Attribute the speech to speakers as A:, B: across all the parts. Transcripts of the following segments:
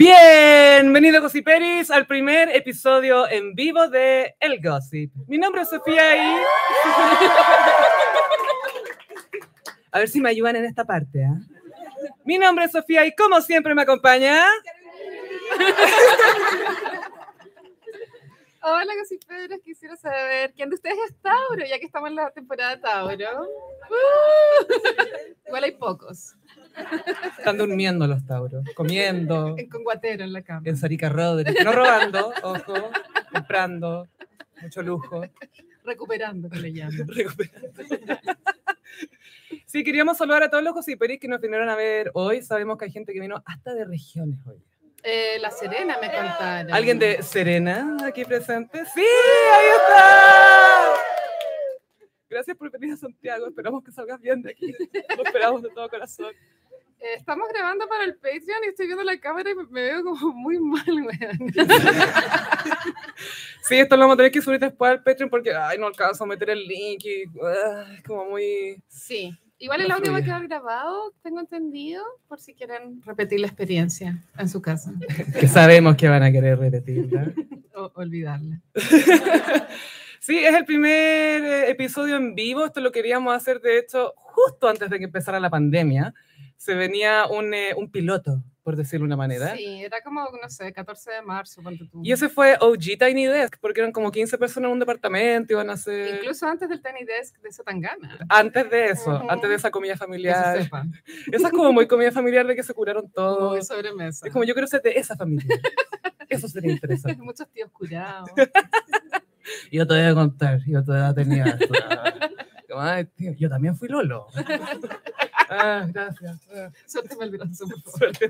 A: Bienvenido Gossiperis al primer episodio en vivo de El Gossip. Mi nombre es Sofía y... A ver si me ayudan en esta parte. ¿ah? Mi nombre es Sofía y como siempre me acompaña...
B: Hola, Pedro, quisiera saber quién de ustedes es Tauro, ya que estamos en la temporada de Tauro. Uh, Igual hay pocos,
A: Están durmiendo los tauros, comiendo,
B: en- con guatero en la cama.
A: en Sarika Rodríguez, no robando, ojo, comprando, mucho lujo.
B: Recuperando, que le llaman.
A: recuperando. Sí, queríamos saludar a todos los gossiperis que nos vinieron a ver hoy. Sabemos que hay gente que vino hasta de regiones hoy.
B: Eh, la Serena me contaron.
A: ¿Alguien de Serena aquí presente? ¡Sí! ¡Ahí está! Gracias por venir a Santiago. Esperamos que salgas bien de aquí. Lo esperamos de todo corazón.
B: Eh, estamos grabando para el Patreon y estoy viendo la cámara y me, me veo como muy mal, weón.
A: Sí, esto lo vamos a tener que subir después al Patreon porque ay, no alcanzo a meter el link y ah, es como muy...
B: Sí. Igual
A: No
B: el audio va a
A: fluye.
B: quedar grabado, tengo entendido, por si quieren repetir la experiencia en su casa
A: Que sabemos que van a querer repetir, ¿verdad?
B: o olvidarla.
A: Sí, es el primer eh, episodio en vivo. Esto lo queríamos hacer, de hecho, justo antes de que empezara la pandemia. Se venía un, eh, un piloto, por decirlo de una manera.
B: Sí, era como, no sé, 14 de marzo, ponte tú.
A: Y ese fue OG Tiny Desk, porque eran como 15 personas en un departamento, iban a ser...
B: Incluso antes del Tiny Desk de Satangana.
A: Antes de eso,
B: Ujú.
A: antes de esa comida
B: Que se
A: familiar.
B: sepa.
A: Esa es como muy comida familiar de que se curaron
B: Muy
A: todos.
B: sobremesa.
A: Es como yo quiero ser de esa familia. Eso sería interesante.
B: Muchos tíos curados.
A: Yo te voy a contar, yo todavía tenía. esto. Como, "Ay, tío, yo también fui Lolo. Ah, gracias. Ah.
B: Suélteme el brazo, por favor.
A: Suerte.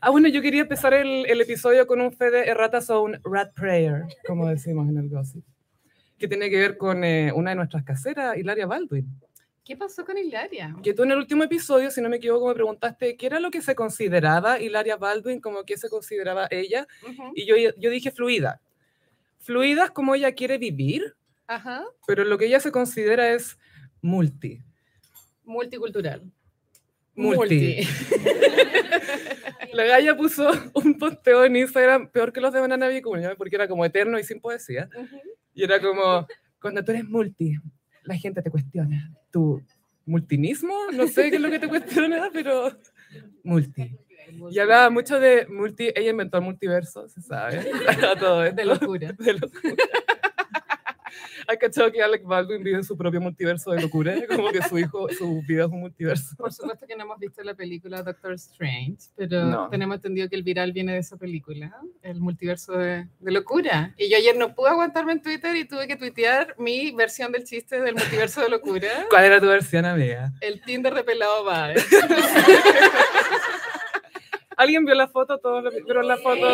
A: Ah, bueno, yo quería empezar el, el episodio con un fe de erratas o un rat prayer, como decimos en el gossip, que tiene que ver con eh, una de nuestras caseras, Hilaria Baldwin.
B: ¿Qué pasó con Hilaria?
A: Que tú en el último episodio, si no me equivoco, me preguntaste qué era lo que se consideraba Hilaria Baldwin, como que se consideraba ella,
B: Ujú.
A: y yo, yo dije fluida. Fluida es como ella quiere vivir,
B: Ajá.
A: pero lo que ella se considera es multi.
B: Multicultural.
A: Multi. La galla puso un posteo en Instagram peor que los de Banana Vicuña, porque era como eterno y sin poesía.
B: Ujú.
A: Y era como, cuando tú eres multi, la gente te cuestiona. Tu multinismo, no sé qué es lo que te cuestiona, pero multi. Y hablaba mucho de multi, ella inventó el multiverso, se sabe, a todo esto.
B: De locura.
A: De locura. ¿Has cachado que Alec Baldwin vive en su propio multiverso de locura? Como que su hijo, su vida es un multiverso.
B: Por supuesto que no hemos visto la película Doctor Strange, pero
A: No.
B: tenemos entendido que el viral viene de esa película, el multiverso de, de locura. Y yo ayer no pude aguantarme en Twitter y tuve que tuitear mi versión del chiste del multiverso de locura.
A: ¿Cuál era tu versión, amiga?
B: El Tinder de pelado va. ¿eh?
A: ¿Alguien vio la foto? ¿Todos lo vi- vieron la foto?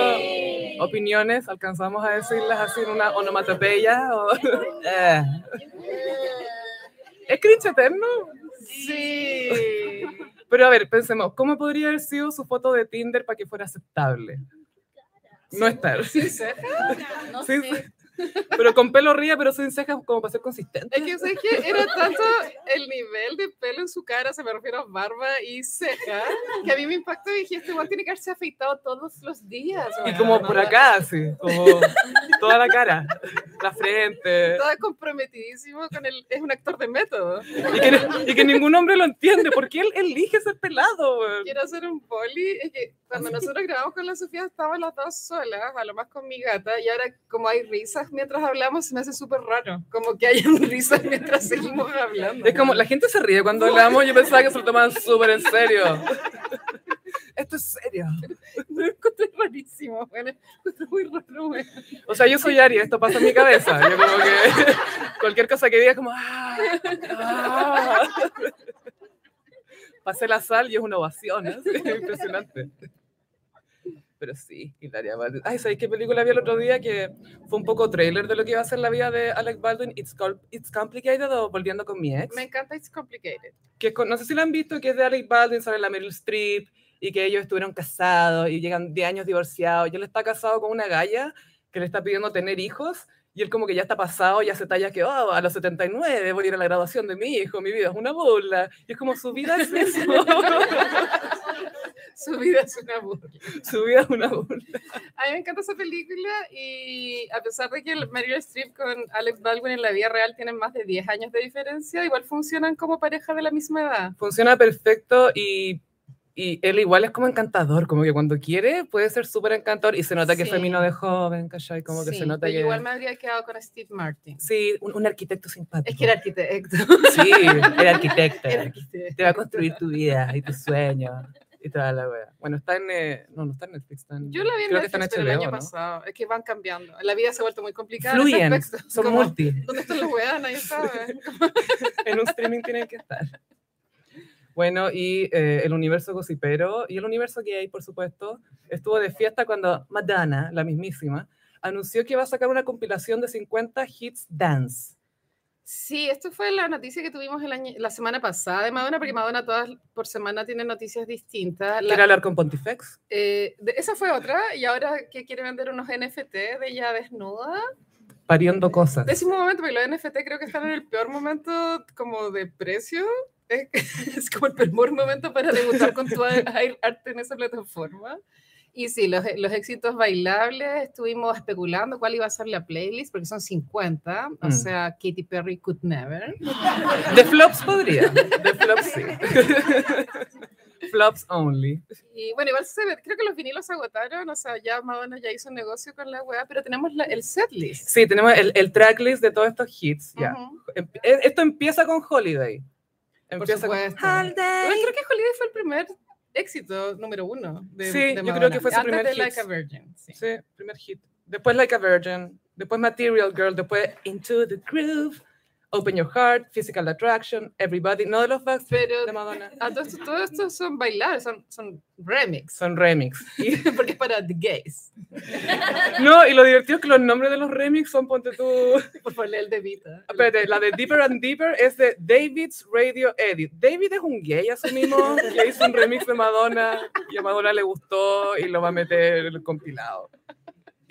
A: ¿Opiniones? ¿Alcanzamos a decirlas así en una onomatopeya? O... Eh. ¿Es cringe eterno?
B: Sí.
A: Pero a ver, pensemos, ¿cómo podría haber sido su foto de Tinder para que fuera aceptable? No estar.
B: Sí, sé.
C: No
A: Sí,
C: sé.
A: Pero con pelo ría, pero sin cejas, como para ser consistente.
B: Es que, ¿sabes qué? Era tanto el nivel de pelo en su cara, se me refiero a barba y ceja, que a mí me impactó y dije, este igual tiene que haberse afeitado todos los días.
A: Y
B: weón,
A: como
B: ¿no?
A: por acá, así, como toda la cara, la frente.
B: Estaba comprometidísimo con el... Es un actor de método.
A: Y que, y que ningún hombre lo entiende, porque él elige ser pelado. weón.
B: Quiero hacer un poli. Es que cuando nosotros grabamos con la Sofía estábamos las dos solas, a lo más con mi gata, y ahora como hay risas mientras hablamos, se me hace súper raro. Como que hayan risas mientras seguimos hablando.
A: Es como, la gente se ríe cuando hablamos, yo pensaba que se lo tomaban súper en serio. Esto es serio.
B: Lo encontré rarísimo, bueno, lo encontré muy raro, weón.
A: O sea, yo soy Ari, esto pasa en mi cabeza. Yo como que cualquier cosa que diga es como, ah, ah. Pasé la sal y es una ovación, ¿eh? Sí, impresionante. Pero sí, Hilaria Baldwin. Ay, ¿sabéis qué película vi el otro día? Que fue un poco trailer de lo que iba a ser la vida de Alec Baldwin, It's, Col- It's Complicated o Volviendo con mi ex.
B: Me encanta It's Complicated.
A: que es con- no sé si la han visto, que es de Alec Baldwin, sale la Meryl Streep, y que ellos estuvieron casados y llegan de años divorciados. Y él está casado con una galla que le está pidiendo tener hijos, y Y él como que ya está pasado, ya se talla que oh, a los 79 voy a ir a la graduación de mi hijo, mi vida es una burla. Y es como su vida es eso.
B: Su vida es una burla.
A: su vida es una burla.
B: A mí me encanta esa película y a pesar de que el Meryl Streep con Alex Baldwin en la vida real tienen más de 10 años de diferencia, igual funcionan como pareja de la misma edad.
A: Funciona perfecto y, y él igual es como encantador, como que cuando quiere puede ser súper encantador y se nota que
B: Sí.
A: feminó de joven, ¿cachai? Como que
B: Sí,
A: se nota
B: pero
A: que...
B: Igual me habría quedado con Steve Martin.
A: Sí, un, un arquitecto simpático.
B: Es que era arquitecto.
A: Sí, era arquitecto.
B: Era arquitecto.
A: Te va a construir tu vida y tus sueños y toda la wea. Bueno, está en... eh, no, no está en Netflix. Está en,
B: Yo la vi en
A: creo
B: Netflix,
A: que está
B: pero
A: en
B: el
A: HBO,
B: año
A: ¿no?
B: pasado. Es que van cambiando. La vida se ha vuelto muy complicada. en ese
A: Fluyen,
B: aspecto.
A: son
B: Como,
A: multi.
B: ¿Dónde están los weas? Nadie sabe.
A: en un streaming tienen que estar. Bueno, y eh, el universo gossipero y el universo gay, por supuesto, estuvo de fiesta cuando Madonna, la mismísima, anunció que va a sacar una compilación de 50 hits dance.
B: Sí, esto fue la noticia que tuvimos el año- la semana pasada de Madonna, porque Madonna todas por semana tiene noticias distintas. La-
A: Quiero hablar con Pontifex.
B: eh, de- esa fue otra, y ahora que quiere vender unos NFT de ella desnuda.
A: Pariendo cosas.
B: Décimo momento, porque los NFT creo que están en el peor momento como de precio. Es, es como el peor momento para debutar con tu a- a- arte en esa plataforma. Y sí, los, los éxitos bailables, estuvimos especulando cuál iba a ser la playlist, porque son 50, o
A: Mm.
B: sea, Katy Perry could never.
A: De flops podría. De flops sí. flops only.
B: Y bueno, igual se ve- creo que los vinilos se agotaron, o sea, ya Madonna ya hizo un negocio con la weá, pero tenemos la- el setlist.
A: Sí, tenemos el, el tracklist de todos estos hits. Ya.
B: Ujú.
A: Em- e- Esto empieza con Holiday.
B: Por
A: Empieza con
B: supuesto. Igual creo que Holiday fue el primer éxito número uno de,
A: Sí,
B: de
A: yo creo
B: Madonna,
A: que fue su
B: antes
A: primer
B: de
A: hit.
B: Like a Virgin. sí.
A: Sí, primer hit. Después Like a Virgin, después Material Girl, después Into the Groove, Open Your Heart, Physical Attraction, Everybody, no de los Backstreet
B: Pero
A: de Madonna.
B: a todos estos- todos estos son bailables, son, son remix,
A: Son remix. Y-
B: porque es para the gays,
A: no, y lo divertido es que los nombres de los remix son, ponte tú...
B: por poner el de Vita.
A: Espérate, la de Deeper and Deeper es de David's Radio Edit. David es un gay, asumimos, que hizo un remix de Madonna y a Madonna le gustó y lo va a meter en el compilado.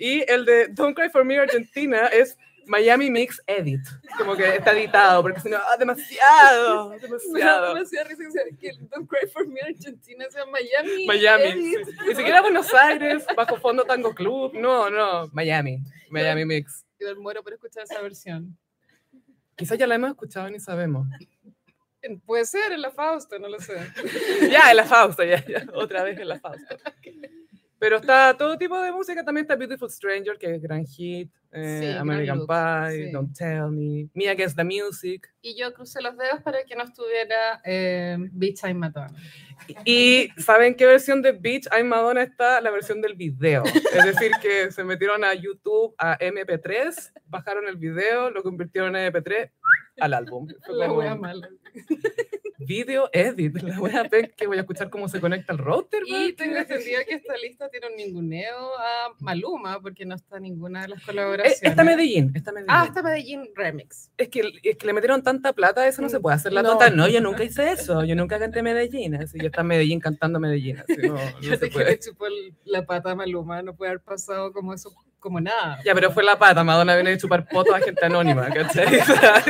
A: Y el de Don't Cry for Me Argentina es Miami Mix Edit, como que está editado, porque si no, ah, demasiado,
B: Me da
A: demasiado.
B: demasiada risa que sea- que el Don't Cry For Me Argentina sea Miami.
A: Miami,
B: Edit.
A: sí. ni siquiera Buenos Aires, bajo fondo Tango Club, no, no, Miami, Miami Mix.
B: Igual muero por escuchar esa versión.
A: Quizás ya la hemos escuchado ni sabemos.
B: Puede ser, en la Fausto, no lo sé.
A: ya, en la Fausta, ya, ya, otra vez en la Fausta. Pero está todo tipo de música, también está Beautiful Stranger, que es gran hit, eh,
B: Sí, gran
A: American
B: look,
A: Pie,
B: sí.
A: Don't Tell Me, Me Against the Music.
B: Y yo crucé los dedos para que no estuviera eh, Beach Time Madonna.
A: Y ¿saben qué versión de Beach I'm Madonna está? La versión del video. Es decir, que se metieron a YouTube, a MP3, bajaron el video, lo convirtieron en MP3 al álbum. Fue
B: La
A: como,
B: wea mala.
A: video edit, la voy a ver que voy a escuchar cómo se conecta el router. Eh,
B: Y
A: weón,
B: tengo
A: que-
B: entendido que esta lista tiene un ninguneo a Maluma, porque no está ninguna de las
A: Eh,
B: colaboraciones.
A: Está Medellín, está Medellín.
B: Ah, está Medellín Remix.
A: es que, es que le metieron tanta plata, eso no se
B: Mm,
A: puede hacer la
B: no.
A: tonta. No, yo nunca hice eso, yo nunca canté Medellín, así, yo estaba en Medellín cantando Medellín, así, no, no
B: Yo
A: se
B: sé que le
A: puede.
B: chupó el- la pata a Maluma, no puede haber pasado como eso, como nada.
A: Ya, pero fue la pata, Madonna viene a chupar potos a gente anónima, ¿cachai? O sea,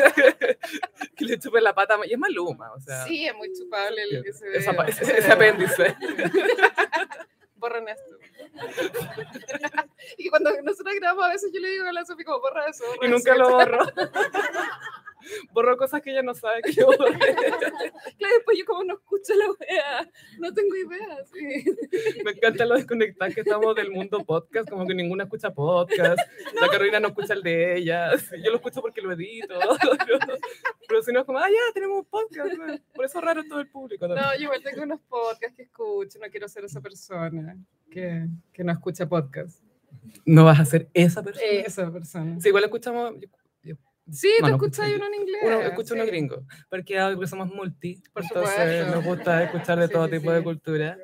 A: que le chupen la pata, y es Maluma, o sea,
B: sí, es muy chupable el que se ve.
A: esa pa- ese, ese apéndice.
B: borren esto. y cuando nosotros grabamos, a veces yo le digo a la Sofi como borra eso. borra
A: Y
B: eso",
A: nunca lo borró. Borró cosas que ella no sabe que yo borré.
B: Claro, después yo como no escucho la wea, no tengo idea. sí.
A: Me encanta lo desconectadas que estamos del mundo podcast, como que ninguna escucha podcast, la Carolina no escucha el de ella, sí, yo lo escucho porque lo edito, pero, pero si no es como, ah, ya, tenemos un podcast, ¿no? por eso es raro todo el público. también.
B: No, yo igual tengo unos podcasts que escucho, no quiero ser esa persona que, que no escucha podcast.
A: No vas a ser esa persona.
B: esa persona.
A: Sí, igual escuchamos, yo-
B: Sí,
A: Bueno,
B: tú escuchas
A: escucha-
B: uno en inglés.
A: uno escucha uno
B: eh, sí.
A: gringo, porque, ah, porque somos multi,
B: Por
A: entonces
B: supuesto.
A: nos gusta escuchar de
B: Sí,
A: todo
B: sí,
A: tipo de
B: sí.
A: cultura.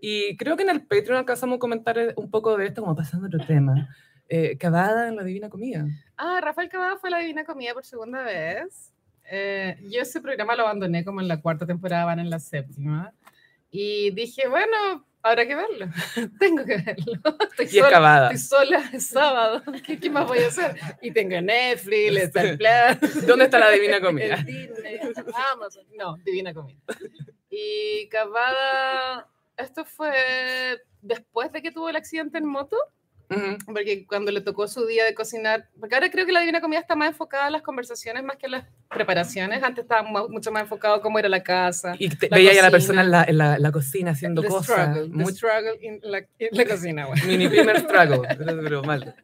A: Y creo que en el Patreon alcanzamos a comentar eh, un poco de esto, como pasando a otro tema. Eh, cavada en la divina comida.
B: Ah, Rafael Cavada fue a la Divina Comida por segunda vez. Eh, yo ese programa lo abandoné como en la cuarta temporada, van en la séptima. Y dije, bueno, habrá que verlo. tengo que verlo. Estoy
A: Y
B: sola,
A: excavada.
B: estoy sola, es sábado. ¿Qué, qué más voy a hacer? Y tengo Netflix, Star Plus.
A: ¿Dónde está la divina comida?
B: el Disney, Amazon. No, Divina Comida. Y Cavada, esto fue después de que tuvo el accidente en moto,
A: Ujú.
B: porque cuando le tocó su día de cocinar, porque ahora creo que la Divina Comida está más enfocada a las conversaciones más que a las preparaciones, antes estaba mu- mucho más enfocado a cómo era la casa.
A: Y te-
B: La
A: veía a la
B: cocina.
A: persona en la, en la- en la cocina haciendo
B: The
A: cosas.
B: struggle, the
A: muy-
B: struggle in la, in la cocina, güey.
A: mini primer struggle. pero, pero mal.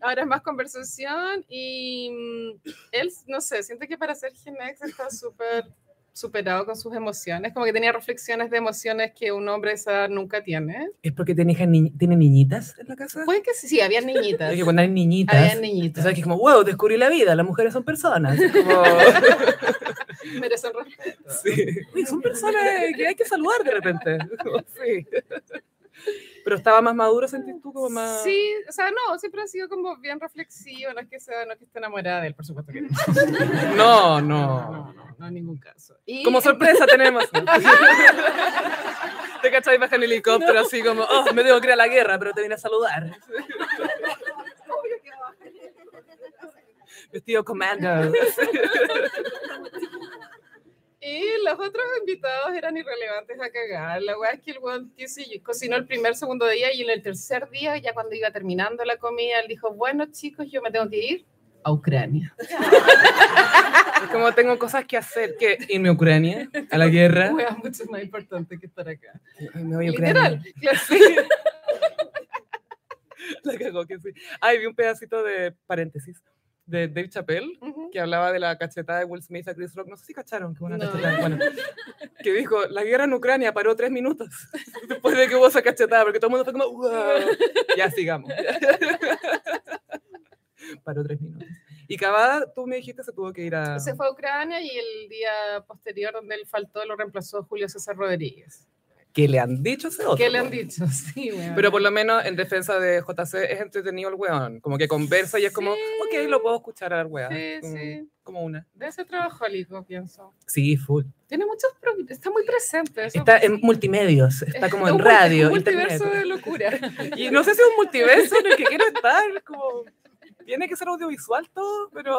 B: Ahora es más conversación y mm, él, no sé, siente que para ser Genex está súper superado con sus emociones, como que tenía reflexiones de emociones que un hombre de esa edad nunca tiene.
A: ¿Es porque tiene, hija ni- tiene niñitas en la casa?
B: Puede que sí, sí, había niñitas.
A: Es que cuando hay niñitas,
B: Había
A: tú
B: niñitas.
A: sabes que es como, wow, descubrí la vida, las mujeres son personas. Es como,
B: Merecen respeto.
A: sí. Uy, son personas que hay que saludar de repente. Es como, sí. Pero estaba más maduro, sentís tú como más...
B: Sí, o sea, no, siempre ha sido como bien reflexivo, no es que sea, no es que esté enamorada de él, por supuesto que no.
A: No,
B: No,
A: no.
B: no, no, no en ningún caso. Y
A: Como sorpresa tenemos. Te cachai, baja en helicóptero así como, oh, me tengo que ir a la guerra, pero te vine a saludar. Vestido comando.
B: Y los otros invitados eran irrelevantes a cagar. La weá es que el weón qué sé yo, cocinó el primer, segundo día y en el tercer día, ya cuando iba terminando la comida, él dijo, bueno chicos, yo me tengo que ir a Ucrania.
A: Es como tengo cosas que hacer, que irme a Ah. Ucrania, a la guerra.
B: Weá, mucho más importante que estar acá.
A: Ay, me Ah. voy a Ucrania.
B: Literal. claro.
A: La cagó que sí. Ay, vi un pedacito de paréntesis de Dave Chappelle
B: Ujú.
A: que hablaba de la cachetada de Will Smith a Chris Rock. No sé si cacharon que hubo una
B: No.
A: cachetada. Bueno, que dijo, la guerra en Ucrania paró tres minutos después de que hubo esa cachetada, porque todo el mundo fue como, wow, ya sigamos. paró tres minutos. Y Cavada, tú me dijiste, se tuvo que ir a...
B: Se fue a Ucrania y el día posterior donde él faltó lo reemplazó Julio César Rodríguez.
A: ¿Qué le han dicho a ese otro?
B: ¿Qué le han dicho? Sí, weá.
A: Pero por lo menos en defensa de JC es entretenido el weón. Como que conversa y es como,
B: Sí.
A: ok, lo puedo escuchar al weón.
B: Sí,
A: como,
B: sí.
A: como una.
B: de ese trabajólico, pienso.
A: Sí, full.
B: Tiene muchos, pro- está muy presente. eso
A: Está
B: sí.
A: en multimedios, está como
B: Es
A: en
B: un multi-
A: radio,
B: Un multiverso
A: internet.
B: de locura.
A: Y no sé si es un multiverso en el que quiero estar, como tiene que ser audiovisual todo, pero,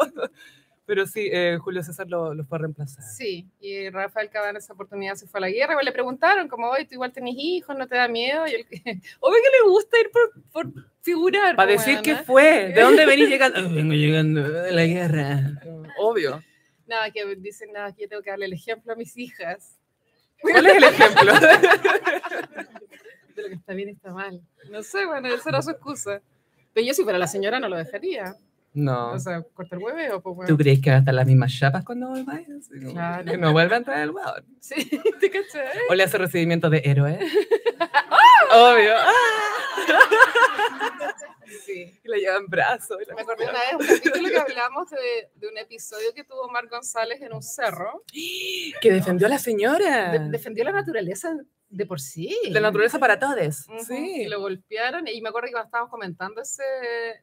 A: pero sí, eh, Julio César lo, lo fue a reemplazar.
B: Sí, y Rafael Cabana esa oportunidad se fue a la guerra, igual le preguntaron como, oye, tú igual tenés hijos, ¿no te da miedo? Y él, obvio que le gusta ir por, por figurar.
A: Para
B: pues,
A: decir que
B: weona.
A: fue, ¿de dónde venís llegando? "Ah, Vengo llegando de la guerra. Obvio.
B: Nada, que dicen, nada, que yo tengo que darle el ejemplo a mis hijas
A: ¿Cuál es el ejemplo?
B: de lo que está bien y está mal. No sé, bueno, esa era su excusa. Pero yo si fuera la señora no lo dejaría.
A: No.
B: O sea, cortar hueveo, pues
A: ¿Tú
B: bueno.
A: crees que va a estar las mismas chapas cuando volváis? Así como
B: Claro.
A: Que no vuelva a entrar el weón.
B: Sí, ¿te cachai?
A: O le hace recibimiento de héroe. Obvio. ¡Ah!
B: Sí.
A: Y le llevan brazos.
B: Me acuerdo una vez, un capítulo que hablamos de, de un episodio que tuvo Mar González en un cerro.
A: Que defendió a la
B: de-
A: señora.
B: defendió la naturaleza de por sí.
A: Em, La naturaleza para todos.
B: Ujú,
A: Sí.
B: Y lo golpearon. Y me acuerdo que cuando estábamos comentando ese,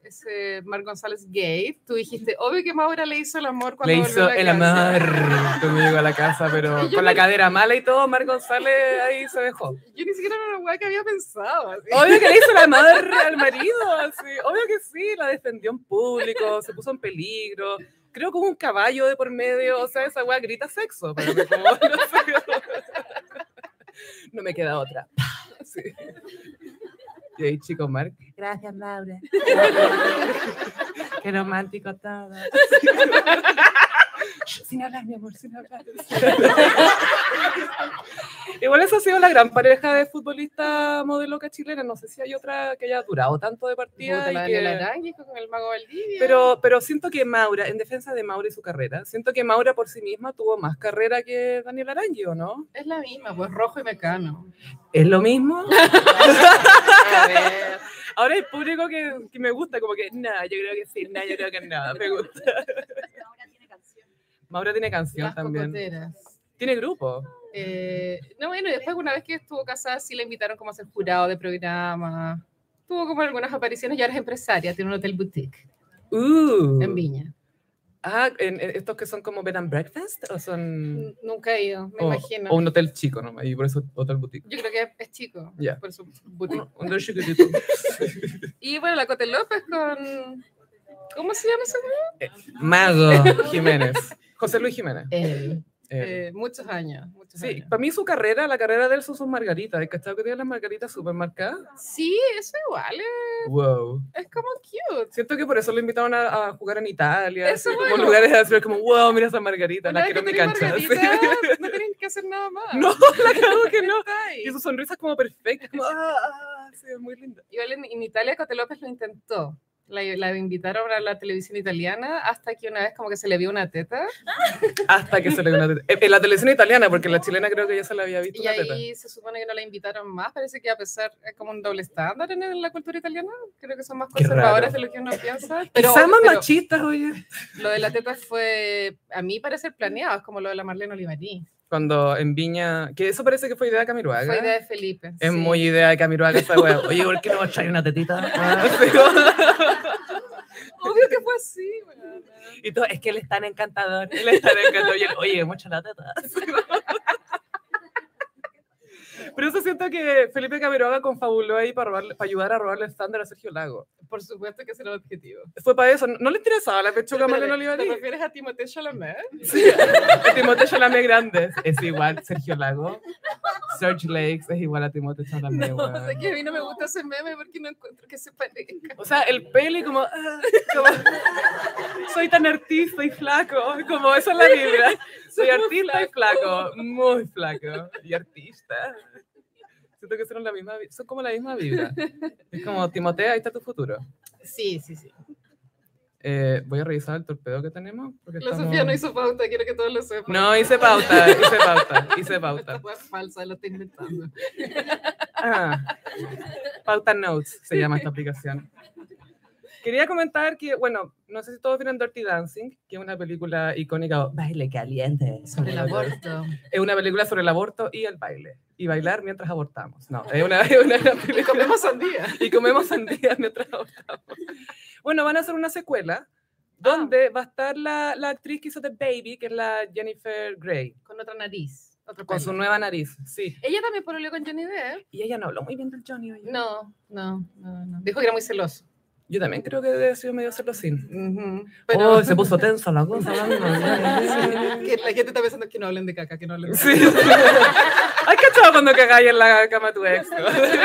B: ese Mar González gay, tú dijiste, obvio que Maura le hizo el amor cuando
A: Le
B: volvió
A: hizo
B: a la
A: el
B: casa".
A: amor cuando llegó a la casa, pero
B: Y yo
A: con la
B: me-
A: cadera mala y todo, Mar González ahí se dejó.
B: Yo ni siquiera era una weá que había pensado. así.
A: Obvio que le hizo el amor al marido, así. Obvio que sí, la defendió en público, se puso en peligro. Creo que hubo un caballo de por medio, o sea, esa weá grita sexo. Pero que como- no, sé. No me queda otra. Sí. Y ahí, chico, Mark. Gracias, Laura. Qué romántico todo. Sin hablar, mi amor, sin hablar. Igual esa ha sido la gran pareja de futbolista modelo que chilena. No sé si hay otra que haya durado tanto de partida.
B: Puta,
A: y
B: la
A: que-
B: Daniela Aránguiz con el mago Valdivia.
A: pero, pero siento que Maura, en defensa de Maura y su carrera, siento que Maura por sí misma tuvo más carrera que Daniel Arangui, ¿o no?
B: es la misma, pues rojo y mecano.
A: Es lo mismo.
B: A ver,
A: Ahora el público que, que me gusta, como que, nada, yo creo que sí, nada, yo creo que nada, me gusta.
C: Ahora tiene canción.
A: Maura tiene canción
B: las
A: también.
B: cocoteras.
A: Tiene grupo.
B: Eh, no, bueno, y después una vez que estuvo casada, sí la invitaron como a ser jurado de programa. Tuvo como algunas apariciones y ahora es empresaria, tiene un hotel boutique
A: Uh,
B: en Viña.
A: Ah, en- en estos que son como bed and breakfast o son...
B: N- Nunca he ido, me
A: o,
B: imagino.
A: o un hotel chico nomás, y por eso hotel boutique.
B: Yo creo que es- es chico.
A: Ya.
B: Por su
A: Un
B: boutique.
A: un hotel chiquitito.
B: Y bueno, la Cote López con. ¿Cómo se llama ese güey?
A: Mago Jiménez. José Luis Jiménez.
D: Él.
A: Eh,
B: Eh, muchos años. Muchos
A: sí,
B: años.
A: para mí su carrera, la carrera de él son sus margaritas. ¿Has cachado que tiene las margaritas súper marcadas?
B: Sí, eso igual. eh,
A: Wow.
B: Es, como cute.
A: Siento que por eso lo invitaron a, a jugar en Italia.
B: Eso
A: así, como
B: bueno.
A: lugares así, pero como, wow, mira esa margarita,
B: Una
A: la
B: vez
A: quiero
B: que
A: en mi
B: tenés
A: cancha. Sí.
B: margarita, no tienen que hacer nada más.
A: No, la cago que no.
B: Está ahí.
A: Y su sonrisa es como perfecta. Como, ah, ah, sí, es muy linda.
B: Igual en, en Italia Cote López lo intentó. La, la invitaron a la televisión italiana hasta que una vez como que se le vio una teta
A: Hasta que se le dio una teta. En en la televisión italiana, porque la chilena creo que ya se la había visto
B: y
A: una teta.
B: ahí se supone que no la invitaron más. Parece que a pesar es como un doble estándar en, la cultura italiana. Creo que son más
A: Qué raro.
B: conservadores de lo que uno piensa. Pero,
A: Quizá más
B: pero
A: machistas, oye.
B: lo de la teta fue, a mí parece planeado, es como lo de la Marlene Olivarí.
A: Cuando en Viña, que eso parece que fue idea de Camiruaga.
B: Fue idea de Felipe.
A: Es
B: sí.
A: muy idea de Camiruaga esa wea. Oye, ¿por qué no vas a traer una tetita? Ah, sí.
B: Obvio que fue así, weón.
A: Y todo, es que él es tan encantador. Él es tan encantador. Y él, oye, mucha la teta. Pero eso siento que Felipe Camiroaga confabuló ahí para, robarle- para ayudar a robarle el estándar a Sergio Lago.
B: Por supuesto que ese era el objetivo.
A: Fue para eso. ¿No, no le interesaba la pechuga a Marlene
B: ¿Te
A: Olivari?
B: refieres a Timothée Chalamet?
A: Sí. Timote Chalamet Grandes es igual Sergio Lago. Serge Lakes es igual a Timote Chalamet.
B: No,
A: weón.
B: o sea, que a mí no me gusta ese meme porque no encuentro que se parezca.
A: O sea, el peli como, ah, como, soy tan artista y flaco, como esa es la vibra. Soy artista y flaco, muy flaco y artista. Siento que son la misma, vi- son como la misma vibra. Es como Timotea, ahí está tu futuro.
B: Sí, sí, sí.
A: Eh, voy a revisar el torpedo que tenemos. Porque
B: La
A: estamos-
B: Sofía no hizo pauta, quiero que todos lo sepan.
A: No, hice pauta, hice pauta, hice
B: Esta
A: pauta.
B: fue falsa, lo estoy inventando.
A: Ah, Pauta Notes se llama esta aplicación. Quería comentar que, bueno, no sé si todos vieron Dirty Dancing, que es una película icónica, o baile caliente.
B: Sobre el aborto.
A: Es una película sobre el aborto y el baile. Y bailar mientras abortamos. No, es una, es una gran
B: Y
A: película.
B: comemos sandía.
A: Y comemos sandías mientras abortamos. Bueno, van a hacer una
B: Ah.
A: secuela donde va a estar la, la actriz que hizo The Baby, que es la Jennifer Grey,
B: Con otra nariz. Otro
A: con
B: pelo.
A: su nueva nariz. Sí.
B: Ella también pololeó con Johnny Depp.
A: Y ella no habló muy bien del Johnny. oye.
B: No, no, no, no. Dijo que era muy celoso.
A: Yo también creo que debe haber sido medio celosín.
B: Pero
A: Oh, se puso tensa la cosa hablando.
B: que la gente está pensando que no hablen de caca, que no hablen de
A: Sí. Ay, cachado cuando cagáis en la cama a tu ex.
B: caca. No, bueno,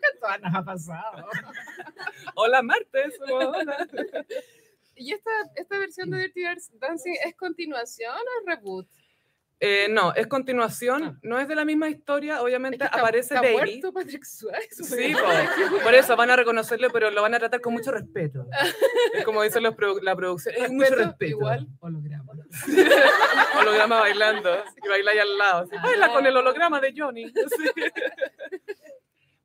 B: que a todas nos ha pasado.
A: Hola, martes. Hola.
B: ¿Y esta, esta versión de Dirty Dancing es continuación o es reboot?
A: Eh, no, es continuación.
B: Ah.
A: No es de la misma historia. Obviamente
B: Es que está-
A: aparece
B: está
A: Baby.
B: muerto Patrick Swayze.
A: Sí,
B: weón.
A: po. por eso van a reconocerlo, pero lo van a tratar con mucho respeto. Es como dicen los produ- la producción. Es mucho
B: Respeto,
A: respeto.
B: Igual, holograma.
A: Holograma bailando. Y baila ahí al lado. así, Baila con el holograma de Johnny. Sí.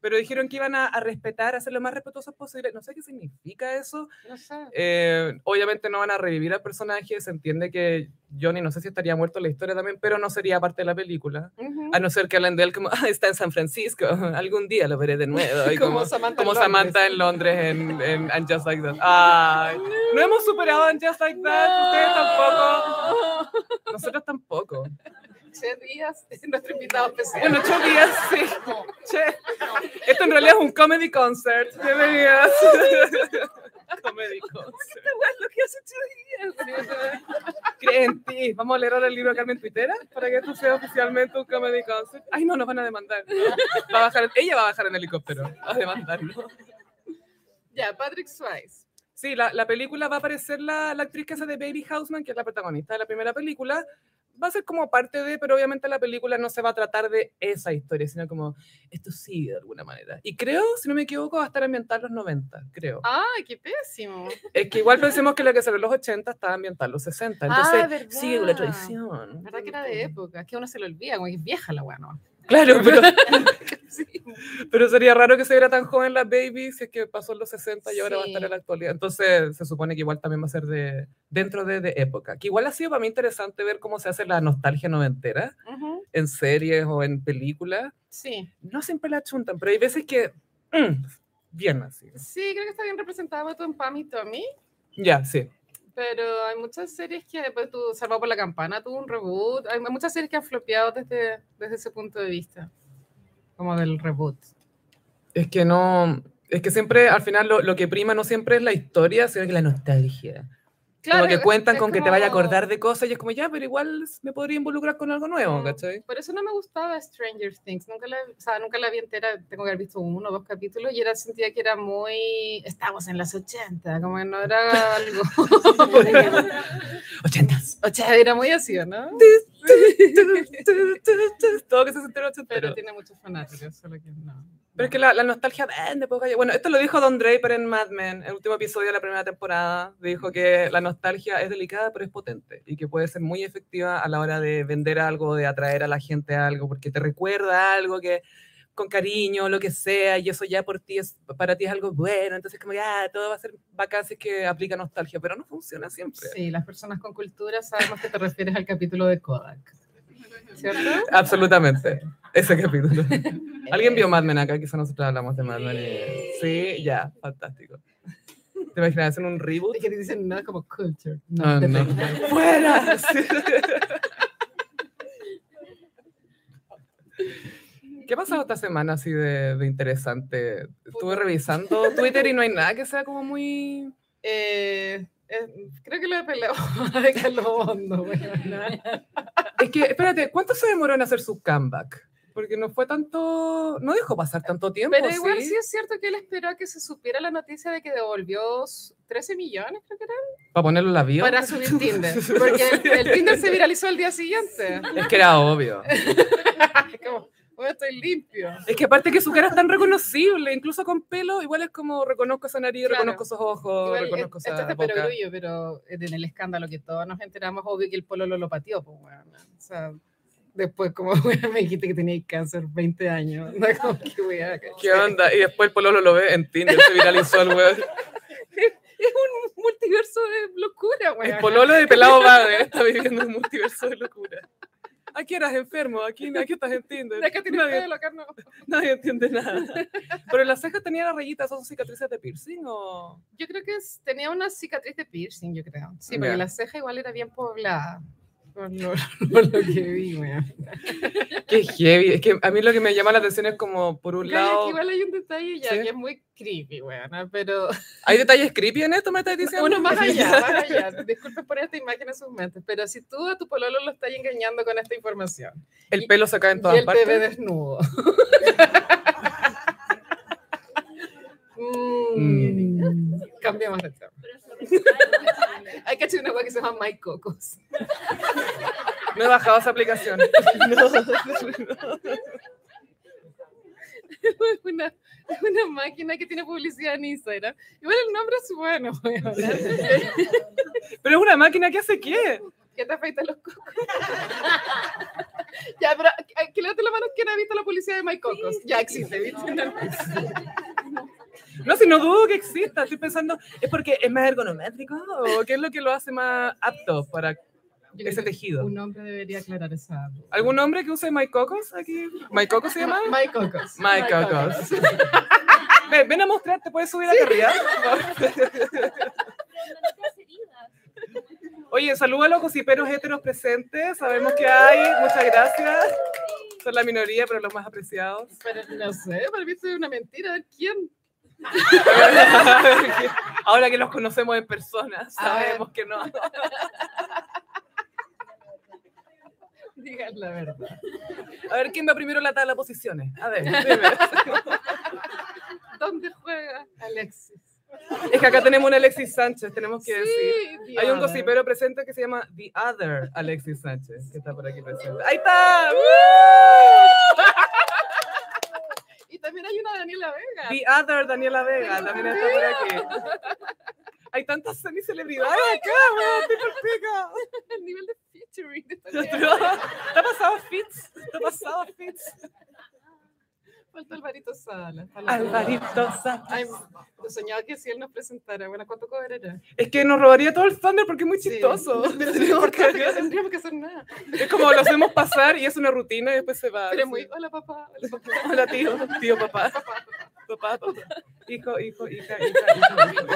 A: Pero dijeron que iban a, a respetar, a ser lo más respetuosos posible. No sé qué significa eso.
B: No sé.
A: Eh, obviamente no van a revivir al personaje. Se entiende que Johnny, no sé si estaría muerto en la historia también, pero no sería parte de la película.
B: Ujú.
A: A no ser que hablen de él como, ah, está en San Francisco, algún día lo veré de nuevo. Y como,
B: como Samantha.
A: como
B: en Londres.
A: Samantha en Londres en, en And Just Like That. Ay, no hemos superado And Just Like That, ustedes tampoco, nosotros tampoco.
B: Che Díaz es nuestro invitado especial.
A: Bueno, ocho días, sí. Che, esto en realidad es un comedy concert. Bienvenidas. comedy concert.
B: lo que hace Che Díaz.
A: Creen en ti. Vamos a leer ahora el libro de Carmen Tuitera para que esto sea oficialmente un comedy concert. Ay, no, nos van a demandar. Va a bajar, ella va a bajar en helicóptero a demandarnos.
B: Ya, Patrick Swayze.
A: Sí, la, la película va a aparecer la, la actriz que hace de Baby Houseman, que es la protagonista de la primera película. Va a ser como parte de, pero obviamente la película no se va a tratar de esa historia, sino como esto sigue de alguna manera. Y creo, si no me equivoco, va a estar ambientada en los 90, creo.
B: Ay, Ah, qué pésimo.
A: Es que igual pensemos que lo que salió en los 80 estaba ambientada en los 60,
B: Ah,
A: entonces sigue con la
B: verdad.
A: tradición.
B: La verdad que era de época, es que uno se lo olvida, como que es vieja la weá, ¿no?
A: Claro, pero,
B: Sí.
A: pero sería raro que se viera tan joven la Baby si es que pasó en los 60 y ahora va a estar
B: Sí.
A: en la actualidad. Entonces se supone que igual también va a ser de, dentro de, de época. Que igual ha sido para mí interesante ver cómo se hace la nostalgia noventera
B: Ujú.
A: en series o en películas.
B: Sí,
A: No siempre la chuntan, pero hay veces que... mm, bien así.
B: sí, creo que está bien representado tú en Pam y Tommy.
A: Ya, sí.
B: Pero hay muchas series que, pues tú, Salvado por la Campana tuvo un reboot. Hay muchas series que han flopeado desde, desde ese punto de vista, como del reboot.
A: Es que no. Es que siempre, al final, lo, lo que prima no siempre es la historia, sino que la nostalgia. como que
B: es-
A: cuentan
B: es
A: con que te vaya a
B: como-
A: acordar de cosas y es como, ya, pero igual me podría involucrar con algo nuevo,
B: Mm.
A: ¿cachai?
B: Por eso no me gustaba Stranger Things. Nunca la, o sea, nunca la vi entera. Tengo que haber visto uno o dos capítulos y era, sentía que era muy. Estamos en las 80, como que no era algo.
A: Ochentas.
B: O sea, era muy así, ¿o ¿no?
A: Todo que se sintiera ochentero.
B: Pero tiene muchos fanáticos, solo que no.
A: Pero es que la, la nostalgia vende, po, gallo. Bueno, esto lo dijo Don Draper en Mad Men, el último episodio de la primera temporada. Dijo que la nostalgia es delicada, pero es potente y que puede ser muy efectiva a la hora de vender algo, de atraer a la gente a algo, porque te recuerda algo que con cariño, lo que sea, y eso ya por ti es, para ti es algo bueno. Entonces, como ya todo va a ser bacán si es que aplica nostalgia, pero no funciona siempre.
B: Sí, las personas con cultura sabemos que te refieres al capítulo de Kodak. ¿Cierto?
A: Absolutamente. Ese capítulo. ¿Alguien vio Mad Men acá? Quizá nosotros hablamos de Mad Men. y-
C: Sí.
A: Sí, ya, fantástico. ¿Te imaginas hacer un reboot?
B: Es que te dicen, no, es como culture.
A: Ah,
B: No, te
A: no.
B: tengo.
A: ¡Fuera! ¿Qué ha pasado esta semana así de, de interesante? Estuve revisando Twitter y no hay nada que sea como muy...
B: Eh, eh, creo que lo de peleo de Carlos Bondo. bueno, nada.
A: Es que, espérate, ¿cuánto se demoró en hacer su comeback? Porque no fue tanto... No dejó pasar tanto tiempo,
B: Pero igual
A: ¿sí?
B: sí es cierto que él esperó a que se supiera la noticia de que devolvió s- 13 millones, creo que era,
A: Para ponerlo en la bio.
B: para subir Tinder. Porque el, el Tinder se viralizó al día siguiente.
A: Es que era obvio.
B: Como, "Bueno, estoy limpio.
A: Es que aparte que su cara es tan reconocible, incluso con pelo, igual es como reconozco esa nariz,
B: Claro.
A: reconozco esos ojos,
B: Igual, eh,
A: reconozco
B: esto
A: esa
B: es de
A: boca.
B: perogrullo, pero eh, en el escándalo que todos nos enteramos, obvio que el polo lo pateó, pues, weón. O sea, después, como, weón, me dijiste que tenías cáncer 20 años. No, como, qué weá,
A: ¿Qué
B: ¿cachai?
A: onda? Y después el pololo lo ve en Tinder, se viralizó el weón.
B: Es un multiverso de locura, weón.
A: El pololo de pelado vague está viviendo un multiverso de locura. Aquí eras enfermo, aquí, aquí estás en Tinder.
B: De acá tiene
A: nadie,
B: pelo, acá no.
A: nadie entiende nada. Pero las cejas tenían las rayitas, ¿son cicatrices de piercing o...?
B: Yo creo que es- tenía una cicatriz de piercing, yo creo. Sí, porque
A: Ya.
B: la ceja igual era bien poblada. Por lo, por lo que vi, weón.
A: Qué heavy, es que a mí lo que me llama la atención es como, por un
B: Calla, que
A: lado,
B: Igual hay un detalle ya
A: Sí.
B: que es muy creepy, weón, pero
A: ¿hay detalles creepy en esto me estás diciendo?
B: Uno más allá, más allá. Disculpen por esta imagen en sus mentes, pero si tú a tu pololo lo estás engañando con esta información
A: El pelo se cae en
B: y
A: todas
B: él te ve
A: partes.
B: desnudo. Mm,
A: Mm.
B: Cambiamos de tema.
C: Pero eso es real,
B: Hay que hacer una web que se llama My Cocos.
A: No he bajado esa aplicación.
B: una, es una máquina que tiene publicidad en Instagram. Igual el nombre es bueno, weón.
A: Pero es una máquina que hace qué?
B: que te afeitan los cocos. ya, pero eh, que levante la mano quien ha visto la publicidad de My Cocos. Ya existe, ¿viste?
A: No, si no dudo que exista, estoy pensando, ¿es porque es más ergonométrico o qué es lo que lo hace más apto para
B: Yo
A: ese
B: creo que
A: tejido?
B: Un hombre debería aclarar esa.
A: ¿Algún hombre que use My Cocos aquí? ¿My Cocos se llama?
B: My Cocos.
A: My Cocos. Ven, ven a mostrar, ¿te puedes subir acá arriba?
C: pero no te hace heridas.
A: Oye, saludo a los gossiperos heteros presentes, sabemos que hay, muchas gracias. Son la minoría, pero los más apreciados.
B: Pero no sé, para mí esto es una mentira. ¿De quién?
A: Ahora que los conocemos en persona,
B: A ver.
A: sabemos que no.
B: Digan la verdad.
A: A ver, ¿quién va primero la tabla de posiciones? A ver, dime.
B: ¿Dónde juega Alexis?
A: Es que acá tenemos un Alexis Sánchez, tenemos que decir.
B: The
A: Hay un
B: Other.
A: gossipero presente que se llama The Other Alexis Sánchez, que está por aquí presente. ¡Ahí está! ¡Woo!
B: Y también hay una Daniela Vega.
A: The Other Daniela Vega también está por aquí. Hay tantas semicelebridades acá, weón, estoy por pica.
B: El nivel de featuring. de esta vieja.
A: Está pasado Fitz, está pasado Fitz.
B: Falta Alvarito Sala.
A: Alvarito Sánchez.
B: Ay, soñaba que si él nos presentara. Bueno, ¿cuánto cobrará?
A: Es que nos robaría todo el thunder porque es muy
B: Sí.
A: chistoso.
B: Pero tenemos que, no tendríamos que hacer nada.
A: Es como lo hacemos pasar y es una rutina y después se va.
B: Pero
A: así.
B: muy, hola papá, hola papá.
A: Hola tío, tío, papá,
B: papá.
A: papá, papá. Hijo, hijo, hija, hija, hijo, hijo.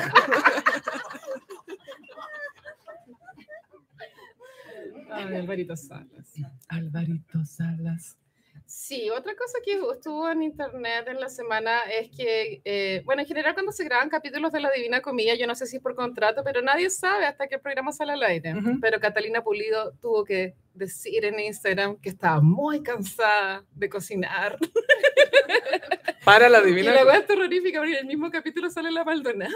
B: Ay, Alvarito Salas.
A: Alvarito Salas.
B: Sí, otra cosa que estuvo en internet en la semana es que, eh, bueno, en general cuando se graban capítulos de La Divina Comida, yo no sé si es por contrato, pero nadie sabe hasta que el programa sale al aire.
A: Ujú.
B: Pero Catalina Pulido tuvo que decir en Instagram que estaba muy cansada de cocinar.
A: Para la
B: Y
A: divina.
B: la wea es terrorífica porque en el mismo capítulo sale la Maldonado.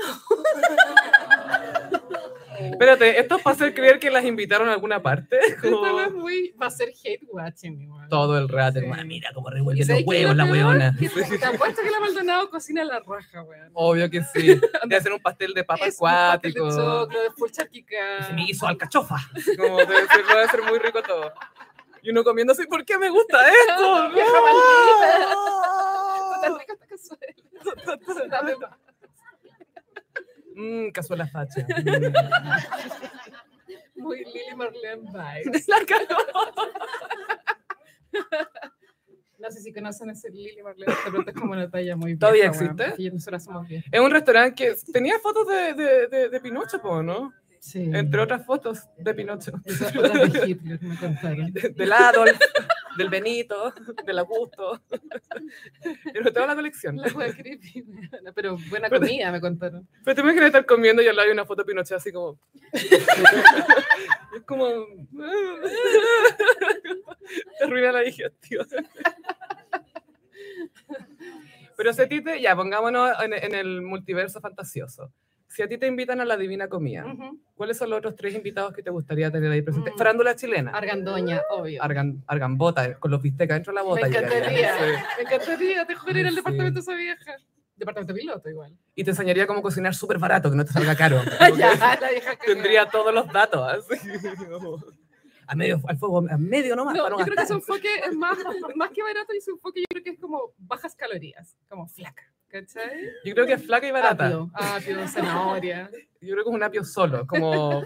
A: Espérate, ¿esto es para hacer creer que las invitaron a alguna parte?
B: Esta
A: Como-
B: wea es muy, va a ser hate watching. igual.
A: Todo el rato,
B: Sí.
A: hermana, mira cómo
B: ¿Y
A: revuelve los
B: sabes qué es lo
A: huevos la
B: peor?
A: huevona.
B: Que te- Te apuesto que la Maldonado cocina la raja, weón.
A: Obvio que sí. Te hacen un pastel de papa
B: Es un pastel
A: acuático.
B: De choclo, de pulcha
D: Se me hizo alcachofa.
A: Como debe ser, debe ser muy rico todo. Y uno comiendo así, ¿por qué me gusta esto?
B: Tan
A: ¡No!
B: rica esta cazuela. Dame más.
A: Mmm, cazuela facha. Mm.
B: Muy Lily Marlene vibes. No sé si conocen ese Lily Marlene, pero es como una talla muy vieja.
A: ¿Todavía
B: weón,
A: existe?
B: Y nosotras somos viejas.
A: Es un restaurante que tenía fotos de, de, de, de Pinocho, po, ¿no?
B: Sí.
A: Entre otras fotos de Pinocho.
B: Esas otras de Hitler me contaron.
A: Del Adolf, del Benito, del Augusto. Pero toda la colección.
B: La wea creepy, weón. pero buena comida me contaron.
A: Pero te imaginas estar comiendo y al lado hay una foto de Pinochet así como... Y es como... Te arruina la digestión. Pero si a ti te... Ya, pongámonos en, en el multiverso fantasioso. Si a ti te invitan a la divina comida,
B: Ujú.
A: ¿cuáles son los otros tres invitados que te gustaría tener ahí presentes?
B: Mm.
A: Farándula chilena.
B: Argandoña, obvio.
A: Argan, argambota, con los bistecas dentro de la
B: me
A: bota. llegaría,
B: encantaría,
A: sí.
B: me encantaría, te juro ir al
A: Sí.
B: departamento de esa vieja. Departamento piloto igual.
A: Y te enseñaría cómo cocinar súper barato, que no te salga caro.
B: Ah, Ya, la vieja que
A: tendría todos los datos. así, como, a medio, al fuego, a medio nomás.
B: No,
A: para no
B: yo creo que
A: gastar.
B: su enfoque es más, más que barato y su enfoque yo creo que es como bajas calorías, como flaca, ¿cachai?
A: Yo creo que es flaca y barata.
B: Apio, apio, zanahoria.
A: Yo creo que es un apio solo, como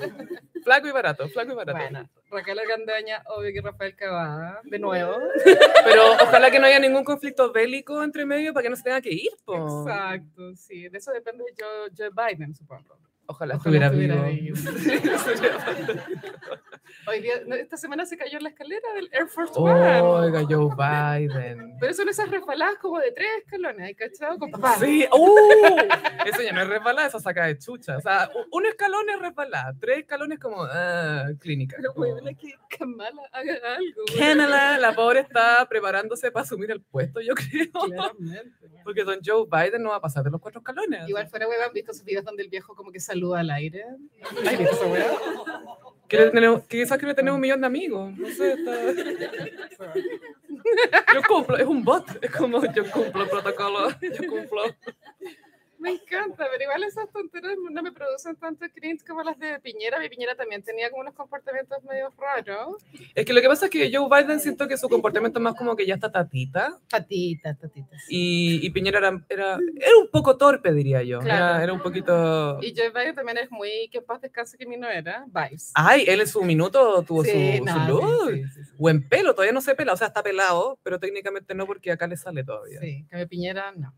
A: flaco y barato, flaco y barato.
B: Bueno, Raquel Argandoña, obvio que Rafael Cavada, de nuevo.
A: Pero ojalá que no haya ningún conflicto bélico entre medio para que no se tenga que ir. po.
B: Exacto, sí, de eso depende Joe, Joe Biden, supongo.
A: Ojalá,
B: Ojalá
A: estuviera vivo.
B: vivo. Hoy día, no, esta semana se cayó en la escalera del Air Force One.
A: Oiga, Joe Biden.
B: Pero son esas resbaladas como de tres escalones, ¿cachado? Con papá.
A: Sí, ¡uh! eso ya no es resbalada, eso saca de chucha. O sea, u- un escalón es resbalada, tres escalones como ah, clínica.
B: Pero
A: como-
B: huevona que Kamala haga algo. weón.
A: Kamala, la pobre está preparándose para asumir el puesto, yo creo.
B: Claramente.
A: Porque don Joe Biden no va a pasar de los cuatro escalones.
B: Igual fuera hueva, ¿han visto esos videos donde el viejo como que saluda al aire?
A: Ay,
B: ¿Viste esa hueá?
A: Quiere tener- quizás quiere tener un millón de amigos. No sé, está- Yo cumplo, es un bot. Es como yo cumplo el protocolo. Yo cumplo.
B: Me encanta, pero igual esas tonteras no me producen tanto cringe como las de Piñera. Mi Piñera también tenía como unos comportamientos medio raros.
A: Es que lo que pasa es que Joe Biden siento que su comportamiento es más como que ya está tatita.
B: Patitas, patitas.
A: Y, y Piñera era, era, era un poco torpe, diría yo.
B: Claro.
A: Era, era un poquito.
B: Y Joe Biden también es muy que en paz descanse que mi no era. Vibes.
A: Ay, él en su minuto Ah, tuvo
B: Sí,
A: su,
B: no,
A: su
B: sí,
A: look.
B: sí, sí, sí.
A: Buen pelo, todavía no se pela. O sea, está pelado, pero técnicamente no, porque acá le sale todavía.
B: Sí, que mi Piñera no.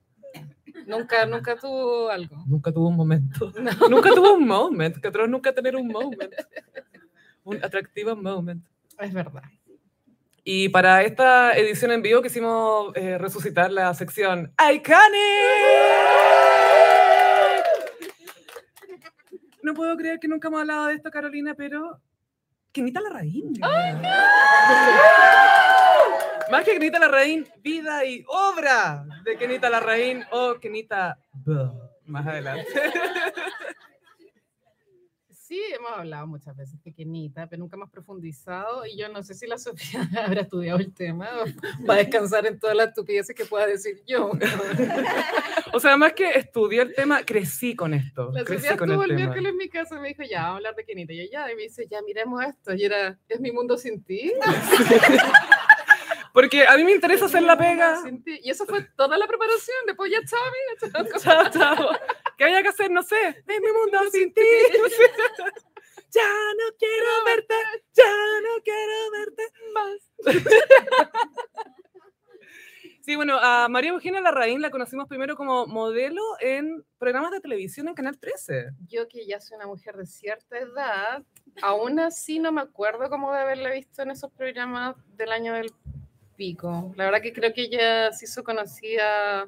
B: Nunca, nunca tuvo algo.
A: Nunca tuvo un momento. Nunca tuvo un moment. Que atroz nunca tener un moment. Un atractivo moment.
B: Es verdad.
A: Y para esta edición en vivo quisimos eh, resucitar la sección Iconic. No puedo creer que nunca hemos hablado de esto, Carolina, pero. Que Grita Larraín. Más que Kenita Larraín, vida y obra de Kenita Larraín o Kenita Buh, más adelante.
B: Sí, hemos hablado muchas veces pequeñita, pero nunca hemos profundizado y yo no sé si la Sofía habrá estudiado el tema o va a descansar en todas las estupideces que pueda decir yo.
A: O sea, más que estudié el tema, crecí con esto.
B: La Sofía
A: crecí con
B: estuvo
A: el
B: el
A: tema.
B: miércoles en mi casa y me dijo, ya, vamos a hablar de Kenita. Y yo, ya, y me dice, ya, miremos esto. Y era, ¿es mi mundo sin ti?
A: Porque a mí me interesa hacer la pega.
B: Sin ti. Y eso fue toda la preparación. Después ya, chao, mira, chao.
A: Chao, chao. ¿Qué había que hacer? No sé. Es mi mundo sin ti. Ya no quiero verte. Ya no quiero verte más. Sí, bueno, a María Eugenia Larraín la conocimos primero como modelo en programas de televisión en Canal 13.
B: Yo que ya soy una mujer de cierta edad, aún así no me acuerdo cómo de haberla visto en esos programas del año del pico. La verdad que creo que ella se hizo conocida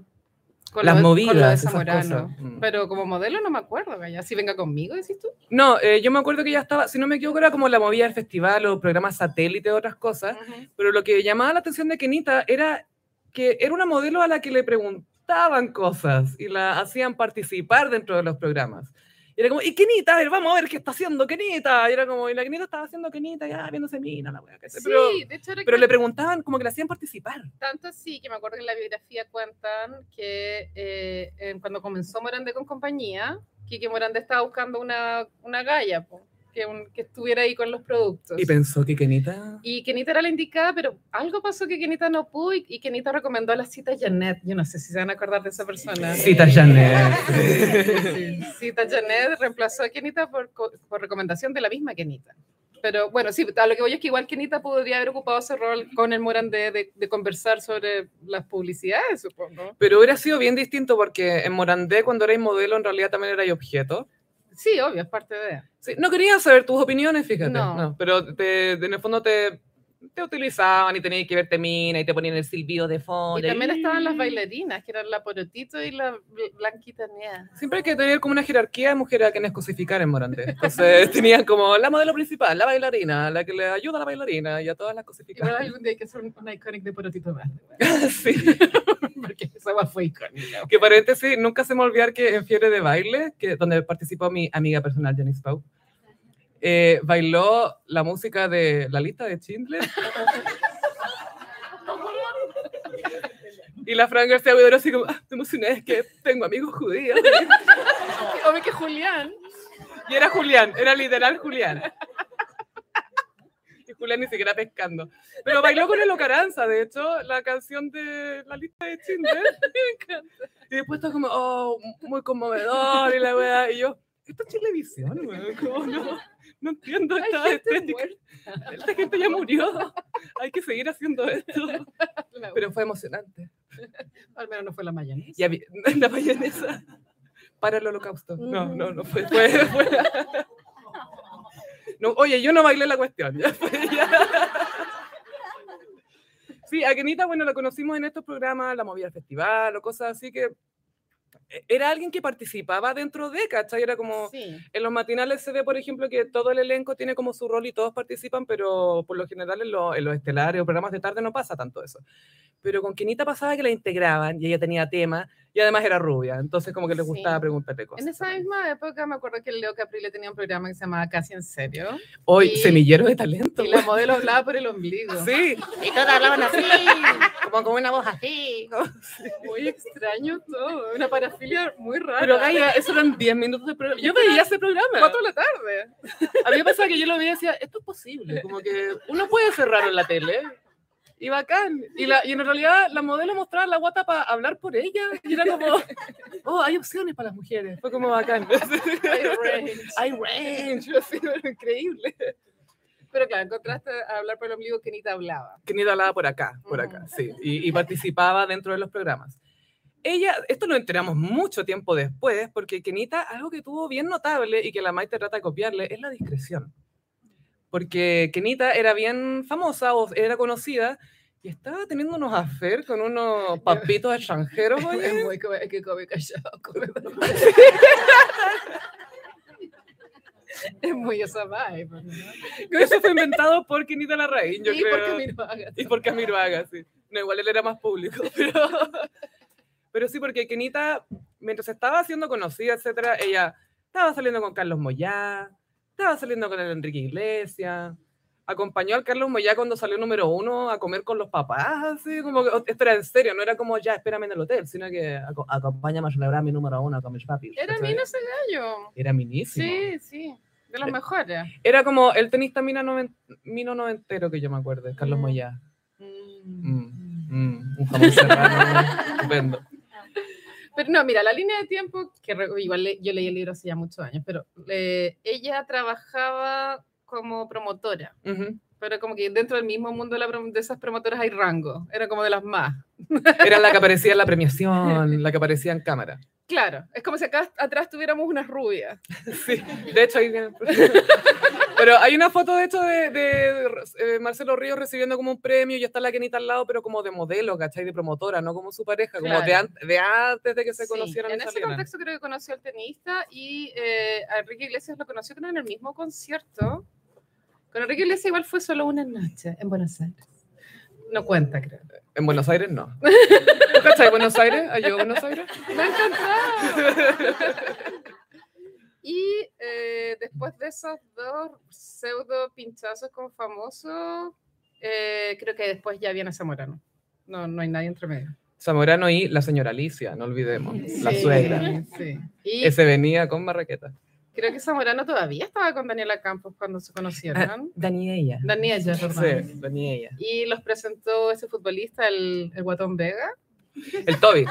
B: con
A: Las
B: lo de-
A: movidas,
B: con lo de
A: esas
B: Zamorano.
A: cosas. Mm.
B: Pero como modelo no me acuerdo, Gaya. Si venga conmigo, decís tú.
A: No, eh, yo me acuerdo que ya estaba, si no me equivoco, era como la movida del festival o programas satélite o otras cosas. Pero lo que llamaba la atención de Kenita era que era una modelo a la que le preguntaban cosas y la hacían participar dentro de los programas. Y era como, ¿y Kenita? A ver, vamos a ver qué está haciendo Kenita. Y era como, y la Kenita estaba haciendo Kenita, ya viéndose mina, la wea, ¿cachai?
B: Sí,
A: pero,
B: de hecho era
A: pero
B: que-
A: le preguntaban, como que la hacían participar.
B: Tanto así que me acuerdo que en la biografía cuentan que eh, en- cuando comenzó Morande con compañía, Kiki Morande estaba buscando una, una galla po, que, un- que estuviera ahí con los productos.
A: Y pensó que Kenita.
B: Y Kenita era la indicada, pero algo pasó que Kenita no pudo y, y Kenita recomendó la cita Janet. Yo no sé si se van a acordar de esa persona.
A: Cita Janet.
B: Sí, Cita Janet reemplazó a Kenita por, co- por recomendación de la misma Kenita. Pero bueno, sí, a lo que voy es que igual Kenita podría haber ocupado ese rol con el Morandé de, de conversar sobre las publicidades, supongo.
A: Pero hubiera sido bien distinto porque en Morandé, cuando erais modelo, en realidad también erais objeto.
B: Sí, obvio, es parte de.
A: Sí, no quería saber tus opiniones, fíjate.
B: No.
A: no, pero te- en el fondo te, te utilizaban y tenías que verte mina y te ponían el silbido de fondo.
B: Y también estaban las bailarinas, que eran la Porotito y la Bl- Blanquita Nea.
A: Siempre hay que tener como una jerarquía de mujer a quienes cosificar en Morante. Entonces tenían como la modelo principal, la bailarina, la que le ayuda a la bailarina y a todas las
B: Igual
A: cosificadas.
B: algún día hay que hacer un, un iconic de Porotito más,
A: Sí.
B: porque esa guay fue icónica.
A: Que paréntesis, nunca se me va a olvidar que en Fiebre de Baile, que, donde participó mi amiga personal, Janice Pau, eh, bailó la música de la lista de Schindler. y la Fran García Guidero así como, ah, me emocioné, es que tengo amigos judíos.
B: Obvio que Julián.
A: Y era Julián, era literal Julián. Y Julián ni siquiera pescando. Pero bailó con el Ocaranza, de hecho, la canción de la lista de Schindler. Y después todo como, oh, muy conmovedor y la weá. Y yo, esto es Chilevisión, weón. como No, no entiendo
B: Hay
A: esta
B: gente
A: estética. Esta gente ya murió. Hay que seguir haciendo esto.
B: muerta, la
A: Pero fue emocionante.
B: wea. Al menos no fue la mayonesa.
A: Y había- la mayonesa para el holocausto. No, no, no fue. fue, fue- No, oye, yo no bailé la cuestión. ya fue, ya. Sí, a Kenita, bueno, la conocimos en estos programas, la movía al festival o cosas así que eh, era alguien que participaba dentro de, ¿cachai? Era como,
B: Sí.
A: en los matinales se ve, por ejemplo, que todo el elenco tiene como su rol y todos participan, pero por lo general en, lo- en los estelares o programas de tarde no pasa tanto eso. Pero con Quinita pasaba que la integraban y ella tenía tema y además era rubia, entonces como que les
B: Sí.
A: gustaba preguntarle cosas.
B: En este esa misma época me acuerdo que Leo Caprile tenía un programa que se llamaba Casi en Serio.
A: Hoy,
B: y-
A: semillero de talento.
B: Y la
A: güey.
B: modelo hablaba por el ombligo.
A: Sí,
E: Y todas hablaban así, como con una voz así.
B: Muy extraño todo. Una parafilia muy rara.
A: pero Gaia, eso eran 10 minutos de programa. Yo veía ese programa.
B: Cuatro de la tarde.
A: A mí me pasaba que yo lo veía y decía, esto es posible. Como que uno puede cerrar en la tele. Y bacán. Y, la, y en realidad la modelo mostraba la guata para hablar por ella. Y era como, oh, hay opciones para las mujeres. Fue como bacán.
B: Ay, range.
A: Hay range. así, era increíble.
B: Pero claro, en contraste a hablar por el ombligo, que ni te hablaba.
A: Que ni te hablaba por acá, por acá, sí. Y, y participaba dentro de los programas. Ella, esto lo enteramos mucho tiempo después, porque Kenita, algo que tuvo bien notable y que la Maite trata de copiarle, es la discreción. Porque Kenita era bien famosa o era conocida y estaba teniendo unos affairs con unos papitos extranjeros. oye.
B: Es muy co- es que come callado. come dormido. es muy esa vibe. ¿no?
A: Eso fue inventado por Kenita Larraín, yo
B: y
A: creo.
B: por Camilo Haga.
A: Y por Camilo Haga, sí. No, igual él era más público, pero, pero sí, porque Kenita, mientras estaba siendo conocida, etcétera, ella estaba saliendo con Carlos Moyá, estaba saliendo con el Enrique Iglesias, acompañó al Carlos Moyá cuando salió número uno a comer con los papás, así, como que, esto era en serio, no era como ya, espérame en el hotel, sino que "Aco- acompáñame a celebrar mi número uno con mis papis.
B: Era
A: ¿cachai?
B: Mina ese gallo.
A: Era minísimo.
B: Sí, Eh, sí. De los mejores.
A: Era como el tenista mina noven- Mino Noventero, que yo me acuerdo, Carlos
B: Mm.
A: Moyá.
B: Mm.
A: Mm, un jamón serrano estupendo.
B: Pero no, mira, la línea de tiempo, que re- igual le- yo leí el libro hace ya muchos años, pero eh, ella trabajaba como promotora.
A: Ujú.
B: Pero como que dentro del mismo mundo de, la prom- de esas promotoras hay rango. Era como de las más.
A: Era la que aparecía en la premiación, la que aparecía en cámara.
B: Claro, es como si acá atrás tuviéramos unas rubias.
A: Sí, de hecho, ahí viene- pero hay una foto, de hecho, de, de, eh, Marcelo Ríos recibiendo como un premio y está la Kenita al lado, pero como de modelo, ¿cachai? De promotora, no como su pareja, como de,
B: Claro.
A: an- de antes de que se
B: Sí,
A: conocieran. y
B: En ese
A: salieran.
B: contexto creo que conoció al tenista y eh, a Enrique Iglesias lo conoció creo, en el mismo concierto. Con Enrique Iglesias igual fue solo una noche en Buenos Aires. No cuenta, creo.
A: En Buenos Aires no. ¿Tú cachai Buenos Aires? ¿Ayudó Buenos Aires?
B: ¡Me ha encantado! Y eh, después de esos dos pseudo pinchazos con famosos, eh, creo que después ya viene Zamorano. No, no hay nadie entre medio.
A: Zamorano y la señora Alicia, no olvidemos. La
B: Sí,
A: suegra.
B: sí. Y
A: Ese venía con marraqueta.
B: creo que Zamorano todavía estaba con Daniela Campos cuando se conocieron.
A: Daniela.
B: Daniela, perdón.
A: Ah. Sí, Daniela.
B: Y los presentó ese futbolista, el, el Guatón Vega.
A: El Toby.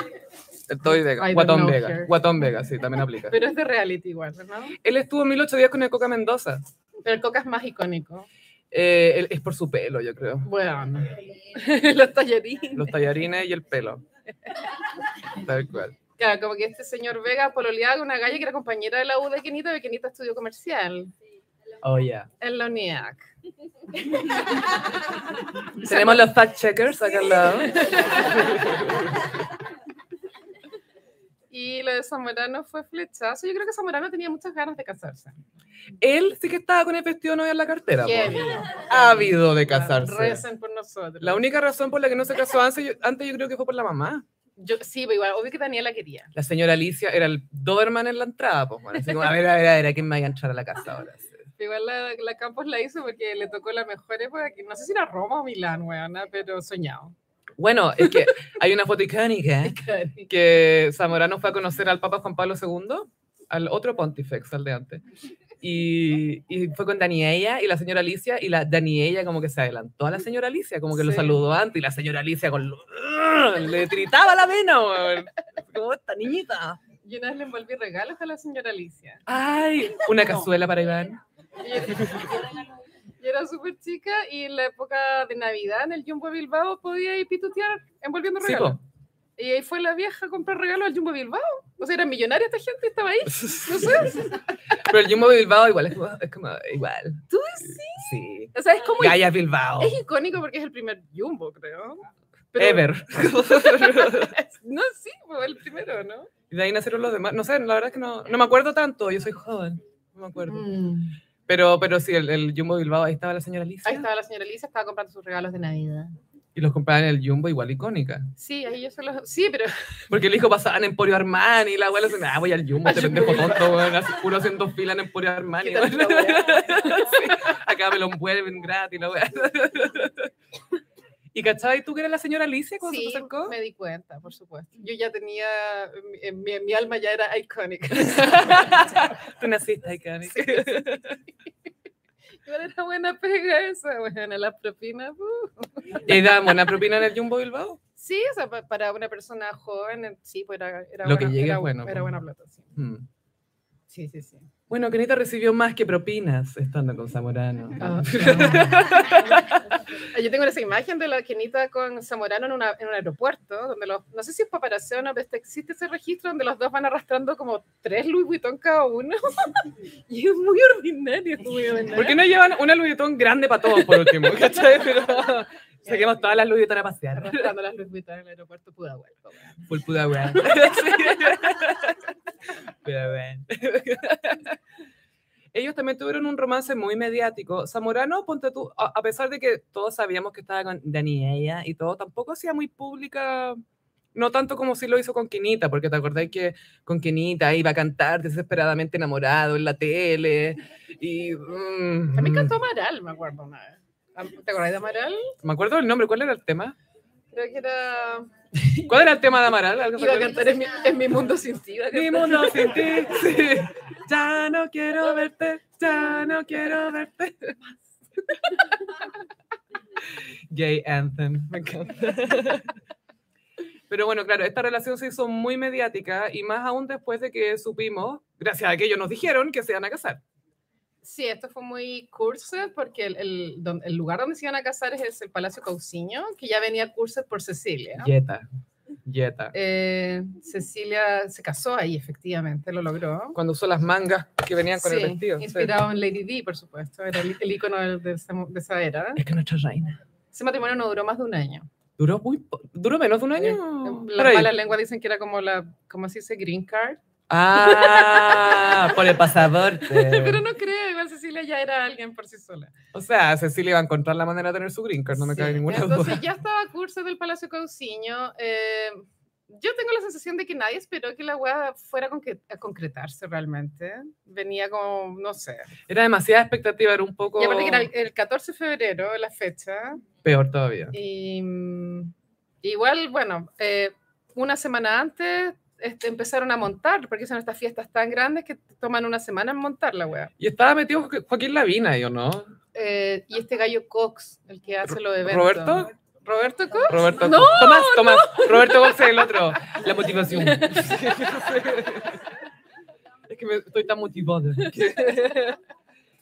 A: El Toby Vega.
B: don't
A: Guatón
B: know
A: Vega.
B: her.
A: Guatón Vega, sí, también aplica.
B: Pero es de reality igual, ¿no?
A: Él estuvo 1008 días con el Coca Mendoza.
B: Pero el Coca es más icónico.
A: Eh, él- es por su pelo, yo creo.
B: Bueno, los tallerines.
A: Los tallarines y el pelo. Tal cual.
B: Claro, como que este señor Vega pololeaba con una galla que era compañera de la U de Kenita, de Kenita estudió comercial
A: Oh, yeah.
B: en la UNIAC.
A: Tenemos los fact checkers acá al lado.
B: Y lo de Zamorano fue flechazo. Yo creo que Zamorano tenía muchas ganas de casarse.
A: Él sí que estaba con el vestido novia en la cartera.
B: Qué
A: po.
B: bien.
A: Ávido de casarse.
B: Recen por nosotros.
A: La única razón por la que no se casó antes yo, antes yo creo que fue por la mamá.
B: Yo, sí, pero igual, obvio que Daniela quería.
A: La señora Alicia era el Doberman en la entrada, pues, bueno, así como, a ver, a ver, a ver, ¿a quién me va a entrar a la casa ahora? Sí.
B: Igual la, la Campos la hizo porque le tocó la mejor época, que no sé si era Roma o Milán, weona, pero soñado.
A: Bueno, es que hay una foto icónica que Zamorano fue a conocer al Papa Juan Pablo II, al otro pontifex, al de antes. Y, y fue con Daniela y la señora Alicia, y la Daniela como que se adelantó a la señora Alicia, como que lo
B: Sí.
A: saludó antes, y la señora Alicia con lo- le tritaba la vena, weón. como esta niñita.
B: Y una vez le envolví regalos a la señora Alicia.
A: Ay, una cazuela para Iván.
B: Y era- Yo era súper chica y en la época de Navidad en el Jumbo Bilbao podía ir pitutear envolviendo
A: Sí,
B: regalos. y ahí fue la vieja a comprar regalos al Jumbo Bilbao. O sea, era millonaria esta gente, estaba ahí.
A: po.
B: No sé.
A: Pero el Jumbo Bilbao igual es como, es como igual.
B: ¿Tú
A: Sí.
B: O sea, es como.
A: Gaya Bilbao.
B: Es icónico porque es el primer Jumbo, creo.
A: Ever.
B: No, sí, fue el primero, ¿no?
A: Y de ahí nacieron los demás. No sé, la verdad es que no, no me acuerdo tanto. Yo soy joven. No me
B: Mm.
A: acuerdo. Pero, pero sí, el, el Jumbo Bilbao, ahí estaba la señora Alicia.
B: Ahí estaba la señora Elisa, estaba comprando sus regalos de Navidad.
A: Y los compraban en el Jumbo igual icónica.
B: Sí, ahí yo solo. Sí, pero
A: Porque el hijo pasaba en Emporio Armani y la abuela se ah, voy al Jumbo, te pendejo tonto, weón. Así puro haciendo fila en Emporio Armani.
B: Qué tanta
A: weón.
B: weá.
A: Sí, acá me lo envuelven gratis, la weá. ¿Y cachabas tú que era la señora Alicia cuando
B: sí,
A: se te acercó?
B: me di cuenta, por supuesto. Yo ya tenía, mi, eh, mi- mi alma ya era icónica.
A: Tú naciste icónica.
B: Igual era buena pega esa, bueno, las propinas. uh.
A: ¿Y daban buena propina en el Jumbo Bilbao?
B: Sí, o sea, pa- para una persona joven, eh, sí, pues era, era
A: Lo que
B: buena-
A: llegue es
B: era,
A: bueno,
B: Era
A: pues.
B: buena plata, sí.
A: Hmm.
B: Sí, sí, sí.
A: Bueno, Kenita recibió más que propinas estando con Zamorano.
B: Ah, Yo tengo esa imagen de la Kenita con Zamorano en, una- en un aeropuerto, donde los, no sé si es paparazón o peste, existe ese registro donde los dos van arrastrando como tres Louis Vuitton cada uno. y es muy ordinario, este es muy ordinario.
A: ¿Por qué no llevan una Louis Vuitton grande para todos, por último? ¿Cachai? Pero saquemos todas las Louis Vuitton a pasear.
B: Arrastrando las Louis Vuitton en el aeropuerto, puta vuelta.
A: Full puta weá. Pero bueno. Ellos también tuvieron un romance muy mediático. Zamorano, ponte tú, a a pesar de que todos sabíamos que estaba con Daniela y todo, tampoco hacía muy pública, no tanto como si lo hizo con Quinita, porque te acordáis que con Quinita iba a cantar desesperadamente enamorado en la tele. Y, mm,
B: También cantó Amaral, me acuerdo una vez. Am- ¿Te acordás de Amaral?
A: Me acuerdo del nombre, ¿cuál era el tema?
B: Creo que era.
A: ¿Cuál era el tema de Amaral? ¿Algo se
B: Iba a
A: acuerda?
B: cantar en mi, en mi mundo sin ti. iba a
A: Mi
B: cantar.
A: mundo sin ti, sí. Ya no quiero verte, ya no quiero verte Gay anthem, me encanta. Pero bueno, claro, esta relación se hizo muy mediática y más aún después de que supimos, gracias a que ellos nos dijeron que se iban a casar.
B: Sí, esto fue muy Curse porque el, el, don- el lugar donde se iban a casar es el Palacio Cauciño, que ya venía Curse por Cecilia.
A: Yeta. Yeta.
B: Eh, Cecilia se casó ahí, efectivamente, lo logró.
A: Cuando usó las mangas que venían con
B: Sí,
A: el vestido. sí.
B: Inspirado en Lady D, por supuesto, era el, el ícono de, de esa, de esa era.
A: Es que nuestra reina.
B: Ese matrimonio no duró más de un año.
A: Duró, muy po- duró menos de un año.
B: Las
A: Mm. por ahí.
B: malas lenguas dicen que era como la, ¿cómo se dice? Green card.
A: Ah, por el pasaporte.
B: Pero no creo, igual Cecilia ya era alguien por sí sola.
A: O sea, Cecilia iba a encontrar la manera de tener su green card, no me
B: Sí,
A: cabe ninguna
B: Entonces
A: duda.
B: ya estaba curso del Palacio Cauciño. eh, yo tengo la sensación de que nadie esperó que la weá fuera con que- a concretarse realmente. Venía como, no sé.
A: Era demasiada expectativa, era un poco
B: Y aparte que era el, el 14 de febrero la fecha.
A: peor todavía.
B: Y, mm, igual, bueno, eh, una semana antes este, empezaron a montar, porque son estas fiestas tan grandes que toman una semana en montar la weá.
A: Y estaba metido Jo- Joaquín Lavina, yo no.
B: Eh, y este gallo Cox, el que hace los eventos.
A: ¿Roberto?
B: ¿Roberto Cox?
A: Roberto.
B: No,
A: Tomás, Tomás. Roberto Gómez el otro. La motivación. es que me- estoy tan motivado.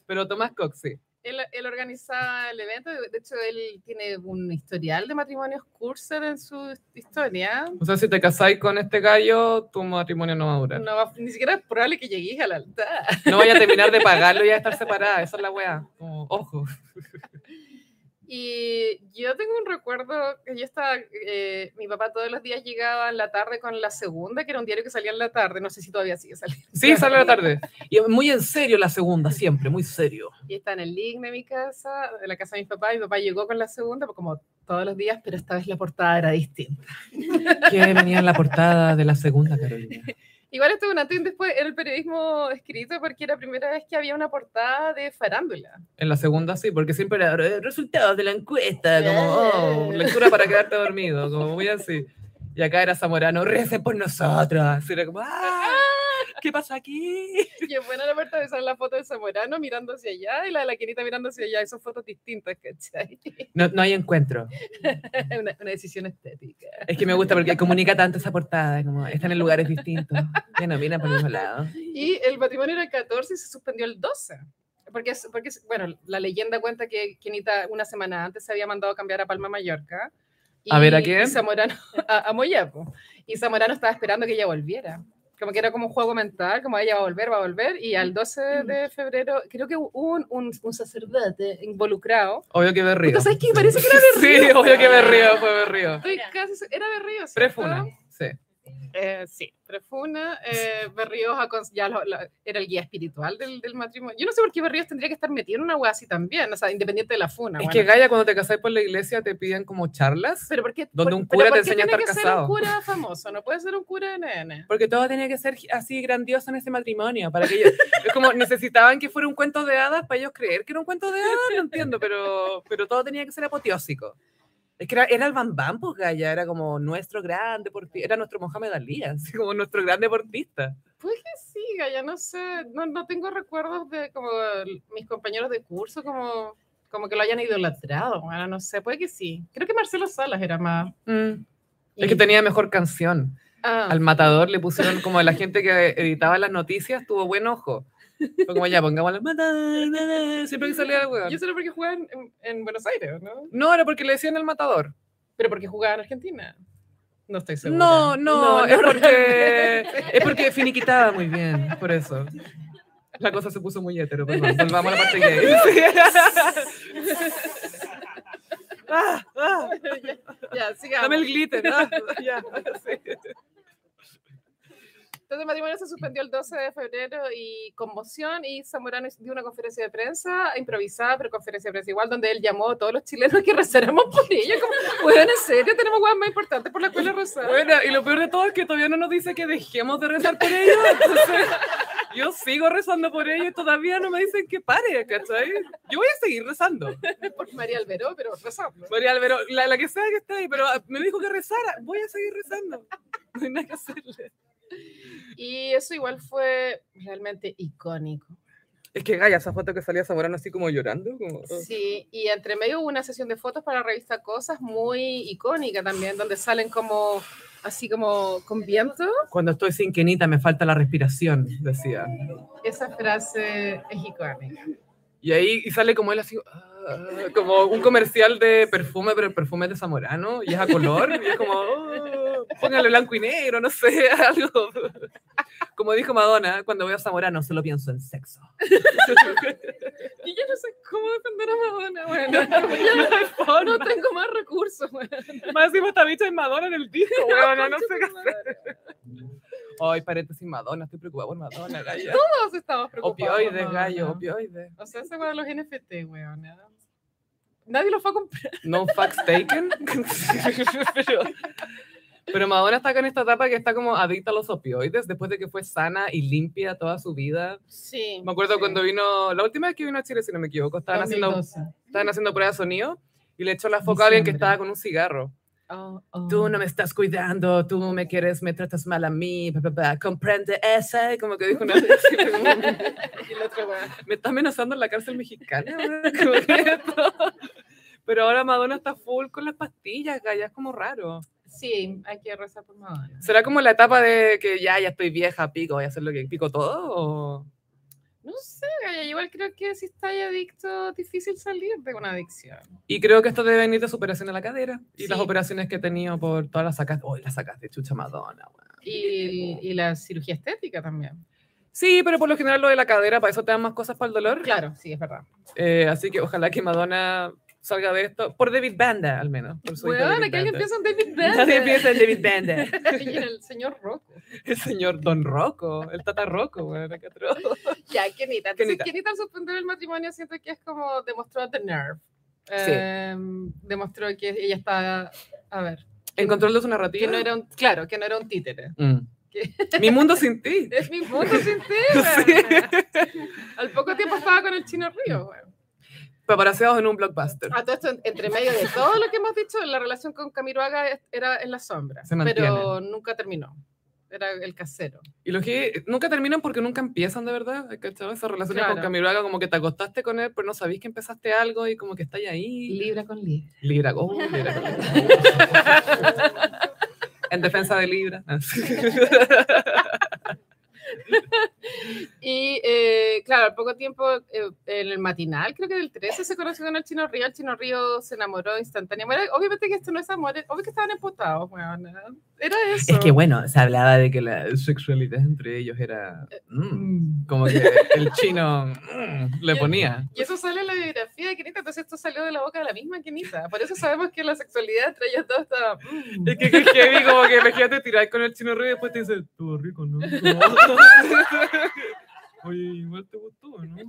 A: Pero Tomás Cox, sí.
B: Él, él organizaba el evento, de de hecho él tiene un historial de matrimonios Curser en su historia.
A: O sea, si te casáis con este gallo, tu matrimonio no va a durar.
B: No va- ni siquiera es probable que lleguéis al altar.
A: No vaya a terminar de pagarlo y a estar separada. Esa es la weá. Como, ojo.
B: Y yo tengo un recuerdo que yo estaba, eh, mi papá todos los días llegaba en la tarde con La Segunda, que era un diario que salía en la tarde, no sé si todavía sigue saliendo.
A: Sí, sale la tarde. Y muy en serio la segunda, siempre, muy serio.
B: Y está en el link de mi casa, de la casa de mi papá, mi papá llegó con La Segunda, pues, como todos los días, pero esta vez la portada era distinta.
A: ¿Qué venía en la portada de la segunda, Carolina?
B: Igual esto un antes y un después era el periodismo escrito porque era la primera vez que había una portada de farándula.
A: En la segunda sí, porque siempre era "Eh, resultados de la encuesta, como oh, lectura para quedarte dormido, como muy así. Y acá era Zamorano, recen por nosotras. Y era como, "Ah, ¿qué pasa aquí?
B: Y es buena la puerta de usar la foto de Zamorano mirando hacia allá y la de la Quinita mirando hacia allá. y son fotos distintas, ¿cachai?
A: No, no hay encuentro.
B: Una, una decisión estética.
A: Es que me gusta porque comunica tanto esa portada, como están en lugares distintos, ya no miran por el mismo lado.
B: Y el matrimonio era el 14 y se suspendió el 12. Porque, es- porque es- bueno, la leyenda cuenta que Quinita una semana antes se había mandado a cambiar a Palma Mallorca.
A: A ver, ¿a
B: y
A: quién?
B: Zamorano, a, a Moya, po. Y Zamorano estaba esperando que ella volviera. Como que era como un juego mental, como ella va a volver, va a volver. Y al 12 de febrero, creo que hubo un, un, un sacerdote involucrado.
A: Obvio que berrío.
B: Puta, ¿sabes qué? Parece que era
A: Sí, obvio que berrío, fue berrío.
B: Estoy casi se- era Berrío, ¿cierto?
A: Prefuna, sí.
B: Eh, sí, Prefuna. Eh, Berríos acon- ya lo- lo- era el guía espiritual del, del matrimonio. Yo no sé por qué Berríos tendría que estar metido en una hueá así también, o sea, independiente de la funa.
A: Es
B: Ah, bueno.
A: que Gaia, cuando te casas por la iglesia, te piden como charlas.
B: pero ¿por qué,
A: donde
B: por-
A: un
B: pero
A: cura
B: por
A: te
B: qué
A: enseña a
B: tiene
A: estar
B: que
A: casado.
B: ser un cura famoso, no puede ser un cura de nene.
A: Porque todo tenía que ser gi- así grandioso en ese matrimonio. Para que ellos, es como necesitaban que fuera un cuento de hadas para ellos creer que era un cuento de hadas, no entiendo, pero, pero todo tenía que ser apoteósico. Es que era, era el bambán, pues Gaia, era como nuestro gran deportista, era nuestro Mohamed Ali, así como nuestro gran deportista.
B: Pues que sí, ya no sé, no, no tengo recuerdos de como el- mis compañeros de curso como, como que lo hayan idolatrado, bueno, no sé, puede que sí. Creo que Marcelo Salas era más...
A: Es que tenía mejor canción.
B: Ah.
A: Al matador le pusieron como a la gente que editaba las noticias, tuvo buen ojo. Fue como ya, pongamos al matador, na, na, siempre que salía el
B: Y
A: weón.
B: eso era porque jugaban en, en Buenos Aires, ¿no?
A: No, era porque le decían el matador.
B: Pero porque jugaba en Argentina. No estoy segura.
A: No, no, es porque, es porque finiquitaba muy bien, por eso. La cosa se puso muy hetero, perdón. Volvamos a la parte gay. Ah, ah,
B: ya, ya, sigamos.
A: dame el glitter. ah, ya, sí.
B: Entonces el matrimonio se suspendió el 12 de febrero y conmoción y Zamorano dio una conferencia de prensa improvisada, pero conferencia de prensa igual, donde él llamó a todos los chilenos que rezáramos por ella. Como, bueno, en serio, tenemos guas más importantes por la cual rezar.
A: Bueno, y lo peor de todo es que todavía no nos dice que dejemos de rezar por ellos. Entonces, yo sigo rezando por ellos y todavía no me dicen que pare, ¿cachai? Yo voy a seguir rezando.
B: por María Alberó, pero rezamos.
A: María Álvaro, la, la que sea que esté ahí, pero ah, me dijo que rezara. Voy a seguir rezando. No hay nada que hacerle.
B: Y eso igual fue realmente icónico.
A: Es que Gaya, esa foto que salía Zamorano así como llorando. Como, oh.
B: Sí, y entre medio hubo una sesión de fotos para la revista Cosas muy icónica también, donde salen como así como con viento.
A: Cuando estoy sin quenita me falta la respiración, decía.
B: Esa frase es icónica.
A: Y ahí y sale como él así, ah, como un comercial de perfume, pero el perfume es de Zamorano y es a color. Y es como, oh, póngale blanco y negro, no sé, algo. Como dijo Madonna, cuando voy a Zamorano solo pienso en sexo.
B: Y yo no sé cómo defender a Madonna, bueno. Yo no, no tengo más recursos, bueno.
A: Más encima esta bicha es Madonna en el disco, weón, no sé qué hacer. Ay, paréntesis, Madonna, estoy preocupada por Madonna, gallo.
B: Todos estamos preocupados.
A: Opioides,
B: weona.
A: gallo, opioides.
B: O sea, ese weón de los NFT, weón. ¿no? Nadie los fue a comprar.
A: No facts taken. pero, pero Madonna está con esta etapa que está como adicta a los opioides después de que fue sana y limpia toda su vida.
B: Sí.
A: Me acuerdo cuando vino, la última vez que vino a Chile, si no me equivoco, estaban, haciendo, estaban haciendo pruebas de sonido y le echó la foca a alguien que
B: Diciembre.
A: estaba con un cigarro.
B: Oh,
A: Tú no me estás cuidando, tú me quieres, me tratas mal a mí, bla, bla, bla, comprende esa, y como que dijo una
B: Y el otro weón.
A: me está amenazando en la cárcel mexicana. weón, como que esto. Pero ahora Madonna está full con las pastillas, gaya, es como raro.
B: Sí, hay que rezar por Madonna.
A: ¿Será como la etapa de que ya, ya estoy vieja, pico, voy a hacer lo que pico todo? o-
B: No sé, Gaya, igual creo que si estás adicto, difícil salir de una adicción.
A: Y creo que esto debe venir de superación a la cadera y las
B: Sí.
A: operaciones que he tenido por todas las sacas. Uy, las sacas de chucha Madonna, weón.
B: Y, y la cirugía estética también.
A: Sí, pero por lo general lo de la cadera, para eso te dan más cosas para el dolor.
B: Claro, sí, es verdad.
A: Eh, así que ojalá que Madonna salga de esto, por David Banda al menos. Por su hijo
B: Weón,
A: David
B: aquí alguien
A: Banda.
B: piensa en
A: Nadie
B: David Bender.
A: piensa en David Banda.
B: Y en el señor Rocco.
A: El señor Don Rocco, el Tata Rocco, weón, acá atrás.
B: Ya, Kenita. Entonces,
A: Kenita.
B: Kenita al suspender el matrimonio siento que es como demostró the nerve. Em, demostró que ella está, a ver,
A: En control de su narrativa.
B: que no era un, claro, que no era un títere.
A: Mm.
B: ¿Qué?
A: Mi mundo sin ti.
B: Es mi mundo sin ti, weón. Al poco tiempo estaba con el chino Río, weón.
A: Preparados en un blockbuster.
B: A todo esto, en- entre medio de todo lo que hemos dicho, la relación con Camiroaga es- era en la sombra,
A: Se mantiene.
B: pero nunca terminó. Era el casero.
A: Y los que nunca terminan porque nunca empiezan, de verdad. ¿Has cachado? Esas relaciones con
B: Claro.
A: Camiroaga, como que te acostaste con él, pero no sabís que empezaste algo y como que estáis ahí.
B: Libra con libra.
A: Libra, oh, Libra. en defensa de Libra.
B: Y eh, claro, al poco tiempo, eh, en el matinal, creo que del 13, se conoció con el Chino Río. El Chino Río se enamoró instantáneamente. Bueno, obviamente que esto no es amor, obvio que estaban empotados, weón. ¿eh? Era eso.
A: bueno, se hablaba de que la sexualidad entre ellos era. mm, como que el chino mm, le ponía.
B: Y eso sale en la biografía de Kenita, entonces esto salió de la boca de la misma Kenita. Por eso sabemos que la sexualidad entre ellas dos estaba. mm.
A: Es que, que es heavy, como que imagínate tirar con el chino río y después te dice, estuvo rico, ¿no? Como- Oye, igual te gustó, ¿no?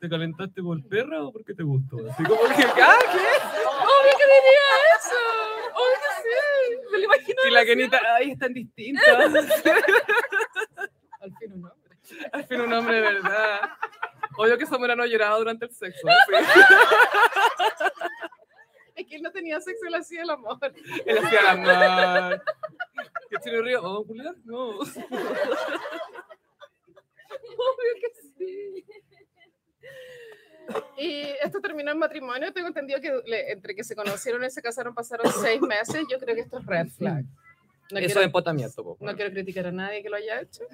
A: ¿Te calentaste por perra o porque te gustó? Así como que, ¡ah, qué!
B: Obvio que diría eso. Obvio que sí. Me lo imagino.
A: Y la Kenita, ¡ay, es tan distinta!
B: Al fin un hombre.
A: Al fin un hombre de verdad. Obvio que Zamorano lloraba durante el sexo.
B: Es que él no tenía sexo, él hacía el amor.
A: sí. Él hacía la mar. El chino río, ¿vamos a culiar? No.
B: Obvio que sí. Y esto terminó en matrimonio. Tengo entendido que le- entre que se conocieron y se casaron pasaron seis meses. Yo creo que esto es red flag. No,
A: Eso
B: quiero,
A: de empotamiento, po.
B: no quiero criticar a nadie que lo haya hecho.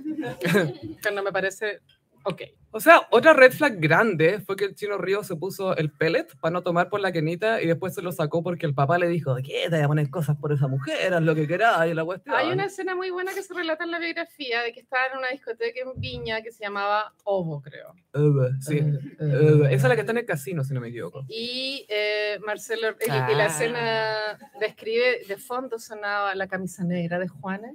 B: Pero no me parece. Ok.
A: O sea, otra red flag grande fue que el chino Río se puso el pellet para no tomar por la quenita y después se lo sacó porque el papá le dijo, ¿qué? Te voy a poner cosas por esa mujer, haz lo que querás y la cuestión.
B: Hay una escena muy buena que se relata en la biografía de que estaba en una discoteca en Viña que se llamaba Ovo, creo. Eh,
A: Uh, sí. Uh, esa es la que está en el casino, si no me equivoco.
B: Y eh, Marcelo, y- y la escena describe, de fondo sonaba la camisa negra de Juana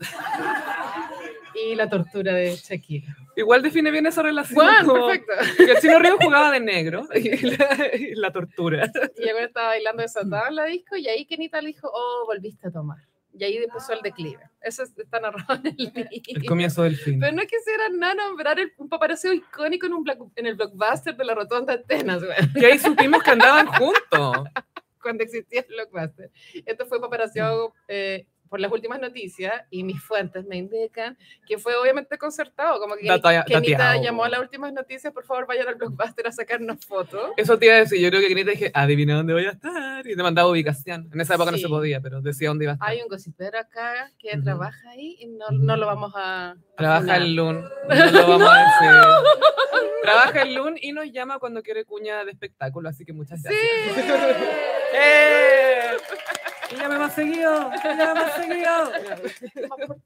B: y la tortura de Shakira.
A: Igual define bien esa relación.
B: Juan,
A: como
B: perfecto.
A: Que el chino Río jugaba de negro y la, y la tortura.
B: Y yo estaba bailando desatada en la disco y ahí Kenita le dijo, oh, volviste a tomar. Y ahí puso el declive. Eso es- está narrado en el
A: El
B: libro.
A: comienzo del fin.
B: Pero no quisiera nada nombrar el- un paparazzo icónico en, un black- en el blockbuster de la Rotonda Atenas, güey.
A: Y ahí supimos que andaban juntos. Mm.
B: cuando existía el Blockbuster. Esto fue paparazziado eh, por las últimas noticias y mis fuentes me indican que fue obviamente concertado, como que
A: Data-
B: Kenita
A: dateado.
B: llamó a las últimas noticias, por favor vayan al Blockbuster a sacarnos fotos.
A: Eso te iba a decir, yo creo que Grita dije, adivina dónde voy a estar, y te mandaba ubicación. En esa época no
B: Sí.
A: se podía, pero decía dónde iba a estar.
B: Hay un gossipero acá que
A: Ujú.
B: trabaja ahí y no, no lo vamos a... a
A: Trabaja
B: funar.
A: el LUN, no lo vamos a decir. Trabaja el LUN y nos llama cuando quiere cuña de espectáculo, así que muchas
B: Sí.
A: gracias. ¡Eh! Ella me más seguido, ella me más seguido.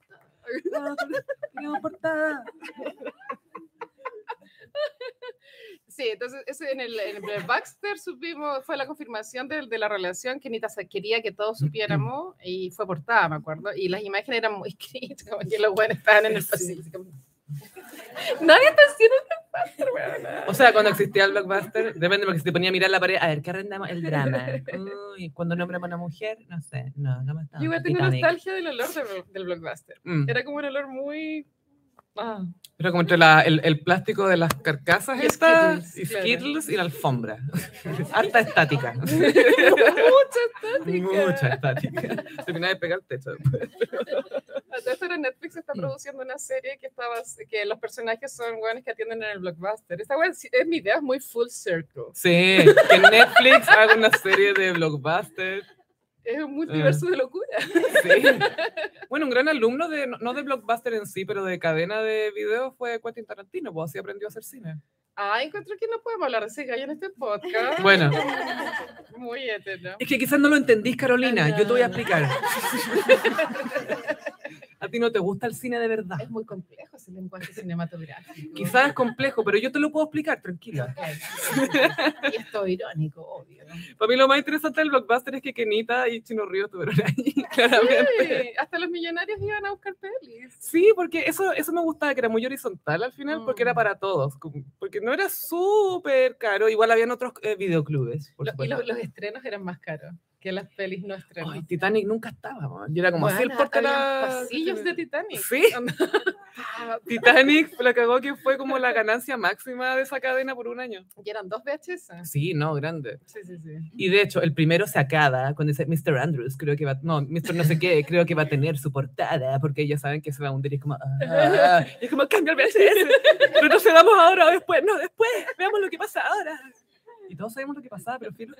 B: Sí, entonces ese, en, el, en el Baxter supimos, fue la confirmación del- de, la relación que Nita se- quería que todos supiéramos y fue portada, me acuerdo. Y las imágenes eran muy críticas, como que los buenos estaban en el pasillo. así como- Nadie está haciendo un Baxter, weón.
A: O sea, cuando existía el blockbuster, depende, porque si te ponía a mirar la pared, a ver, ¿qué arrendamos? El drama. Uy, cuando nombramos a una mujer, no sé. No, no me está.
B: Yo igual tengo nostalgia del olor de- del Blockbuster.
A: Mm.
B: Era como un olor muy... Ah,
A: Pero como entre la- el, el plástico de las carcasas
B: Y
A: estas,
B: Skittles,
A: y
B: claro.
A: Skittles y la alfombra. Harta estática.
B: mucha estática.
A: Mucha estática. Terminaba de pegar el techo.
B: A todo esto ahora Netflix está
A: Mm.
B: produciendo una serie que, está bas- que los personajes son weones que atienden en el blockbuster. Esta wea, sí, es mi idea, es muy full circle.
A: Sí, que Netflix haga una serie de blockbuster.
B: Es un multiverso de locura.
A: Sí. Bueno, un gran alumno de, no- no de blockbuster en sí, pero de cadena de videos fue Quentin Tarantino, pues así aprendió a hacer cine.
B: Ah, encuentro que no podemos hablar de ese gallo en este podcast.
A: Bueno.
B: Muy eterno.
A: Es que quizás Ah, no lo entendís, Carolina. Yo te voy a
B: Ajá.
A: explicar. a ti no te gusta el cine de verdad.
B: Es muy complejo ese lenguaje cinematográfico.
A: Quizás es complejo, pero yo te lo puedo explicar, tranquila.
B: Y esto irónico, obvio.
A: Para mí lo más interesante del blockbuster es que Kenita y Chino Río estuvieron ahí, claramente.
B: Sí, hasta los millonarios iban a buscar pelis.
A: Sí, porque eso, eso me gustaba, que era muy horizontal al final, porque era
B: Mm.
A: para todos. como- Porque no era súper caro. Igual habían otros eh, videoclubes, por
B: Lo- y
A: supuesto.
B: los, los estrenos eran más caros que las pelis no estrenos.
A: Ay, Titanic nunca estaba, man. Yo era como así, el
B: Weona,
A: porte
B: habían
A: era...
B: pasillos de Titanic.
A: Sí.
B: Onda- Ah,
A: Titanic, la cagó que fue como la ganancia máxima de esa cadena por un año.
B: Y eran dos VHS.
A: Sí, no, grande.
B: Sí, sí, sí.
A: Y de hecho, el primero se acaba cuando dice Mr. Andrews, creo que va, no, Mr. no sé qué, creo que va a tener su portada, porque ya saben que se va a hundir y es como, "Ah". Y es como, cambia el VHS, pero no se damos ahora o después, no, después, veamos lo que pasa ahora. Y todos sabemos lo que pasaba, pero filo.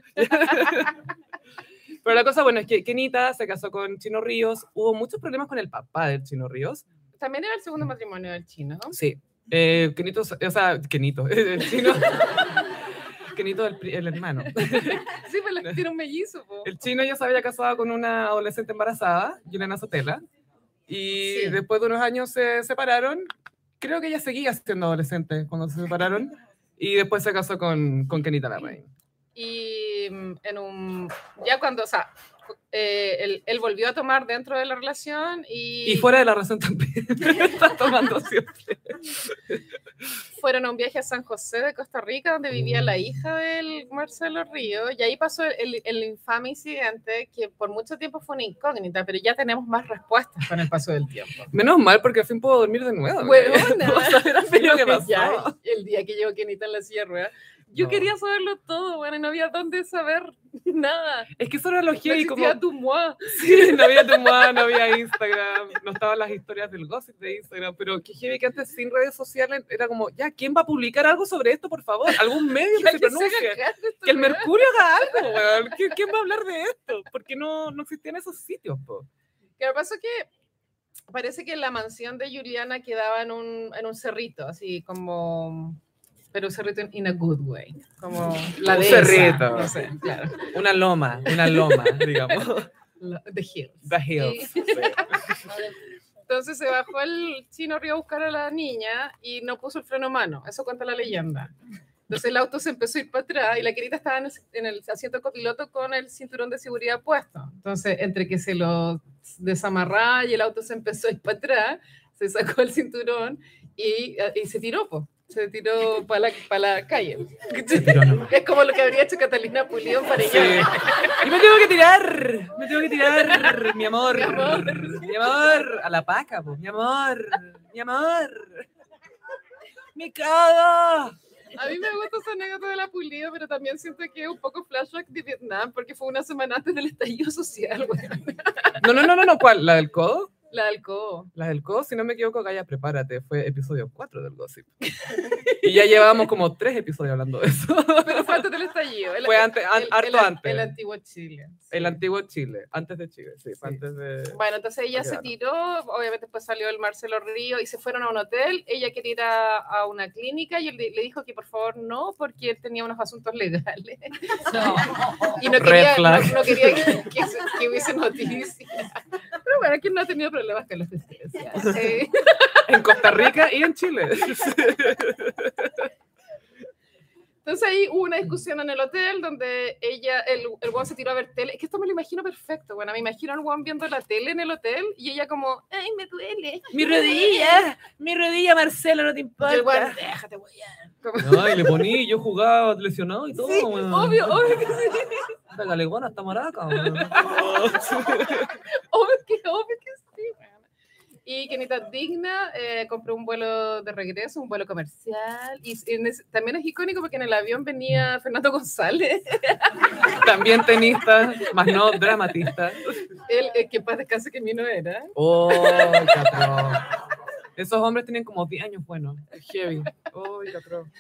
A: Pero la cosa, bueno, es que Kenita se casó con Chino Ríos, hubo muchos problemas con el papá del Chino Ríos,
B: También era el segundo matrimonio del chino. ¿no?
A: Sí. Eh, Kenito, o sea, Kenito, el chino. Kenito, el, pri- el hermano.
B: Sí, pues la- tiene un mellizo. po.
A: El chino ya se había casado con una adolescente embarazada, Juliana Sotela. Y
B: Sí.
A: después de unos años se separaron. Creo que ella seguía siendo adolescente cuando se separaron. Y después se casó con, con Kenita la reina.
B: Y mm, en un. Ya cuando, o sea, cu- eh, él, él volvió a tomar dentro de la relación y,
A: Y fuera de la razón también. Está tomando siempre.
B: fueron a un viaje a San José de Costa Rica, donde vivía la
A: Mm.
B: hija del Marcelo Río. Y ahí pasó el, el infame incidente que por mucho tiempo fue una incógnita, pero ya tenemos más respuestas con el paso del tiempo.
A: Menos mal, porque al fin puedo dormir de nuevo.
B: Huevona.
A: Puedo saber al fin lo que
B: Pero ya,
A: pasó.
B: el día que llegó Kenita en la silla de ruedas, Yo
A: No.
B: quería saberlo todo, bueno, y no había dónde saber nada.
A: Es que eso era lo
B: No
A: heavy, como
B: existía Dumois.
A: Sí, no había Tumua, no había Instagram, no estaban las historias del gossip de Instagram, pero qué heavy que antes sin redes sociales era como, ya, ¿quién va a publicar algo sobre esto, por favor? Algún medio que se
B: Alguien se haga
A: pronuncie.
B: cargo de esta
A: Que el
B: weá.
A: Mercurio haga algo, weón. ¿Qui- ¿Quién va a hablar de esto? Porque no, no existían esos sitios, po.
B: Que lo que pasa es que parece que la mansión de Juliana quedaba en un, en un cerrito, así como... Pero un cerrito in a good way. Como la
A: Un
B: dehesa,
A: cerrito.
B: No sé, claro.
A: Una loma, una loma, digamos.
B: la- The hills.
A: The Hills. sí.
B: Entonces se bajó el chino río a buscar a la niña y no puso el freno a mano. Eso cuenta la leyenda. Entonces el auto se empezó a ir para atrás y la querida estaba en el, en el asiento copiloto con el cinturón de seguridad puesto. Entonces, entre que se lo desamarraba y el auto se empezó a ir para atrás, se sacó el cinturón y, eh, y se tiró, po. se tiró para la, pa' la calle. Es como lo que habría hecho Catalina Pulido en
A: Sí.
B: Farellón.
A: Y me tengo que tirar, me tengo que tirar, mi amor.
B: Mi
A: Mi
B: amor.
A: amor. a la paca, po. mi amor, mi amor. Me cago.
B: A mí me gusta esa anécdota de la pulido, pero también siento que es un poco flashback de Vietnam, porque fue una semana antes del estallido social, güey.
A: No, no, no, no, no, ¿cuál? ¿La del codo?
B: La del codo.
A: La del codo, si no me equivoco, Gaya, prepárate, fue episodio 4 del Gossip. Y ya llevábamos como tres episodios hablando de eso.
B: Pero fue antes del estallido. El-
A: Fue antes, an- harto
B: el,
A: antes.
B: El antiguo Chile. sí.
A: El antiguo Chile, antes de Chile, sí, fue
B: Sí.
A: antes de...
B: Bueno, entonces ella se
A: Claro.
B: tiró, obviamente después salió el Marcelo Río y se fueron a un hotel. Ella quería ir a, a una clínica y él di- le dijo que por favor no, porque él tenía unos asuntos legales. Y no
A: Red
B: quería, no,
A: flag.
B: no quería que, que se- que hubiese noticias. Pero bueno, ¿quién no ha tenido problemas con las noticias? Sí.
A: En Costa Rica y en Chile.
B: Entonces ahí hubo una discusión en el hotel donde ella, el, el guan se tiró a ver tele. Es que esto me lo imagino perfecto. Bueno, me imagino al guan viendo la tele en el hotel y ella como, ay, me duele.
E: Mi rodilla, mi rodilla, Marcelo, no te
B: Y el
E: importa.
B: guan, déjate, güey.
D: Ay, le poní, yo jugaba lesionado y todo.
B: Sí,
D: weón.
A: Mm.
B: obvio, obvio que sí.
D: Esta galegona está maraca. weón.
B: Obvio que, obvio que sí. weona. Y que ni tan digna, eh, compró un vuelo de regreso, un vuelo comercial. Y s- en ese- también es icónico porque en el avión venía Fernando González,
A: También tenista, más no dramatista.
B: el, el eh, que en paz descanse que mío no era.
A: Oh, catrón. Esos hombres tienen como 10 años buenos. Es heavy. Oh, catrón.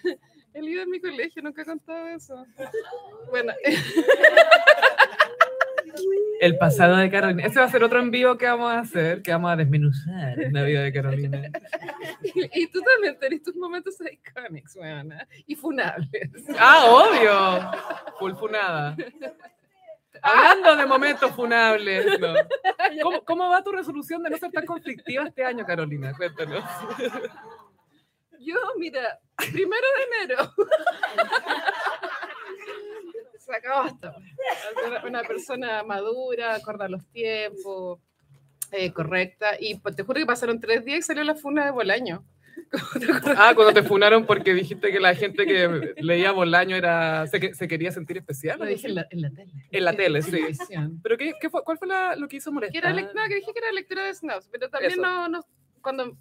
B: El líder de mi colegio, nunca he contado eso. Bueno,
A: El pasado de Carolina. Ese va a ser otro envío que vamos a hacer, que vamos a desmenuzar en la vida de Carolina.
B: y tú también tenés tus momentos icónicos, weona, y funables.
A: Ah, obvio. Full funada. Hablando de momentos funables. no. ¿Cómo, cómo va tu resolución de no ser tan conflictiva este año, Carolina? Cuéntanos.
B: Yo, mira, primero de enero. Se acabó esto. Una- Una persona madura, acorda los tiempos, eh, correcta. Y pues, te juro que pasaron tres días y salió la funa de Bolaño.
A: Ah, cuando te funaron porque dijiste que la gente que leía Bolaño era, se, que- se quería sentir especial.
B: Lo
A: ¿no?
B: dije en la, en la tele.
A: En la tele, sí.
B: televisión.
A: ¿Pero qué, qué fue, cuál fue la- lo que hizo molestar?
B: Que era lec- no, que dije que era lectura de snaps, pero también
A: Ah. Eso.
B: no, no- Cuando,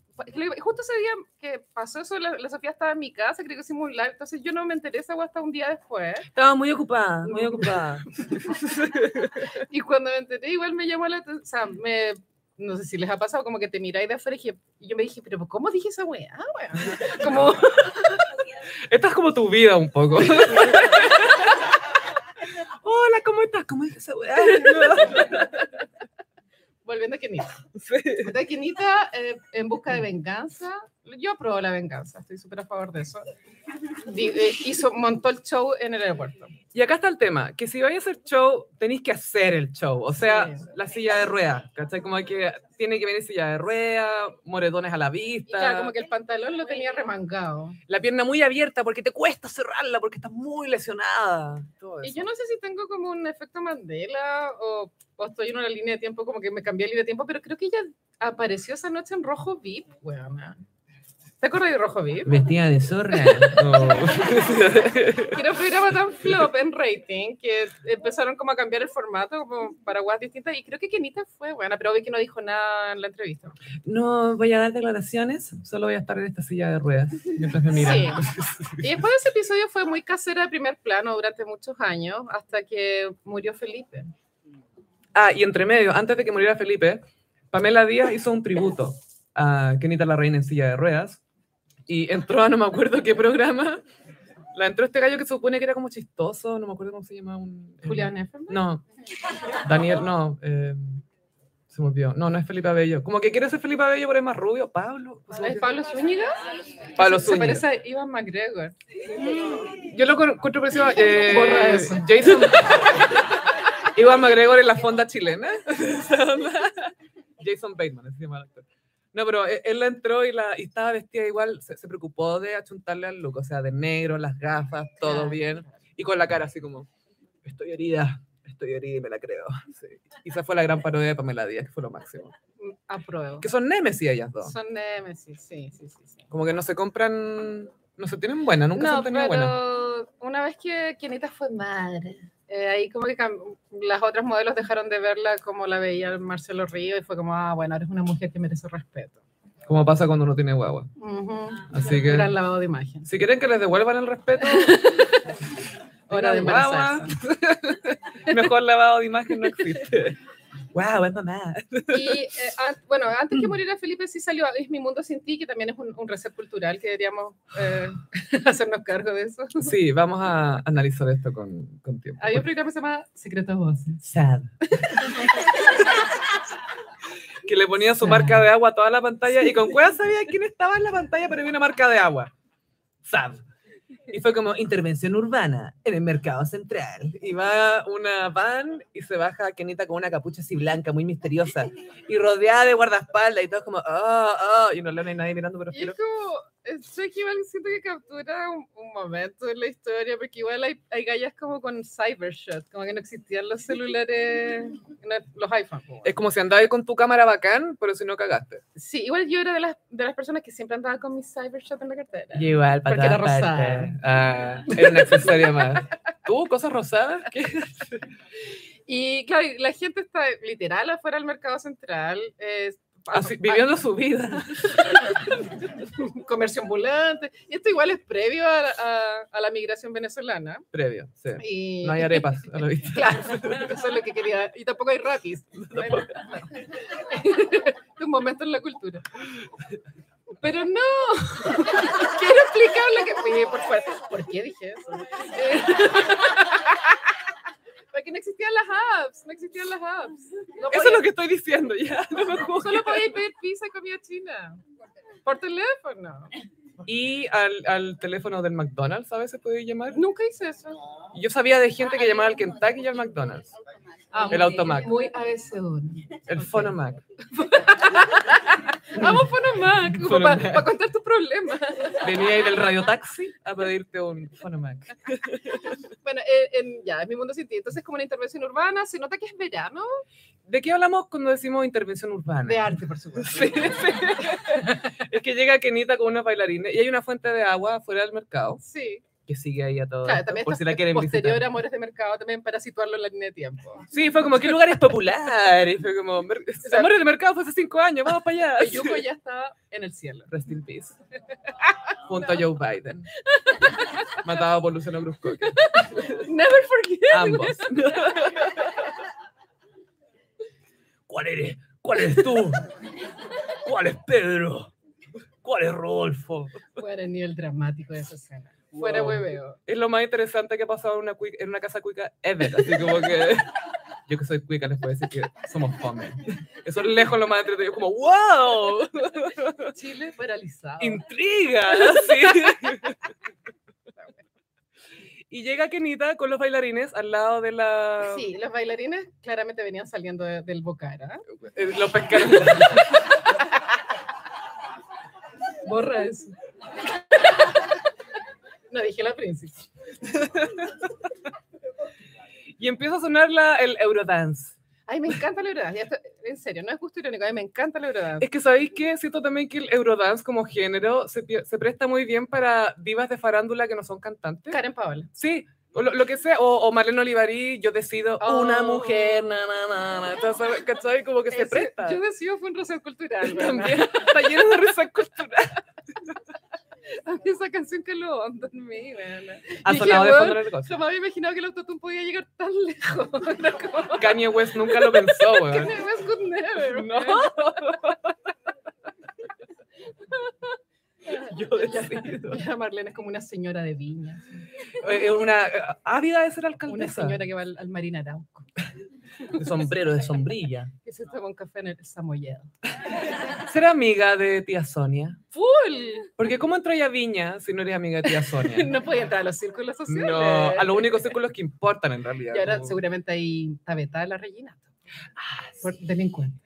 B: justo ese día que pasó eso, la, la Sofía estaba en mi casa, creo que hicimos un live, entonces yo no me enteré esa hueá hasta un día después.
E: Estaba muy ocupada, muy ocupada.
B: Y cuando me enteré, igual me llamó la atención. O sea, me, no sé si les ha pasado, como que te miráis de afuera y, dije- y yo me dije, pero ¿cómo dije esa weá? weón?" Como,
A: Esta es como tu vida un poco. Hola, ¿cómo estás? ¿Cómo es esa weá?
B: volviendo a Kenita. Entonces, Kenita, eh, en busca de venganza, yo apruebo la venganza, estoy súper a favor de eso. Di- eh, hizo, montó el show en el aeropuerto.
A: Y acá está el tema, que si vais a hacer show, tenéis que hacer el show, o sea,
B: Sí.
A: la silla de rueda, ¿cachai? Como que tiene que venir silla de rueda, moretones a la
B: Y
A: vista,
B: claro, como que el pantalón lo tenía remangado.
A: la pierna muy abierta porque te cuesta cerrarla porque estás muy lesionada. todo
B: Y
A: eso.
B: yo no sé si tengo como un efecto Mandela o, o estoy en una línea de tiempo, como que me cambié de línea de tiempo, pero creo que ella apareció esa noche en Rojo VIP, weona. ¿Te acuerdas de Rojo VIP?
D: Vestida de zorra.
B: Que era un programa tan flop en rating que empezaron como a cambiar el formato como para guas distintas y creo que Kenita fue buena, pero obvio que no dijo nada en la entrevista.
A: No voy a dar declaraciones, solo voy a estar en esta silla de ruedas mientras me miran.
B: Y después de ese episodio fue muy casera de primer plano durante muchos años hasta que murió Felipe.
A: Ah, y entre medio, antes de que muriera Felipe, Pamela Díaz hizo un tributo a Kenita la Reina en silla de ruedas y entró a no me acuerdo qué programa. La entró este gallo que se supone que era como chistoso, no me acuerdo cómo se llamaba. Un, eh,
B: Julián Efferman.
A: No, Daniel, no. eh, se me olvidó. No, no es Felipe Abello. Como que quiere ser Felipe Abello, pero es más rubio. Pablo. se me
B: ¿Es
A: olvidó.
B: Pablo Zúñiga?
A: Pablo
B: Se- se
A: Zúñiga.
B: parece a Iván McGregor.
A: Yo lo con- encuentro parecido a eh,
B: Borra eso.
A: Jason. Iván McGregor en la fonda chilena. Esa onda. Jason Bateman, ese se llama el actor. No, pero e- él la entró y, la, y estaba vestida igual, se, se preocupó de achuntarle al look, o sea, de negro, las gafas, todo
B: Claro.
A: bien, y con la cara así como, estoy herida, estoy herida y me la creo. sí. Y esa fue la gran parodia de Pamela Díaz, que fue lo máximo.
B: Apruebo.
A: Que son nemes y ellas dos,
B: Son Nemesis, sí, sí, sí. sí.
A: como que no se compran, no se tienen buena, nunca se
B: No,
A: han tenido
B: pero
A: buena.
B: una vez que Kenita fue madre, eh, ahí como que cam- las otras modelos dejaron de verla como la veía el Marcelo Río y fue como, ah, bueno, eres una mujer que merece respeto.
A: Como pasa cuando uno tiene guagua. Así que,
B: Gran lavado de imagen.
A: si quieren que les devuelvan el respeto,
B: Hora de
A: guagua,
B: embarazarse.
A: mejor lavado de imagen no existe.
F: ¡Wow, es mamá!
B: Y eh, an- bueno, antes que muriera Felipe sí salió Es mi mundo sin ti, que también es un, un reset cultural que deberíamos eh, hacernos cargo de eso.
A: Sí, vamos a analizar esto con, con tiempo.
B: Había un programa que se llama Secretas Voces.
F: Sad.
A: Que le ponía su marca de agua a toda la pantalla y con cuál sabía quién estaba en la pantalla, pero había una marca de agua. Sad. Y fue como intervención urbana en el mercado central. Y va una van y se baja Kenita con una capucha así blanca, muy misteriosa. Y rodeada de guardaespaldas y todos como, oh, oh. Y no le hay nadie mirando, pero
B: Y es
A: filo.
B: como, eh, sé que igual siento que captura un, un momento en la historia, porque igual hay, hay gallas como con cybershot, como que no existían los celulares, no, los iPhones. como
A: Es como si andabas con tu cámara bacán, pero si no cagaste.
B: Sí, igual yo era de las, de las personas que siempre andaba con mi Cybershot en la cartera.
F: Yo igual, para
B: Porque era
F: todas
B: rosada.
F: partes.
A: Ah, era una accesoria más. ¿Tú, cosas rosadas? ¿Qué?
B: Y claro, y la gente está literal afuera del mercado central, eh, pa-
A: Así,
B: pa-
A: viviendo su vida.
B: comercio ambulante. Y esto igual es previo a, a- a la migración venezolana.
A: Previo, sí.
B: Y,
A: No hay arepas, a la vista.
B: Claro, eso es lo que quería. Y tampoco hay rapis. Es un momento en la cultura. Pero no, quiero explicar lo que fui, por favor. ¿Por qué dije eso? Eh, Porque no existían las apps, no existían las apps. No
A: Eso es lo que estoy diciendo, ya. no me
B: podía-
A: juzgues.
B: solo podía pedir pizza y comida china. Por teléfono.
A: Y al, al teléfono del McDonald's a veces podía llamar.
B: Nunca hice eso.
A: Yo sabía de gente que llamaba al Kentucky y al McDonald's.
B: Ah,
A: El automac.
B: Muy ABC1.
A: El Phonomac.
B: Vamos por un Mac,
A: Por un
B: para
A: Mac.
B: contar tus problemas.
A: Venía ahí del radiotaxi a pedirte un Phonomac.
B: Bueno, eh, en- ya, es mi mundo sin ti. Entonces, como una intervención urbana, se nota que es verano.
A: ¿De qué hablamos cuando decimos intervención urbana?
B: De arte, por supuesto.
A: Sí, sí. Es que llega Kenita con unos bailarines y hay una fuente de agua fuera del mercado
B: Sí,
A: que sigue ahí a todo.
B: claro,
A: esto,
B: también
A: por
B: está
A: si la quieren
B: posterior
A: visitar.
B: a Amores de Mercado, también para situarlo en la línea de tiempo.
A: Sí, fue como, ¿qué lugar es popular? Y fue como, mer- Amores de Mercado fue hace cinco años, vamos para allá.
B: El Yuko ya está en el cielo.
A: Rest in peace. Junto a Joe Biden. Matado por Luciano Cruzcoque.
B: Never forget.
A: Ambos.
D: ¿Cuál eres? ¿Cuál eres tú? ¿Cuál es Pedro? ¿Cuál es Rodolfo?
B: Fuera el nivel dramático de esa escena. Fuera
A: Wow.
B: hueveo.
A: Es lo más interesante que ha pasado en una, cui- en una casa cuica ever. Así como que. Yo que soy cuica les puedo decir que somos fome. Eso es lejos lo más entretenido. Como, ¡wow!
B: Chile paralizado.
A: intriga. así. Y llega Kenita con los bailarines al lado de la.
B: Sí, los bailarines claramente venían saliendo de- del Bocara.
A: eh, Los pescadores.
B: Borra eso. No dije la príncipe.
A: Y empieza a sonar la, el Eurodance.
B: Ay, me encanta la Eurodance. Ya esto- En serio, no es justo irónico. A mí me encanta la Eurodance.
A: Es que sabéis que siento también que el Eurodance como género se, pie- se presta muy bien para divas de farándula que no son cantantes.
B: Karen Paola.
A: Sí, o lo, lo que sea, o, o Marlene Olivarí, yo decido una
B: Oh.
A: mujer, na, na, na, na. Entonces, ¿cachai? Como que se
B: Ese-
A: presta.
B: Yo decido fue un reset cultural. ¿verdad?
A: También está lleno de risa cultural.
B: A mí Esa canción que lo onda en mí, weona.
A: Ha
B: Dije,
A: sonado de
B: "Weón,
A: fondo en el negocio.
B: Yo me había imaginado que el autotune podía llegar tan lejos. Era como,
A: Kanye West nunca lo pensó,
B: que
A: weón.
B: no, es good never.
A: No. Yo decido.
B: Ya Marlene es como una señora de viña.
A: Eh, eh, Una eh, ávida de ser
B: Una
A: alcaldesa.
B: señora que va al, al Marina Arauco.
A: De sombrero, de sombrilla.
B: Que se toma un café en el Samoyedo.
A: Ser amiga de tía Sonia.
B: ¡Full!
A: Porque ¿cómo entra ella a Viña si no eres amiga de tía Sonia?
B: No podía entrar a los círculos sociales.
A: No, a los únicos círculos que importan en realidad.
B: Y ahora
A: como-
B: seguramente ahí está vetada la Regina. Por delincuente.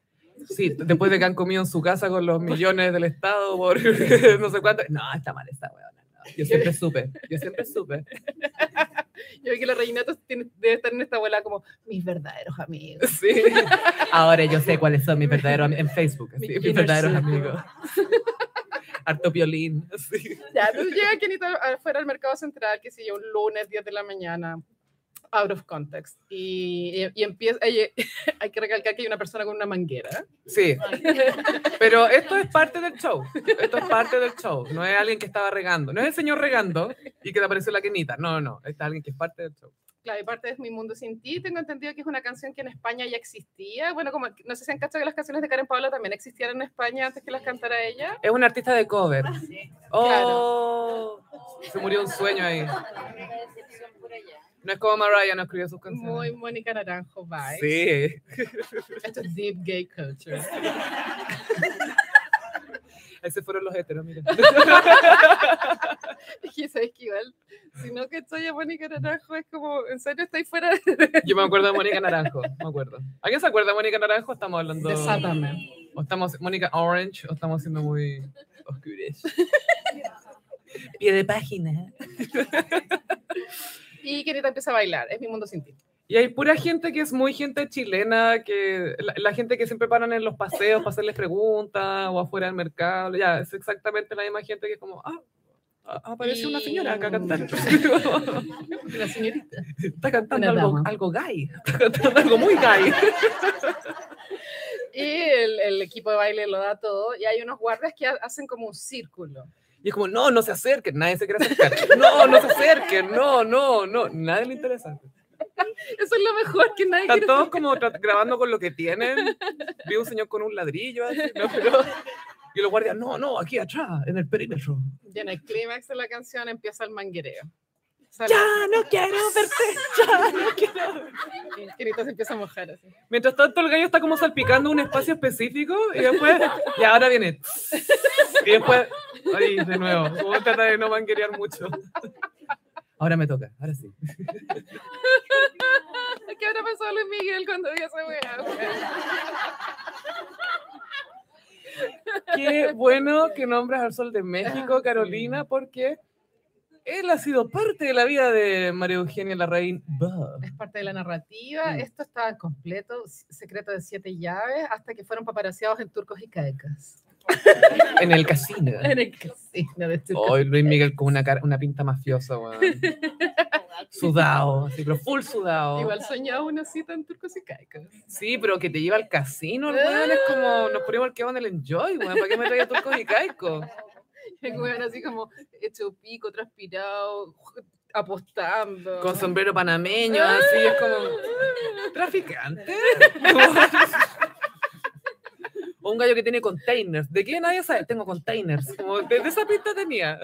A: Sí, después de que han comido en su casa con los millones del Estado por no sé cuánto. No, está mal esta weona. no. Yo siempre supe, yo siempre supe.
B: Yo vi que la Reginata tiene- debe estar en esta abuela como mis verdaderos amigos.
A: Sí. Ahora yo sé cuáles son mis verdaderos amigos en Facebook. así,
B: Mis
A: Mis,
B: inner
A: verdaderos
B: circle.
A: amigos. Harto violín. así.
B: Ya, entonces llega Kenita afuera al mercado central, que sé yo, un lunes 10 de la mañana. out of context. Y, y- y empieza, oye, hay que recalcar que hay una persona con una manguera.
A: Sí, pero esto es parte del show. Esto es parte del show. No es alguien que estaba regando. No es el señor regando y que te apareció la quenita. No, no. Es alguien que es parte del show.
B: Claro, y parte es Mi Mundo Sin Ti. Tengo entendido que es una canción que en España ya existía. Bueno, como no sé si han cachado que las canciones de Karen Paula también existían en España antes que las cantara ella.
A: Es un artista de cover. Oh, se murió un sueño ahí. No es como Mariah, no escribió sus canciones.
B: Muy Mónica Naranjo
A: Ah,
B: vibes.
A: Sí.
B: Esto es deep gay culture.
A: Ese fueron los heteros, mira.
B: Y sabes que igual, si no que estoy a Mónica Naranjo, es como, en serio, estáis fuera de...
A: Yo me acuerdo de Mónica Naranjo, me acuerdo. ¿Alguien se acuerda de Mónica Naranjo? Estamos hablando...
B: Desátame.
A: O estamos, Mónica Orange, o estamos siendo muy oscures. Pie de página.
B: Y Kenita empieza a bailar. Es Mi Mundo Sin Ti.
A: Y hay pura gente que es muy gente chilena, que la, la gente que siempre paran en los paseos para hacerles preguntas o afuera del mercado. Ya, es exactamente la misma gente que es como, ah, a- aparece una señora acá cantando.
B: La señorita.
A: Está cantando
B: Una
A: algo,
B: dama.
A: algo gay. Está cantando algo muy gay.
B: Y el, el equipo de baile lo da todo. Y hay unos guardias que ha- hacen como un círculo.
A: Y es como, no, no se acerquen. Nadie se quiere acercar. No, no se acerquen. No, no, no. Nadie le interesa.
B: Eso es lo mejor que nadie
A: Están
B: quiere
A: todos como tra- grabando con lo que tienen. Vi un señor con un ladrillo. así, ¿no? Pero- y los guardias, no, no, aquí atrás, en el perímetro.
B: Y en el clímax de la canción empieza el manguereo. Sale-
A: Ya no quiero verte, ya no quiero.
B: y Kenita se empieza a mojar así.
A: Mientras tanto, el gallo está como salpicando un espacio específico y después, y ahora viene. Y después, ay, de nuevo, como trata de no manguerear mucho. Ahora me toca, ahora sí.
B: ¿Qué habrá pasado a Luis Miguel cuando vio esa weá?
A: Qué bueno que nombras al Sol de
B: Ah,
A: México, Carolina, porque él ha sido parte de la vida de María Eugenia Larraín. Bah.
B: Es parte de la narrativa.
A: Mm.
B: Esto estaba completo, s- secreto de siete llaves, hasta que fueron paparaseados en turcos y caecas.
A: En el casino.
B: En el casino de turcos.
A: Hoy Luis Miguel con una, cara- una pinta mafiosa, weón. Sudado, sí, pero full sudado.
B: Igual soñaba una cita en turcos y caecas.
A: Sí, pero que te lleva al casino, el weón. Es como nos ponemos el que van el enjoy, weón. ¿Para qué me traía turcos y caicos?
B: El weón así como hecho pico, transpirado, apostando.
A: Con sombrero panameño, así es como. traficante. O un gallo que tiene containers. ¿De qué nadie sabe? Tengo containers. Como de, de esa pista tenía.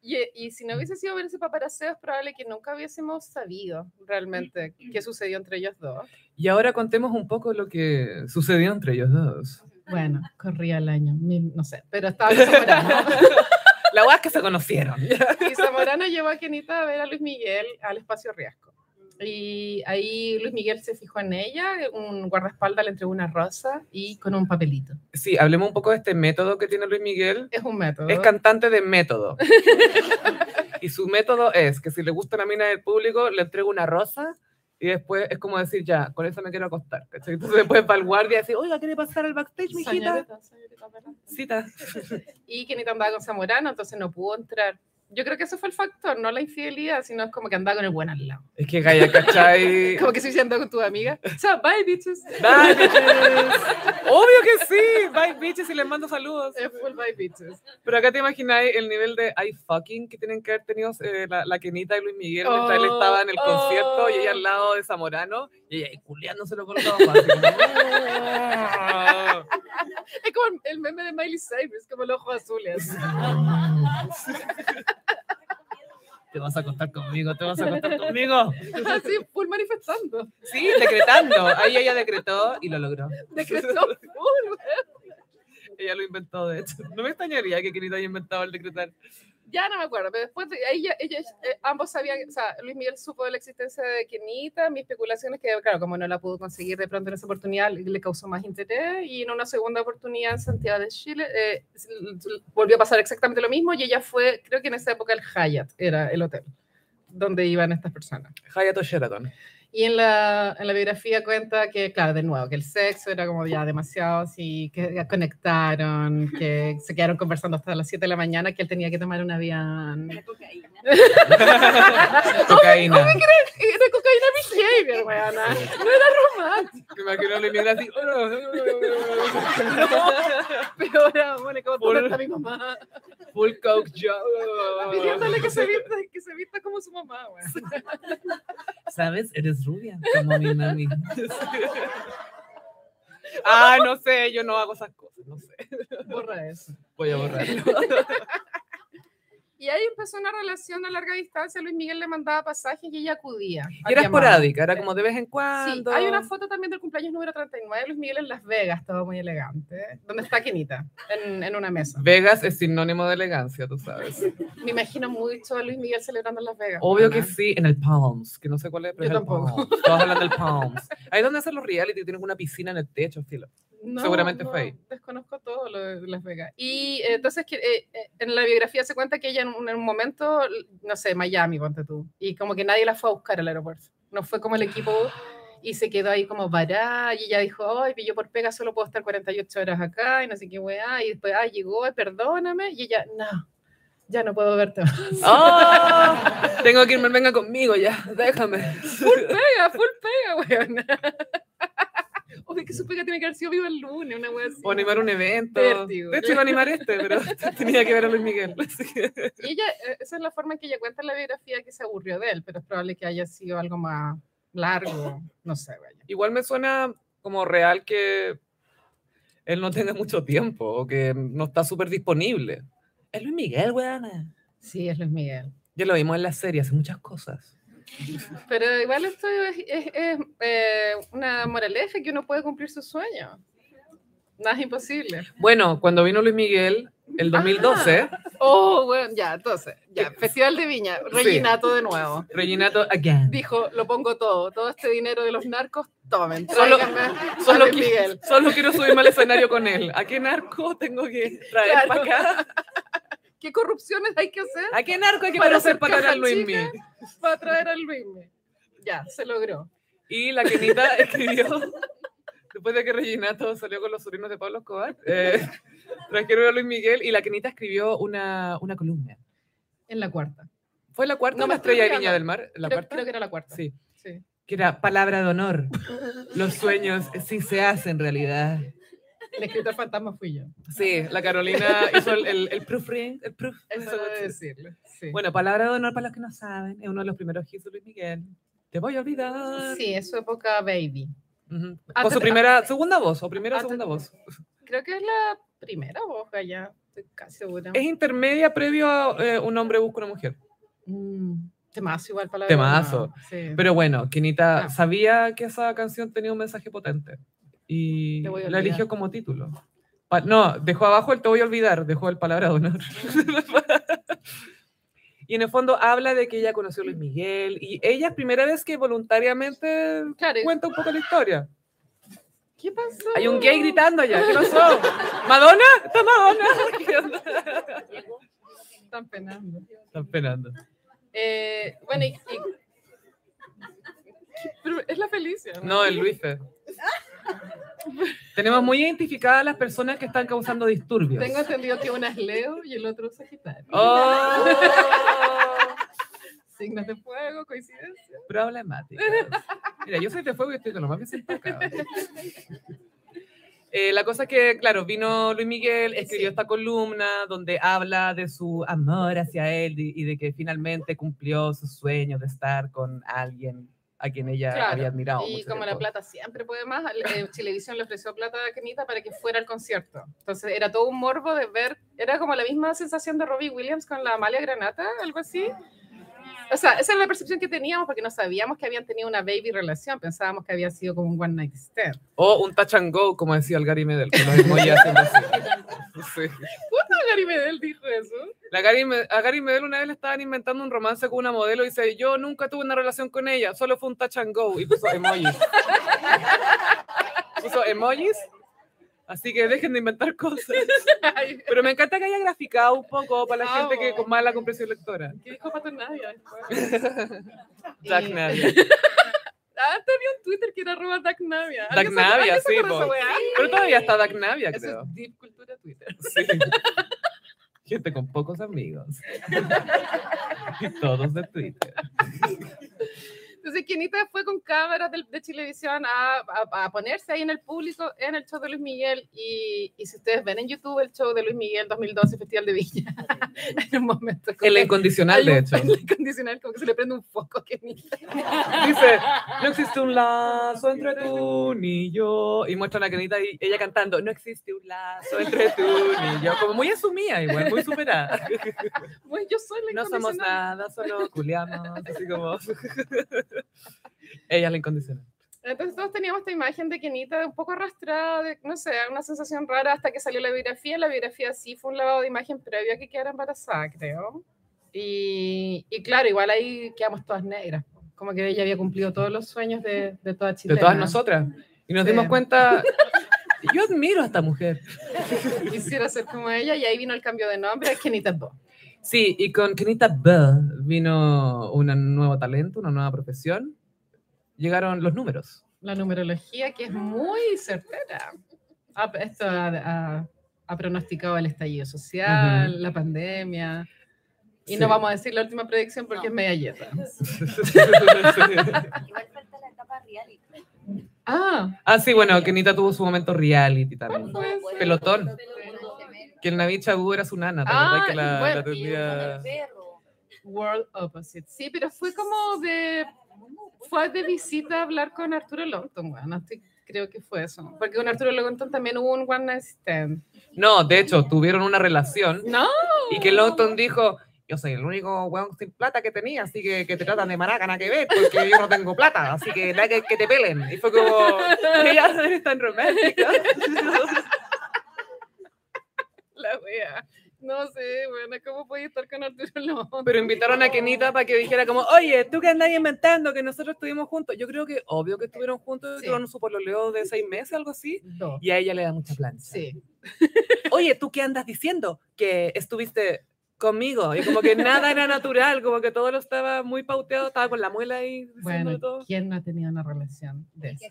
B: Y, y si no hubiese sido ver ese paparaseo, es probable que nunca hubiésemos sabido realmente qué sucedió entre ellos dos.
A: Y ahora contemos un poco lo que sucedió entre ellos dos.
B: Bueno, corría el año, mil- no sé, pero estaba con Zamorano.
A: La verdad es que se conocieron.
B: Y Zamorano llevó a Kenita a ver a Luis Miguel al espacio Riasco. Y ahí Luis Miguel se fijó en ella, un guardaespaldas le entregó una rosa y con un papelito.
A: Sí, hablemos un poco de este método que tiene Luis Miguel.
B: Es un método.
A: Es cantante de método. Y su método es que si le gusta una mina del público, le entrego una rosa y después es como decir, ya, con esa me quiero acostar. ¿cachai? Entonces después va al guardia y dice, oiga, ¿quiere pasar al backstage, mijita?
B: Señorita, señorita, perdón.
A: Cita.
B: y que ni te andaba con Zamorano, entonces no pudo entrar. Yo creo que ese fue el factor, no la infidelidad, sino es como que andaba con el buen al lado.
A: Es que Gaya, ¿cachai?
B: Como que si se andaba con tu amiga. Chao, bye, bitches.
A: Bye, bitches. Obvio que sí. Bye, bitches, y les mando saludos.
B: Es full bye, bitches.
A: Pero acá te imagináis el nivel de I fucking que tienen que haber tenido eh, la, la Kenita y Luis Miguel mientras él
B: Oh,
A: estaba en el concierto y ella al lado de Zamorano y ella culiándoselo con los ojos. así "Oh, como,
B: Es como el meme de Miley Cyrus, como los ojos azules.
A: Te vas a acostar conmigo, te vas a acostar conmigo.
B: Así, full manifestando.
A: Sí, decretando. Ahí ella decretó y lo logró.
B: Decretó full.
A: Ella lo inventó, de hecho. No me extrañaría que Kenita haya inventado el decretar.
B: Ya no me acuerdo, pero después de ahí ya- ellos, eh, ambos sabían, o sea, Luis Miguel supo de la existencia de Kenita, mi especulación es que, claro, como no la pudo conseguir de pronto en esa oportunidad, le- le causó más interés y en una segunda oportunidad en Santiago de Chile eh, s- l- volvió a pasar exactamente lo mismo y ella fue, creo que en esa época el Hyatt era el hotel donde iban estas personas.
A: Hayato Sheraton.
B: Y en la, en la biografía cuenta que, claro, de nuevo, que el sexo era como ya demasiado así, que ya conectaron, que se quedaron conversando hasta las 7 de la mañana, que él tenía que tomar un avión.
C: La cocaína.
A: Cocaína.
B: Era cocaína behavior, weona. No era romántico.
A: Me imagino a Luis Miguel así. "Oh,
B: Peor aún, es como
A: Por-
B: tú a mi mamá.
A: Full coke
B: Pidiéndole
A: job.
B: que se vista, que se vista como su mamá, weón.
A: ¿Sabes? Eres rubia, como mi mami. Ah, no sé, yo no hago esas cosas, no sé.
B: Borra eso.
A: Voy a borrarlo.
B: Y ahí empezó una relación a larga distancia. Luis Miguel le mandaba pasajes y ella acudía. a
A: Y era
B: llamar.
A: esporádica, era como de vez en
B: Sí,
A: cuando.
B: hay una foto también del cumpleaños número 39 de Luis Miguel en Las Vegas, todo muy elegante. Donde está Kenita, en, en una mesa.
A: Vegas es sinónimo de elegancia, tú sabes.
B: Me imagino mucho a Luis Miguel celebrando en Las Vegas.
A: Obvio que
B: weona.
A: sí, en el Palms, que no sé cuál es, pero es
B: Yo
A: el
B: tampoco.
A: Palms. Todos hablan del Palms. Ahí es donde hacen los reality, tienes una piscina en el techo, estilo.
B: No,
A: Seguramente
B: no,
A: fue ahí.
B: Desconozco todo lo de Las Vegas. Y eh, entonces que, eh, eh, en la biografía se cuenta que ella en un, en un momento, no sé, Miami, ponte tú, y como que nadie la fue a buscar al aeropuerto. No fue como el equipo y se quedó ahí como varada y ella dijo, ay, yo por pega solo puedo estar 48 horas acá y no sé qué weá. Y después, ay, llegó, ay, perdóname. Y ella, no, ya no puedo verte. más".
A: ¡Oh! Tengo que irme, venga conmigo ya, déjame.
B: pega, full pega, weón. Obvio que su pega tiene que haber sido viva el lunes, una weá así.
A: O animar un evento.
B: Vértigo.
A: De hecho, iba a animar este, pero tenía que ver a Luis Miguel. así que-
B: Y ella, eh, esa es la forma en que ella cuenta en la biografía que se aburrió de él, pero es probable que haya sido algo más largo, no sé, vaya.
A: Igual me suena como real que él no tenga mucho tiempo o que no está súper disponible. Es Luis Miguel, weana.
B: Sí, es Luis Miguel.
A: Ya lo vimos en la serie, hace muchas cosas.
B: Pero igual esto es, es- es, eh, una moraleja que uno puede cumplir sus sueños. Nada es imposible.
A: Bueno, cuando vino Luis Miguel, el 2012,
B: Oh, bueno, ya, entonces, ya,
A: Sí.
B: Festival de Viña, Reginato de nuevo.
A: Reginato again.
B: Dijo, lo pongo todo, todo este dinero de los narcos, tomen,
A: Solo-
B: tráiganme a
A: Solo,
B: Luis
A: qui-
B: Miguel.
A: solo quiero subirme al escenario con él. ¿A qué narco tengo que traer
B: Claro.
A: para acá?
B: ¿Qué corrupciones hay que hacer?
A: ¿A qué narco hay que
B: Para
A: conocer
B: hacer
A: para traer a
B: caja
A: Luis
B: chica.
A: Miguel?
B: para traer al Luismi. Ya, se logró.
A: Y la Kenita escribió, después de que Reginato salió con los sobrinos de Pablo Escobar, eh, trajeron a Luis Miguel y la Kenita escribió una, una columna.
B: En la cuarta.
A: ¿Fue la cuarta
B: No
A: no,
B: me
A: la
B: estoy
A: estrella de
B: olvidando.
A: Viña del Mar? ¿La
B: creo,
A: cuarta?
B: creo que era la cuarta.
A: Sí.
B: Sí.
A: Que era palabra de honor. Los sueños eh, sí se hacen realidad.
B: El escritor fantasma fui yo.
A: Sí, la Carolina hizo el, el, el proofread, el proof.
B: Eso
A: eso-
B: debe decirle. Sí.
A: Bueno, palabra de honor para los que no saben, es uno de los primeros hits de Luis Miguel. Te voy a olvidar.
B: sí, es su época baby.
A: Ujú. Con
B: Antes-
A: su primera, segunda voz, o primera o
B: antes-
A: segunda voz.
B: Creo que es la primera voz ya. Estoy casi segura.
A: Es intermedia previo a eh, Un hombre busca una mujer.
B: Mm, temazo igual para la
A: Temazo.
B: Sí.
A: Pero bueno, Quinita
B: Ah.
A: sabía que esa canción tenía un mensaje potente y
B: Te voy a
A: la
B: olvidar.
A: eligió como título. Pa- no, dejó abajo el te voy a olvidar, dejó el palabra de honor. y en el fondo habla de que ella conoció a Luis Miguel y ella es primera vez que voluntariamente
B: Claro,
A: cuenta un poco la historia.
B: ¿qué pasó?
A: Hay un gay gritando allá, ¿qué pasó? ¿Madonna? ¿Está Madonna? ¿Qué onda?
B: Están penando.
A: Están penando.
B: Eh, bueno, y, y- Pero es la felicia. ¿no?
A: No, el Luis Tenemos muy identificadas las personas que están causando disturbios.
B: Tengo entendido que una es Leo y el otro es Sagitario.
A: ¡Oh!
B: Signos de fuego, coincidencia.
A: Problemática. Mira, yo soy de fuego y estoy con lo más que se acá. Eh, la cosa es que, claro, vino Luis Miguel, escribió esta columna donde habla de su amor hacia él y y de que finalmente cumplió su sueño de estar con alguien a quien ella
B: Claro,
A: había admirado.
B: Y
A: mucho
B: como la
A: tiempo.
B: plata siempre puede más, eh, Chilevisión le ofreció plata a Kenita para que fuera al concierto. Entonces era todo un morbo de ver, era como la misma sensación de Robbie Williams con la Amalia Granata, algo así. O sea, esa era la percepción que teníamos porque no sabíamos que habían tenido una baby relación, pensábamos que había sido como un one night stand.
A: O un touch and go, como decía el Gary Medel, que los emojis hacen así. Sí.
B: Ah, Gary Medel dijo eso.
A: La Gary Me- a Gary Medel una vez le estaban inventando un romance con una modelo y dice, yo nunca tuve una relación con ella, solo fue un touch and go. Y puso emojis. puso emojis. Así que dejen de inventar cosas.
B: Ay,
A: Pero me encanta que haya graficado un poco para la gente que con mala comprensión lectora.
B: ¿Qué dijo Pato Nadia después?
A: Jack
B: Y-
A: Nadia.
B: Antes había un Twitter que era arroba Dacnavia. ¿Alguien se-
A: Dacnavia,
B: alguien se
A: sí,
B: acuerda de esa
A: po.
B: weá?
A: Pero todavía está Dacnavia,
B: Eso
A: creo.
B: es deep cultura Twitter.
A: Sí. Gente con pocos amigos. Y todos de Twitter.
B: Entonces, Kenita fue con cámaras del- de, Chilevisión a, a- a ponerse ahí en el público en el show de Luis Miguel. Y, y si ustedes ven en YouTube el show de Luis Miguel 2012, Festival de Villa, en un momento. como
A: El
B: que
A: incondicional,
B: hay
A: de
B: un-
A: hecho.
B: El incondicional, como que se le prende un foco a Kenita.
A: Dice, no existe un lazo entre tú ni yo. Y muestra una canita y ella cantando, no existe un lazo entre tú ni yo. Como muy asumida igual, muy superada.
B: Bueno, yo soy la
A: No somos
B: incondicional.
A: nada, solo culiamos. Así como... Ella es la incondicional.
B: Entonces todos teníamos esta imagen de Kenita un poco arrastrada, de, no sé, una sensación rara hasta que salió la biografía. La biografía sí fue un lavado de imagen previo a que quedara embarazada, creo. Y, y claro, igual ahí quedamos todas negras. Como que ella había cumplido todos los sueños de, de toda
A: De
B: Chile.
A: todas nosotras. Y nos
B: Sí.
A: dimos cuenta... Yo admiro a esta mujer.
B: Quisiera ser como ella y ahí vino el cambio de nombre, es Kenita Bo.
A: Sí, y con Kenita Bell vino un nuevo talento, una nueva profesión. Llegaron los números.
B: La numerología que es muy certera. Ah, esto ha, ha- ha pronosticado el estallido social, la pandemia. Y no
A: Sí.
B: vamos a decir la última predicción porque
C: No.
B: es media yeta.
C: Igual falta la etapa reality.
B: Ah,
A: Ah, sí, bueno, Kenita tuvo su momento reality también.
B: ¿Cómo puede ser?
A: Pelotón. Que el Navi Chabú era su nana, ¿te
B: Ah,
A: acordás que la,
B: bueno,
A: la
B: y
A: tenía-
B: World Opposite. Sí, pero fue como de. Fue de visita a hablar con Arturo Longton, bueno, estoy- creo que fue eso. Porque con Arturo Longton también hubo un One Night Stand.
A: No, de hecho, tuvieron una relación
B: No,
A: y que Longton dijo, yo soy el único weón sin plata que tenía, así que que te tratan de maracana que ver, porque yo no tengo plata, así que nada que, que te pelen. Y fue como, ella eres tan romántica.
B: la wea. No sé, bueno, ¿cómo podía estar con Arturo Longton?
A: Pero invitaron a Kenita para que dijera como, oye, tú que andas inventando que nosotros estuvimos juntos. Yo creo que obvio que estuvieron juntos,
B: Sí.
A: tuvieron su pololeo de seis meses, algo así.
B: Dos.
A: Y a ella le da mucha plancha.
B: Sí.
A: oye, ¿tú qué andas diciendo? Que estuviste conmigo. Y como que nada era natural, como que todo lo estaba muy pauteado, estaba con la muela ahí diciendo
B: Bueno,
A: todo.
B: ¿quién no ha tenido una relación de esas?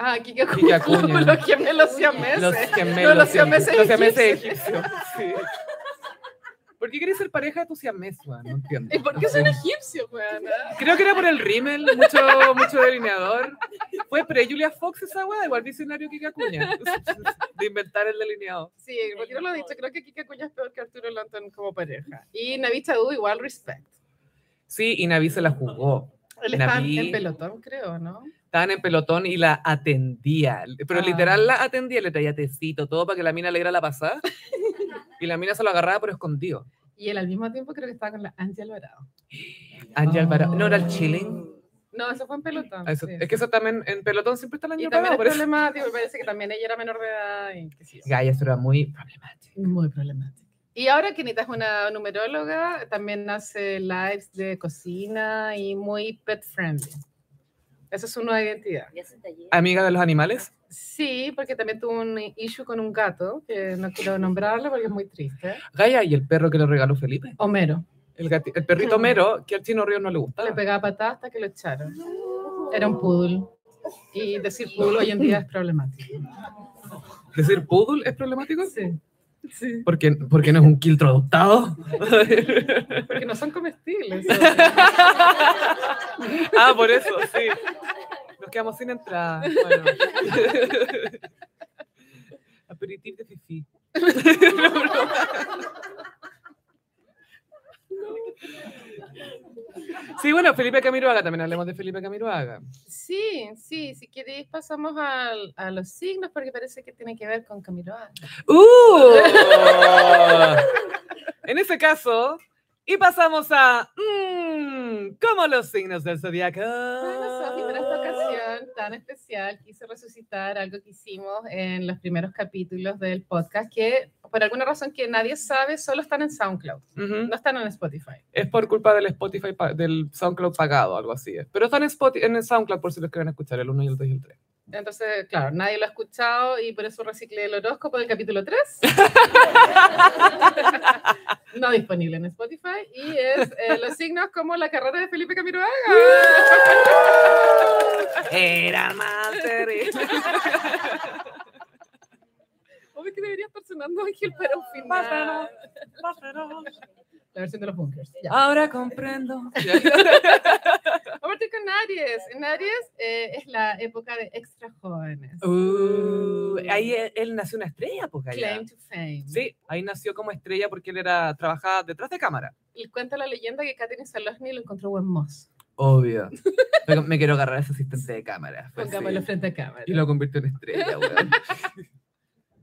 B: Ah, Kika
A: Kika
B: Acuña. con
A: Acuña.
B: Los gemelos siameses.
A: Los gemelos,
B: los
A: sí,
B: siameses
A: los siameses
B: egipcios.
A: egipcios. sí. ¿Por qué querés ser pareja de tu siamés, weón? No entiendo.
B: ¿Y por qué son egipcios, weón?
A: Creo que era por el rímel, mucho, mucho delineador. Fue pre-Julia Fox esa weá, igual visionario que Cacuña, de inventar el delineado.
B: Sí, retiro lo dicho. Creo que Kika Cuña es peor que Arturo Lanton como pareja. Y Navita U igual respect.
A: Sí, y Naví se la jugó.
B: Él está
A: Naví.
B: en pelotón, creo, ¿no?
A: estaban en pelotón y la atendía. Pero
B: Ah.
A: literal la atendía, le traía tecito, todo para que la mina alegra la pasada. y la mina se lo agarraba por escondido.
B: Y él al mismo tiempo creo que estaba con la Angie Alvarado.
D: Ah.
A: Ángel Alvarado. No era el
B: Oh.
A: chilling.
B: No, eso fue en pelotón.
A: Ah, eso-
B: sí.
A: Es que eso también en pelotón siempre está la
B: y
A: niña
B: también
A: Alvarado, por
B: es
A: eso.
B: problemático, me parece que también ella era menor de edad. Y, qué sé yo.
A: Gaya, eso era muy problemático.
B: Muy problemático. Y ahora Kenita es una numeróloga, también hace lives de cocina y muy pet friendly. Esa es su nueva identidad.
A: Amiga de los animales.
B: Sí, porque también tuvo un issue con un gato, que no quiero nombrarlo porque es muy triste.
A: Gaya y el perro que le regaló Felipe.
B: Homero.
A: El, gati- el perrito Mero, que al chino Ríos no le
B: Le
A: gustaba.
B: pegaba patadas hasta que lo echaron. Era un poodle. Y decir poodle hoy en día es problemático.
A: Decir poodle es problemático.
B: Sí. Sí.
A: Porque, porque no es un quiltro adoptado.
B: Porque no son comestibles.
A: Ah, por eso, sí. Nos quedamos sin entrada. Bueno. Aperitivo de fifi. Sí, bueno, Felipe Camiroaga, también hablemos de Felipe Camiroaga.
B: Sí, sí. Si queréis pasamos al- a los signos porque parece que tiene que ver con Camiroaga.
A: ¡Uh! En ese caso, y pasamos a. mm, ¿Cómo los signos del zodiaco?
B: Bueno, Sofi, para esta ocasión tan especial quise resucitar algo que hicimos en los primeros capítulos del podcast que por alguna razón que nadie sabe solo están en SoundCloud.
A: Ujú.
B: No están en Spotify.
A: es por culpa del Spotify, pa- del SoundCloud pagado, algo así. es. Pero están en, Spoti- en el SoundCloud por si los quieren escuchar, el 1 y el 2 y el 3.
B: Entonces, claro, nadie lo ha escuchado y por eso reciclé el horóscopo del capítulo 3. no disponible en Spotify. Y es eh, los signos como la carrera de Felipe Camiroaga.
A: Era más terrible.
B: Obvio que debería estar sonando Ángel para un final. La versión de los bunkers. Ya.
G: Ahora comprendo.
B: Aparte con Aries. En Aries eh, es la época de extra jóvenes.
A: Uh, ahí él, él nació una estrella, porque
B: Claim to fame.
A: Sí, ahí nació como estrella porque él era trabajaba detrás de cámara.
B: Y cuenta la leyenda que Katherine Salosny lo encontró buen mozo.
A: Obvio. Me, me quiero agarrar a ese asistente de cámara. Fue
B: Pongámoslo
A: así.
B: frente a cámara.
A: Pues Y lo convirtió en estrella, weón.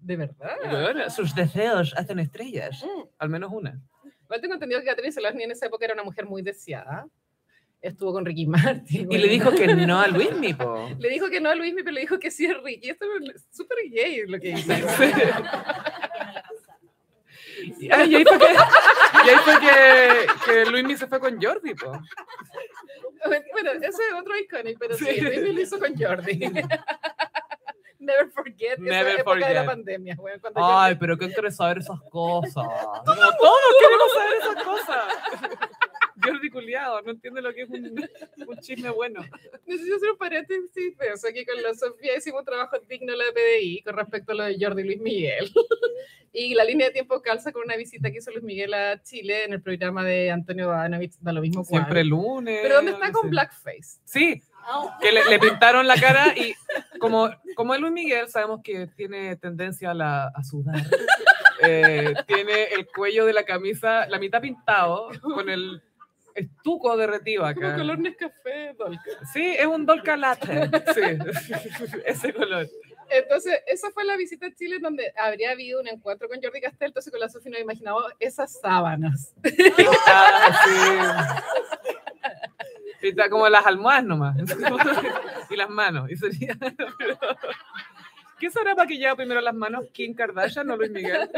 B: De verdad.
A: Weón, Sus deseos hacen estrellas. Al menos una.
B: Igual tengo entendido que Catherine Solosny en esa época era una mujer muy deseada. Estuvo con Ricky Martin.
A: Y
B: bueno.
A: le dijo que no a Luis Mipo.
B: Le dijo que no a Luismi, pero le dijo que sí a Ricky. Esto es súper gay lo que dice.
A: Ah, y ahí fue que, y ahí fue que, que Luismi se fue con Jordi, po.
B: bueno, ese es otro icónico, pero sí,
A: Sí.
B: Luismi lo hizo con Jordi. Never forget
A: Never
B: esa época de la
A: forget.
B: pandemia. weón, cuando
A: Ay,
B: Jordi-
A: pero qué quiero saber esas cosas. No, todos queremos saber esas cosas. Jordi culiado, no entiende lo que es un, un chisme bueno.
B: Necesito hacer un paréntesis de eso, que con la Sofía hicimos un trabajo digno en la PDI con respecto a lo de Jordi Luis Miguel. y la línea de tiempo calza con una visita que hizo Luis Miguel a Chile en el programa de Antonio Banovich, da lo mismo cuál.
A: Siempre lunes.
B: Pero ¿dónde está con
A: sí.
B: Blackface?
A: Sí, que le, le pintaron la cara y como, como es Luis Miguel, sabemos que tiene tendencia a, la, a sudar. Eh, tiene el cuello de la camisa, la mitad pintado, con el estuco derretido
B: Como
A: acá.
B: color Nescafé, Dolce.
A: Sí, es un dolca latte. Sí, ese color.
B: Entonces, esa fue la visita a Chile donde habría habido un encuentro con Jordi Castel. Entonces, con la Sofi nos imaginamos esas sábanas.
A: Pintada así. Pintada como las almohadas nomás. y las manos. Y sería- pero- ¿Qué será para que lleva primero las manos Kim Kardashian o Luis Miguel?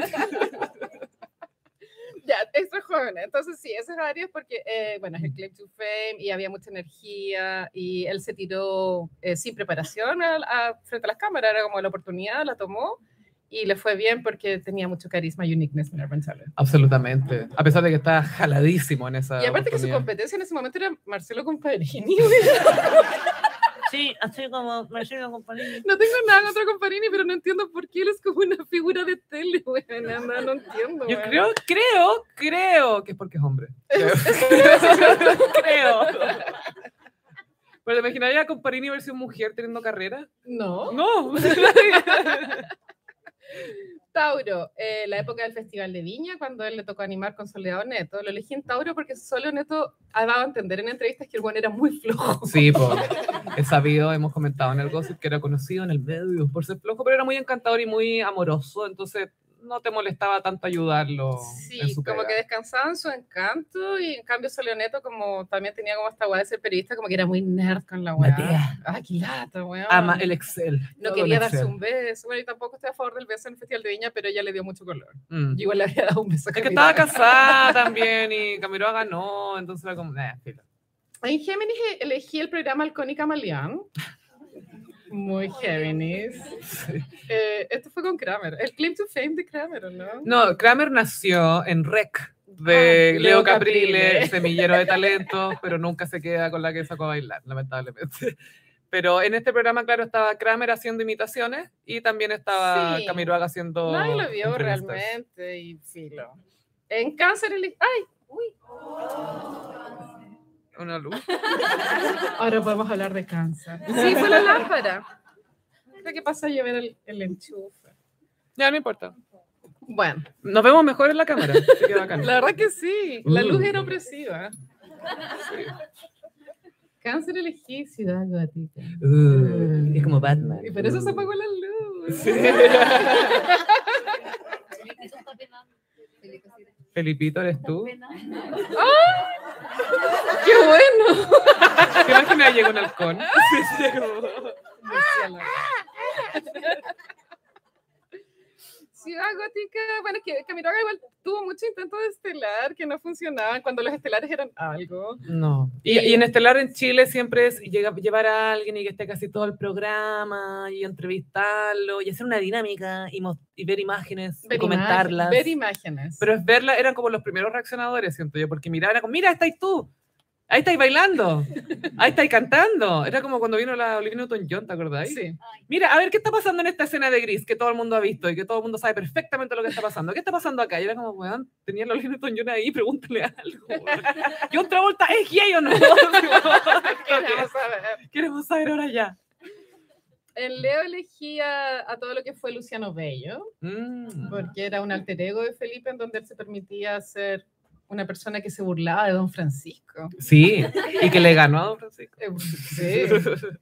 B: Ya, extra jóvenes. ¿eh? Entonces, sí, ese es Aries porque, eh, bueno, es el claim to fame y había mucha energía y él se tiró eh, sin preparación al- a- frente a las cámaras. Era como la oportunidad, la tomó y le fue bien porque tenía mucho carisma y uniqueness en Urban Challenge.
A: Absolutamente. A pesar de que está jaladísimo en esa.
B: Y aparte que su
A: Ah, oportunidad.
B: competencia en ese momento era Marcelo Comparini. güey.
D: Sí, así como me sigo compañía.
B: No tengo nada contra Comparini, pero no entiendo por qué él es como una figura de tele, güey. No, no, no entiendo.
A: Yo
B: güey.
A: creo, creo, creo que es porque es hombre. Creo. creo. Pero te imaginaría a Comparini versión mujer teniendo carrera.
B: No.
A: No.
B: Tauro, eh, la época del Festival de Viña, cuando él le tocó animar con Soledad Neto. Lo elegí en Tauro porque solo Neto ha dado a entender en entrevistas que el bueno era muy flojo.
A: Sí, pues. He sabido, hemos comentado en el gossip que era conocido en el medio por ser flojo, pero era muy encantador y muy amoroso, entonces no te molestaba tanto ayudarlo. en
B: Sí,
A: su
B: como
A: pega.
B: que descansaba en su encanto y en cambio Soledad Neto como también tenía como esta weá de ser periodista, como que era muy nerd con la weá.
A: Matea.
B: Ay, qué lata, weón.
A: Ama Ah, el Excel.
B: no
A: todo
B: quería
A: el
B: darse
A: Excel.
B: un beso. Bueno, y tampoco estoy a favor del beso en el Festival de Viña, pero ella le dio mucho color.
A: Mm.
B: Yo igual le había dado un beso. a
A: Es que
B: Camila.
A: estaba casada también y Camiroaga no, entonces era como, nah, filo.
B: En Géminis e- elegí el programa Alcónica Malian. Muy Géminis. Eh, esto fue con Kramer. El claim to fame de Kramer, ¿o ¿no?
A: No, Kramer nació en Rec de
B: Ah, Leo
A: Leo Caprile,
B: Caprile.
A: semillero de talentos, pero nunca se queda con la que sacó a bailar, lamentablemente. Pero en este programa, claro, estaba Kramer haciendo imitaciones y también estaba
B: Sí.
A: Camiroaga haciendo.
B: Nadie lo vio
A: entrevistas.
B: realmente y filo. En Cáncer elegí. ¡Ay!
A: Una luz.
B: Ahora podemos hablar de Cáncer. Sí, fue la lámpara. Lo que pasa es llevar el, el enchufe.
A: Ya, no importa.
B: Bueno,
A: Nos vemos mejor en la cámara. así que bacán.
B: la verdad que sí. La luz
A: Mm.
B: era opresiva. Uh. Cáncer elegí Ciudad Gótica.
A: Uh, es como Batman.
B: Y por eso se apagó la luz.
C: Eso está penando. Está
A: Felipito, ¿eres tú?
C: penando.
B: ¡Qué bueno!
A: ¿Te imaginas? Llega un halcón.
B: Murciélago. ciudad ah, gótica, bueno, que Camiroaga igual tuvo mucho intento de estelar que no funcionaban cuando los estelares eran algo.
A: No. Y, y en Estelar en Chile siempre es llega- llevar a alguien y que esté casi todo el programa y entrevistarlo y hacer una dinámica y, mos- y ver imágenes, y
B: Ver
A: comentarlas.
B: imagen- ver imágenes.
A: Pero es verla, eran como los primeros reaccionadores, siento yo, porque miraban, era como, mira, estáis tú, ahí estáis bailando, ahí estáis cantando. Era como cuando vino la Olivia Newton-John, ¿te acordáis?
B: sí.
A: Mira, a ver, ¿qué está pasando en esta escena de Gris que todo el mundo ha visto y que todo el mundo sabe perfectamente lo que está pasando? ¿Qué está pasando acá? Y era como, weón, tenía la Olivia Newton-John ahí, pregúntale algo. weón. John Travolta, ¿es gay o no?
B: Queremos saber.
A: Queremos saber ahora ya.
B: El Leo elegía a todo lo que fue Luciano Bello,
A: Mm.
B: porque era un alter ego de Felipe en donde él se permitía ser una persona que se burlaba de Don Francisco.
A: Sí, y que le ganó a Don Francisco.
B: Eh, sí.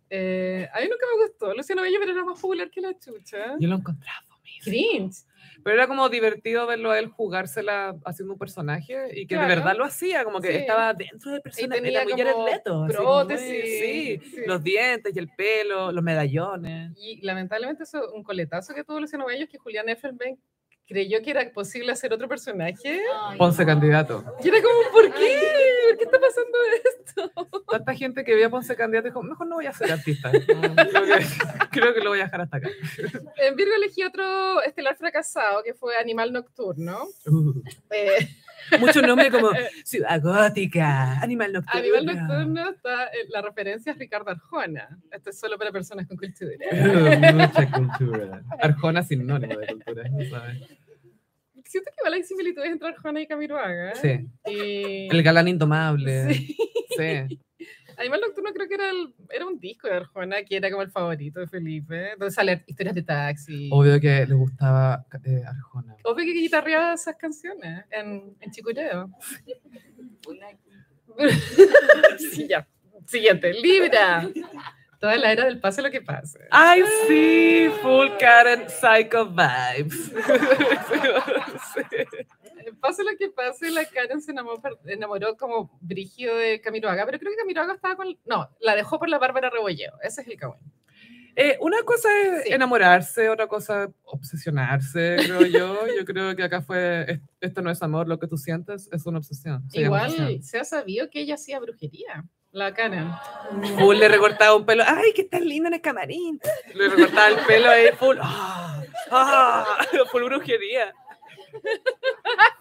B: Eh, a mí nunca me gustó Luciano Bello, pero era más popular que la chucha.
A: Yo lo encontraba. fome.
B: Cringe.
A: Pero era como divertido verlo a él jugársela haciendo un personaje y que de
B: Claro.
A: verdad lo hacía, como que
B: Sí.
A: estaba dentro del personaje.
B: tenía
A: Era muy Jared
B: como
A: Leto, así como,
B: prótesis,
A: sí,
B: sí.
A: los dientes y el pelo, los medallones.
B: Y lamentablemente eso, un coletazo que tuvo Luciano Bello es que Julián Effelbeck creyó que era posible hacer otro personaje.
A: Ponce candidato.
B: Y era como, ¿por qué? ¿Por qué está pasando esto?
A: Tanta gente que veía a Ponce candidato dijo, mejor no voy a ser artista. creo, que, creo que lo voy a dejar hasta acá.
B: En Virgo elegí otro estelar fracasado que fue Animal Nocturno. Eh,
A: Mucho nombre como Ciudad Gótica, Animal Nocturno.
B: Animal Nocturno está, eh, la referencia es Ricardo Arjona. Esto es solo para personas con cultura.
A: Mucha cultura. Arjona sinónimo de cultura, ¿sabes?
B: Siento que igual hay similitudes entre Arjona y Camiroaga.
A: Sí.
B: Y-
A: El galán indomable. Sí.
B: Eh, Sí. Animal Nocturno creo que era, el- era un disco de Arjona que era como el favorito de Felipe. Donde salen historias de taxi.
A: Obvio que le gustaba eh, Arjona.
B: Obvio que guitarreaba esas canciones en, en Chicureo. sí, ya. Siguiente, Libra. Toda la era del pase lo que pase.
A: Ay, sí, full Karen Psycho vibes.
B: Pase lo que pase, la Karen se enamoró, enamoró como brígido de Camiroaga, pero creo que Camiroaga estaba con... No, la dejó por la Bárbara Rebolledo, ese es el cagüey.
A: Eh, una cosa es
B: Sí.
A: enamorarse, otra cosa obsesionarse, creo yo. Yo creo que acá fue, "Es- esto no es amor, lo que tú sientes es una obsesión. Se llama
B: Igual se ha sabido que ella hacía brujería, la Karen.
A: obsesión. Full le recortaba un pelo, ay, que estás linda en el camarín. Le recortaba el pelo ahí, full, ah, ah, full brujería.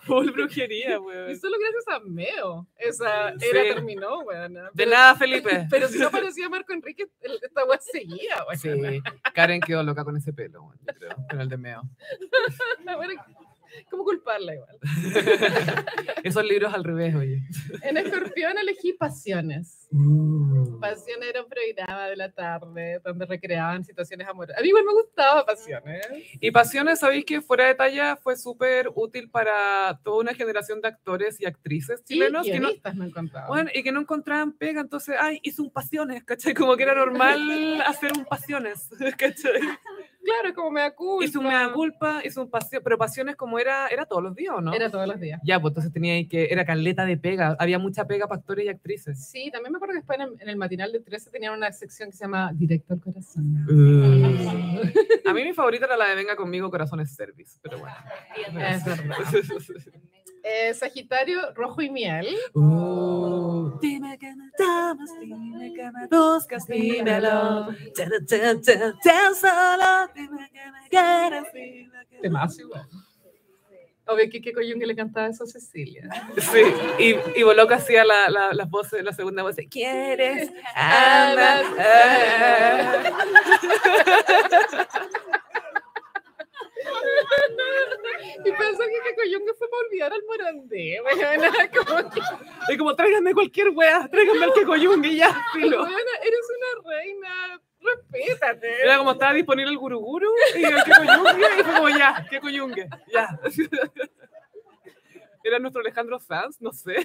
A: Full brujería,
B: Y
A: weón.
B: solo gracias a Meo, esa
A: Sí.
B: era terminó, weona.
A: De
B: Pero-
A: nada, Felipe.
B: Pero si no parecía Marco Enrique, el- esta weá seguía, weona.
A: Sí, Karen quedó loca con ese pelo, weón, yo creo, con el de Meo.
B: Bueno, ¿Cómo culparla igual?
A: Esos libros al revés, oye.
B: En Escorpión elegí Pasiones.
A: Mm.
B: Pasión era un programa de la tarde donde recreaban situaciones amorosas. A mí igual me gustaba Pasiones.
A: Y Pasiones, sabéis que fuera de talla fue súper útil para toda una generación de actores y actrices
B: Sí,
A: chilenos que no,
B: guionistas me han contado.
A: bueno, y que no encontraban pega, entonces, ay, hice un Pasiones, ¿cachai? Como que era normal hacer un Pasiones, ¿cachai?
B: claro, como me da culpa.
A: Hice un Mea Culpa, hice un Pasiones, pero Pasiones como era, era todos los días, ¿o ¿no?
B: Era todos los días.
A: Ya, pues entonces tenía ahí que, era caleta de pega, había mucha pega para actores y actrices.
B: Sí, también me acuerdo que después en el, en el matinal de 13 tenían una sección que se llama Directo al Corazón. Mm.
A: A mí mi favorita era la de Venga conmigo, Corazones Service, pero bueno.
B: Es verdad. Eh, Sagitario, Rojo y Miel.
A: Dime que me amas, dime que me buscas, dímelo. Cha, cha, cha, cha, cha, solo, dime que me quieres, dime que-
B: Temazo igual. Obvio que Kiko Jung le cantaba eso a Cecilia.
A: Sí, y, y Boloco hacía la, la, las voces, la segunda voz. de, ¿Quieres? Ama, ah".
B: Y pensar que Cacoyonga fue para olvidar al Morandé, weona, como que,
A: Y como, tráiganme cualquier wea, tráiganme al que coyungue y ya, filo.
B: weona, eres una reina, respétate.
A: Era como estaba disponible el guruguru y el que coyungue, y fue como, ya, que coyungue, ya. Era nuestro Alejandro Sanz, no sé.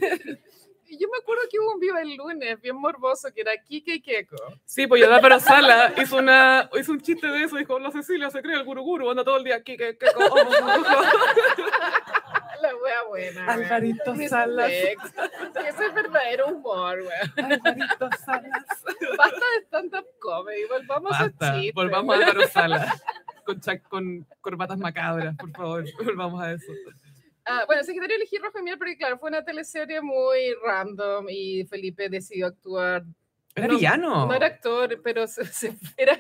B: Y yo me acuerdo que hubo un viva el lunes, bien morboso, que era Kike y Keko.
A: Sí, pues Yolanda para Sala hizo, una, hizo un chiste de eso, dijo, la Cecilia se cree el guruguru, anda todo el día aquí, que, que co- oh, oh,
B: La wea buena,
A: oh".
B: weona.
A: Alvarito
B: Respect.
A: Salas,
B: Ese es verdadero humor, weón.
A: Alvarito Salas.
B: Basta de stand-up comedy, volvamos a
A: Basta,
B: chistes.
A: volvamos a Álvaro Sala. con, cha- con corbatas macabras, por favor, volvamos a eso.
B: Ah, bueno, Secretario elegí Rojo y Miel porque, claro, fue una teleserie muy random y Felipe decidió actuar.
A: Era
B: No,
A: villano.
B: No era actor, pero se- se- era,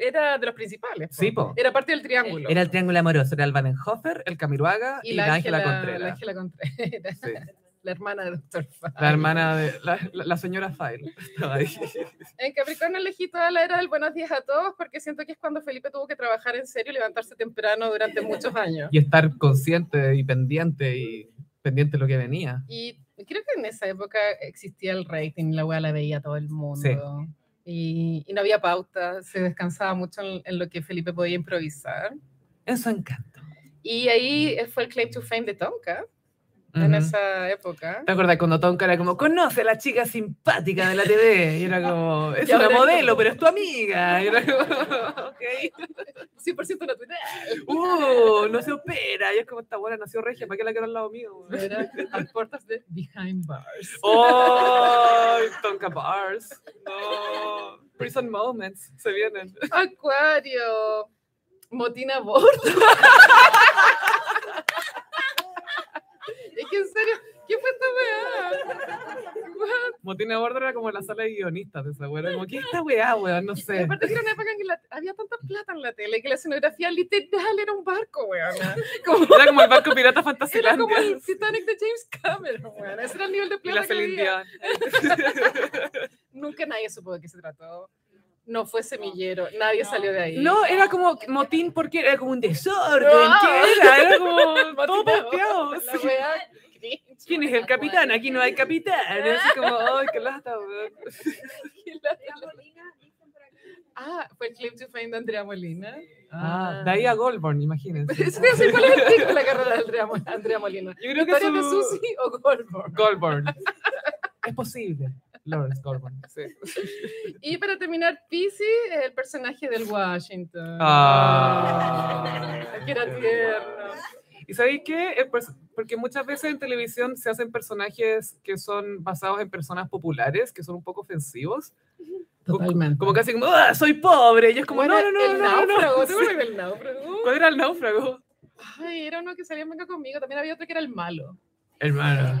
B: era de los principales. po.
A: Sí, po.
B: Era parte del triángulo.
A: Era el triángulo amoroso, era el Badenhofer, el Camiruaga y, la Ángela
B: La
A: Contreras.
B: Ángela Contreras.
A: Sí.
B: La hermana de Doctor
A: La hermana de la, la- la señora File. Estaba ahí.
B: En Capricornio elegí toda la era del buenos días a todos porque siento que es cuando Felipe tuvo que trabajar en serio y levantarse temprano durante muchos años.
A: Y estar consciente y pendiente y pendiente de lo que venía.
B: Y creo que en esa época existía el rating, la weá la veía todo el mundo. Y, y no había pauta, se descansaba mucho en, en lo que Felipe podía improvisar.
A: Eso encanto.
B: Y ahí fue el claim to fame de Tonka en
A: Ujú.
B: esa época.
A: ¿Te acuerdas cuando Tonka era como, conoce a la chica simpática de la TV? Y era como, es
B: Y ahora
A: una
B: es
A: modelo,
B: como- "Ah,
A: pero es tu amiga. Y era como, ok.
B: 100% natural.
A: Uh, no se opera. Y es como, esta buena nació regia, ¿para qué la quiero al lado mío? weón?"
B: Era a puertas de Behind Bars.
A: ¡Oh! Tonka Bars. No. Prison Moments. Se vienen.
B: Acuario. Motina Bordo. es que en serio, ¿qué fue esta weá? What?
A: Motín de Bordo era como la sala de guionistas de esa weá. Como, ¿qué es esta weá, weón? No
B: Y
A: sé.
B: aparte que era una época en que la- había tanta plata en la tele que la escenografía literal era un barco, weón. Como,
A: Era como el barco pirata
B: era como
A: Fantasilandia.
B: el Titanic de James Cameron, weón. Ese era el nivel de
A: Y
B: plata
A: la
B: que
A: Celine
B: había.
A: Dion.
B: Nunca nadie supo de qué se trató. No fue semillero, nadie salió de ahí.
A: No, era como motín porque era como un desorden.
B: No.
A: ¿Qué era? Era como todo
B: Motín de
A: pasteado.
B: Ah. La
A: sí.
B: weá cringe,
A: ¿Quién es el capitán? Aquí no hay capitán. Y Así como, ay, qué lata, weón.
B: la- Ah, fue el clip to fame de Andrea Molina.
A: Ah, de ahí a Goldborn, imagínense.
B: Eso te iba a decir, ¿cuál es el pico de la carrera de Andrea, Mo- Andrea Molina?
A: Yo creo que
B: ¿Historia de
A: su...
B: Susi o Goldborn?
A: Goldborn. Es posible. Lawrence Goldborn. Sí.
B: Y para terminar, Pisi, el personaje del Washington.
A: Ah.
B: que era tierno.
A: ¿Y sabéis qué? Eh, pues, porque muchas veces en televisión se hacen personajes que son basados en personas populares, que son un poco ofensivos.
B: Totalmente.
A: Como casi como, ¡ah, soy pobre! Y es como,
B: Bueno,
A: no, no, no,
B: el
A: no, no,
B: náufrago,
A: no.
B: ¿te acuerdas del náufrago?
A: ¿Cuál era el náufrago?
B: Ay, era uno que salía en manga conmigo. También había otro que era el malo.
A: Hermano,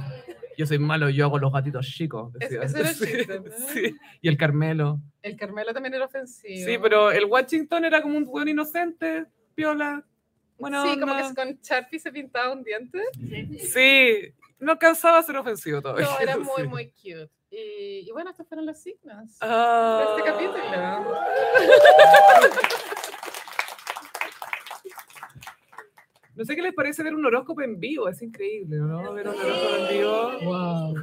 A: yo soy malo, yo hago los gatitos chicos.
B: Es-
A: decía.
B: ese era el
A: Sí,
B: chiste, ¿no?
A: sí. Y el Carmelo.
B: El Carmelo también era ofensivo.
A: Sí, pero el Washington era como un buen inocente, piola. Bueno,
B: sí, como que con Sharpie se pintaba un diente.
A: Sí, no cansaba ser ofensivo todavía.
B: No, era muy,
A: Sí.
B: muy cute. Y, y bueno, estos fueron los signos. de
A: Ah.
B: Este capítulo.
A: No sé qué les parece ver un horóscopo en vivo, es increíble, ¿no? Ver un horóscopo en vivo.
B: Wow.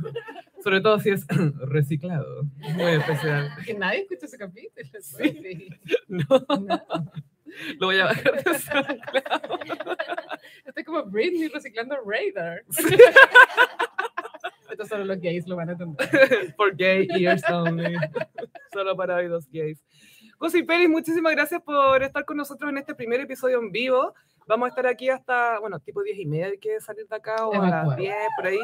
A: Sobre todo si es reciclado. Muy especial.
B: Que nadie escucha ese capítulo. pues, sorry.
A: No,
B: No.
A: lo voy a bajar de SoundCloud.
B: Estoy como Britney reciclando radar. Esto solo los gays lo van a entender.
A: Por gay ears only. Solo para oídos gays. José Pérez, muchísimas gracias por estar con nosotros en este primer episodio en vivo. Vamos a estar aquí hasta, bueno, tipo 10 y media, hay que salir de acá o a las
B: Evacuar.
A: 10, por ahí.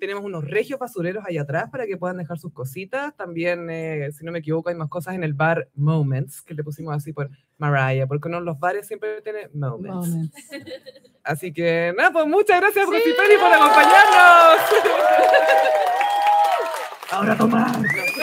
A: Tenemos unos regios basureros ahí atrás para que puedan dejar sus cositas. También, eh, si no me equivoco, hay más cosas en el bar Moments, que le pusimos así por Mariah, porque no, los bares siempre tienen Moments. Así que, nada, pues muchas gracias, José Pérez, por acompañarnos.
H: Ahora toma.
A: No.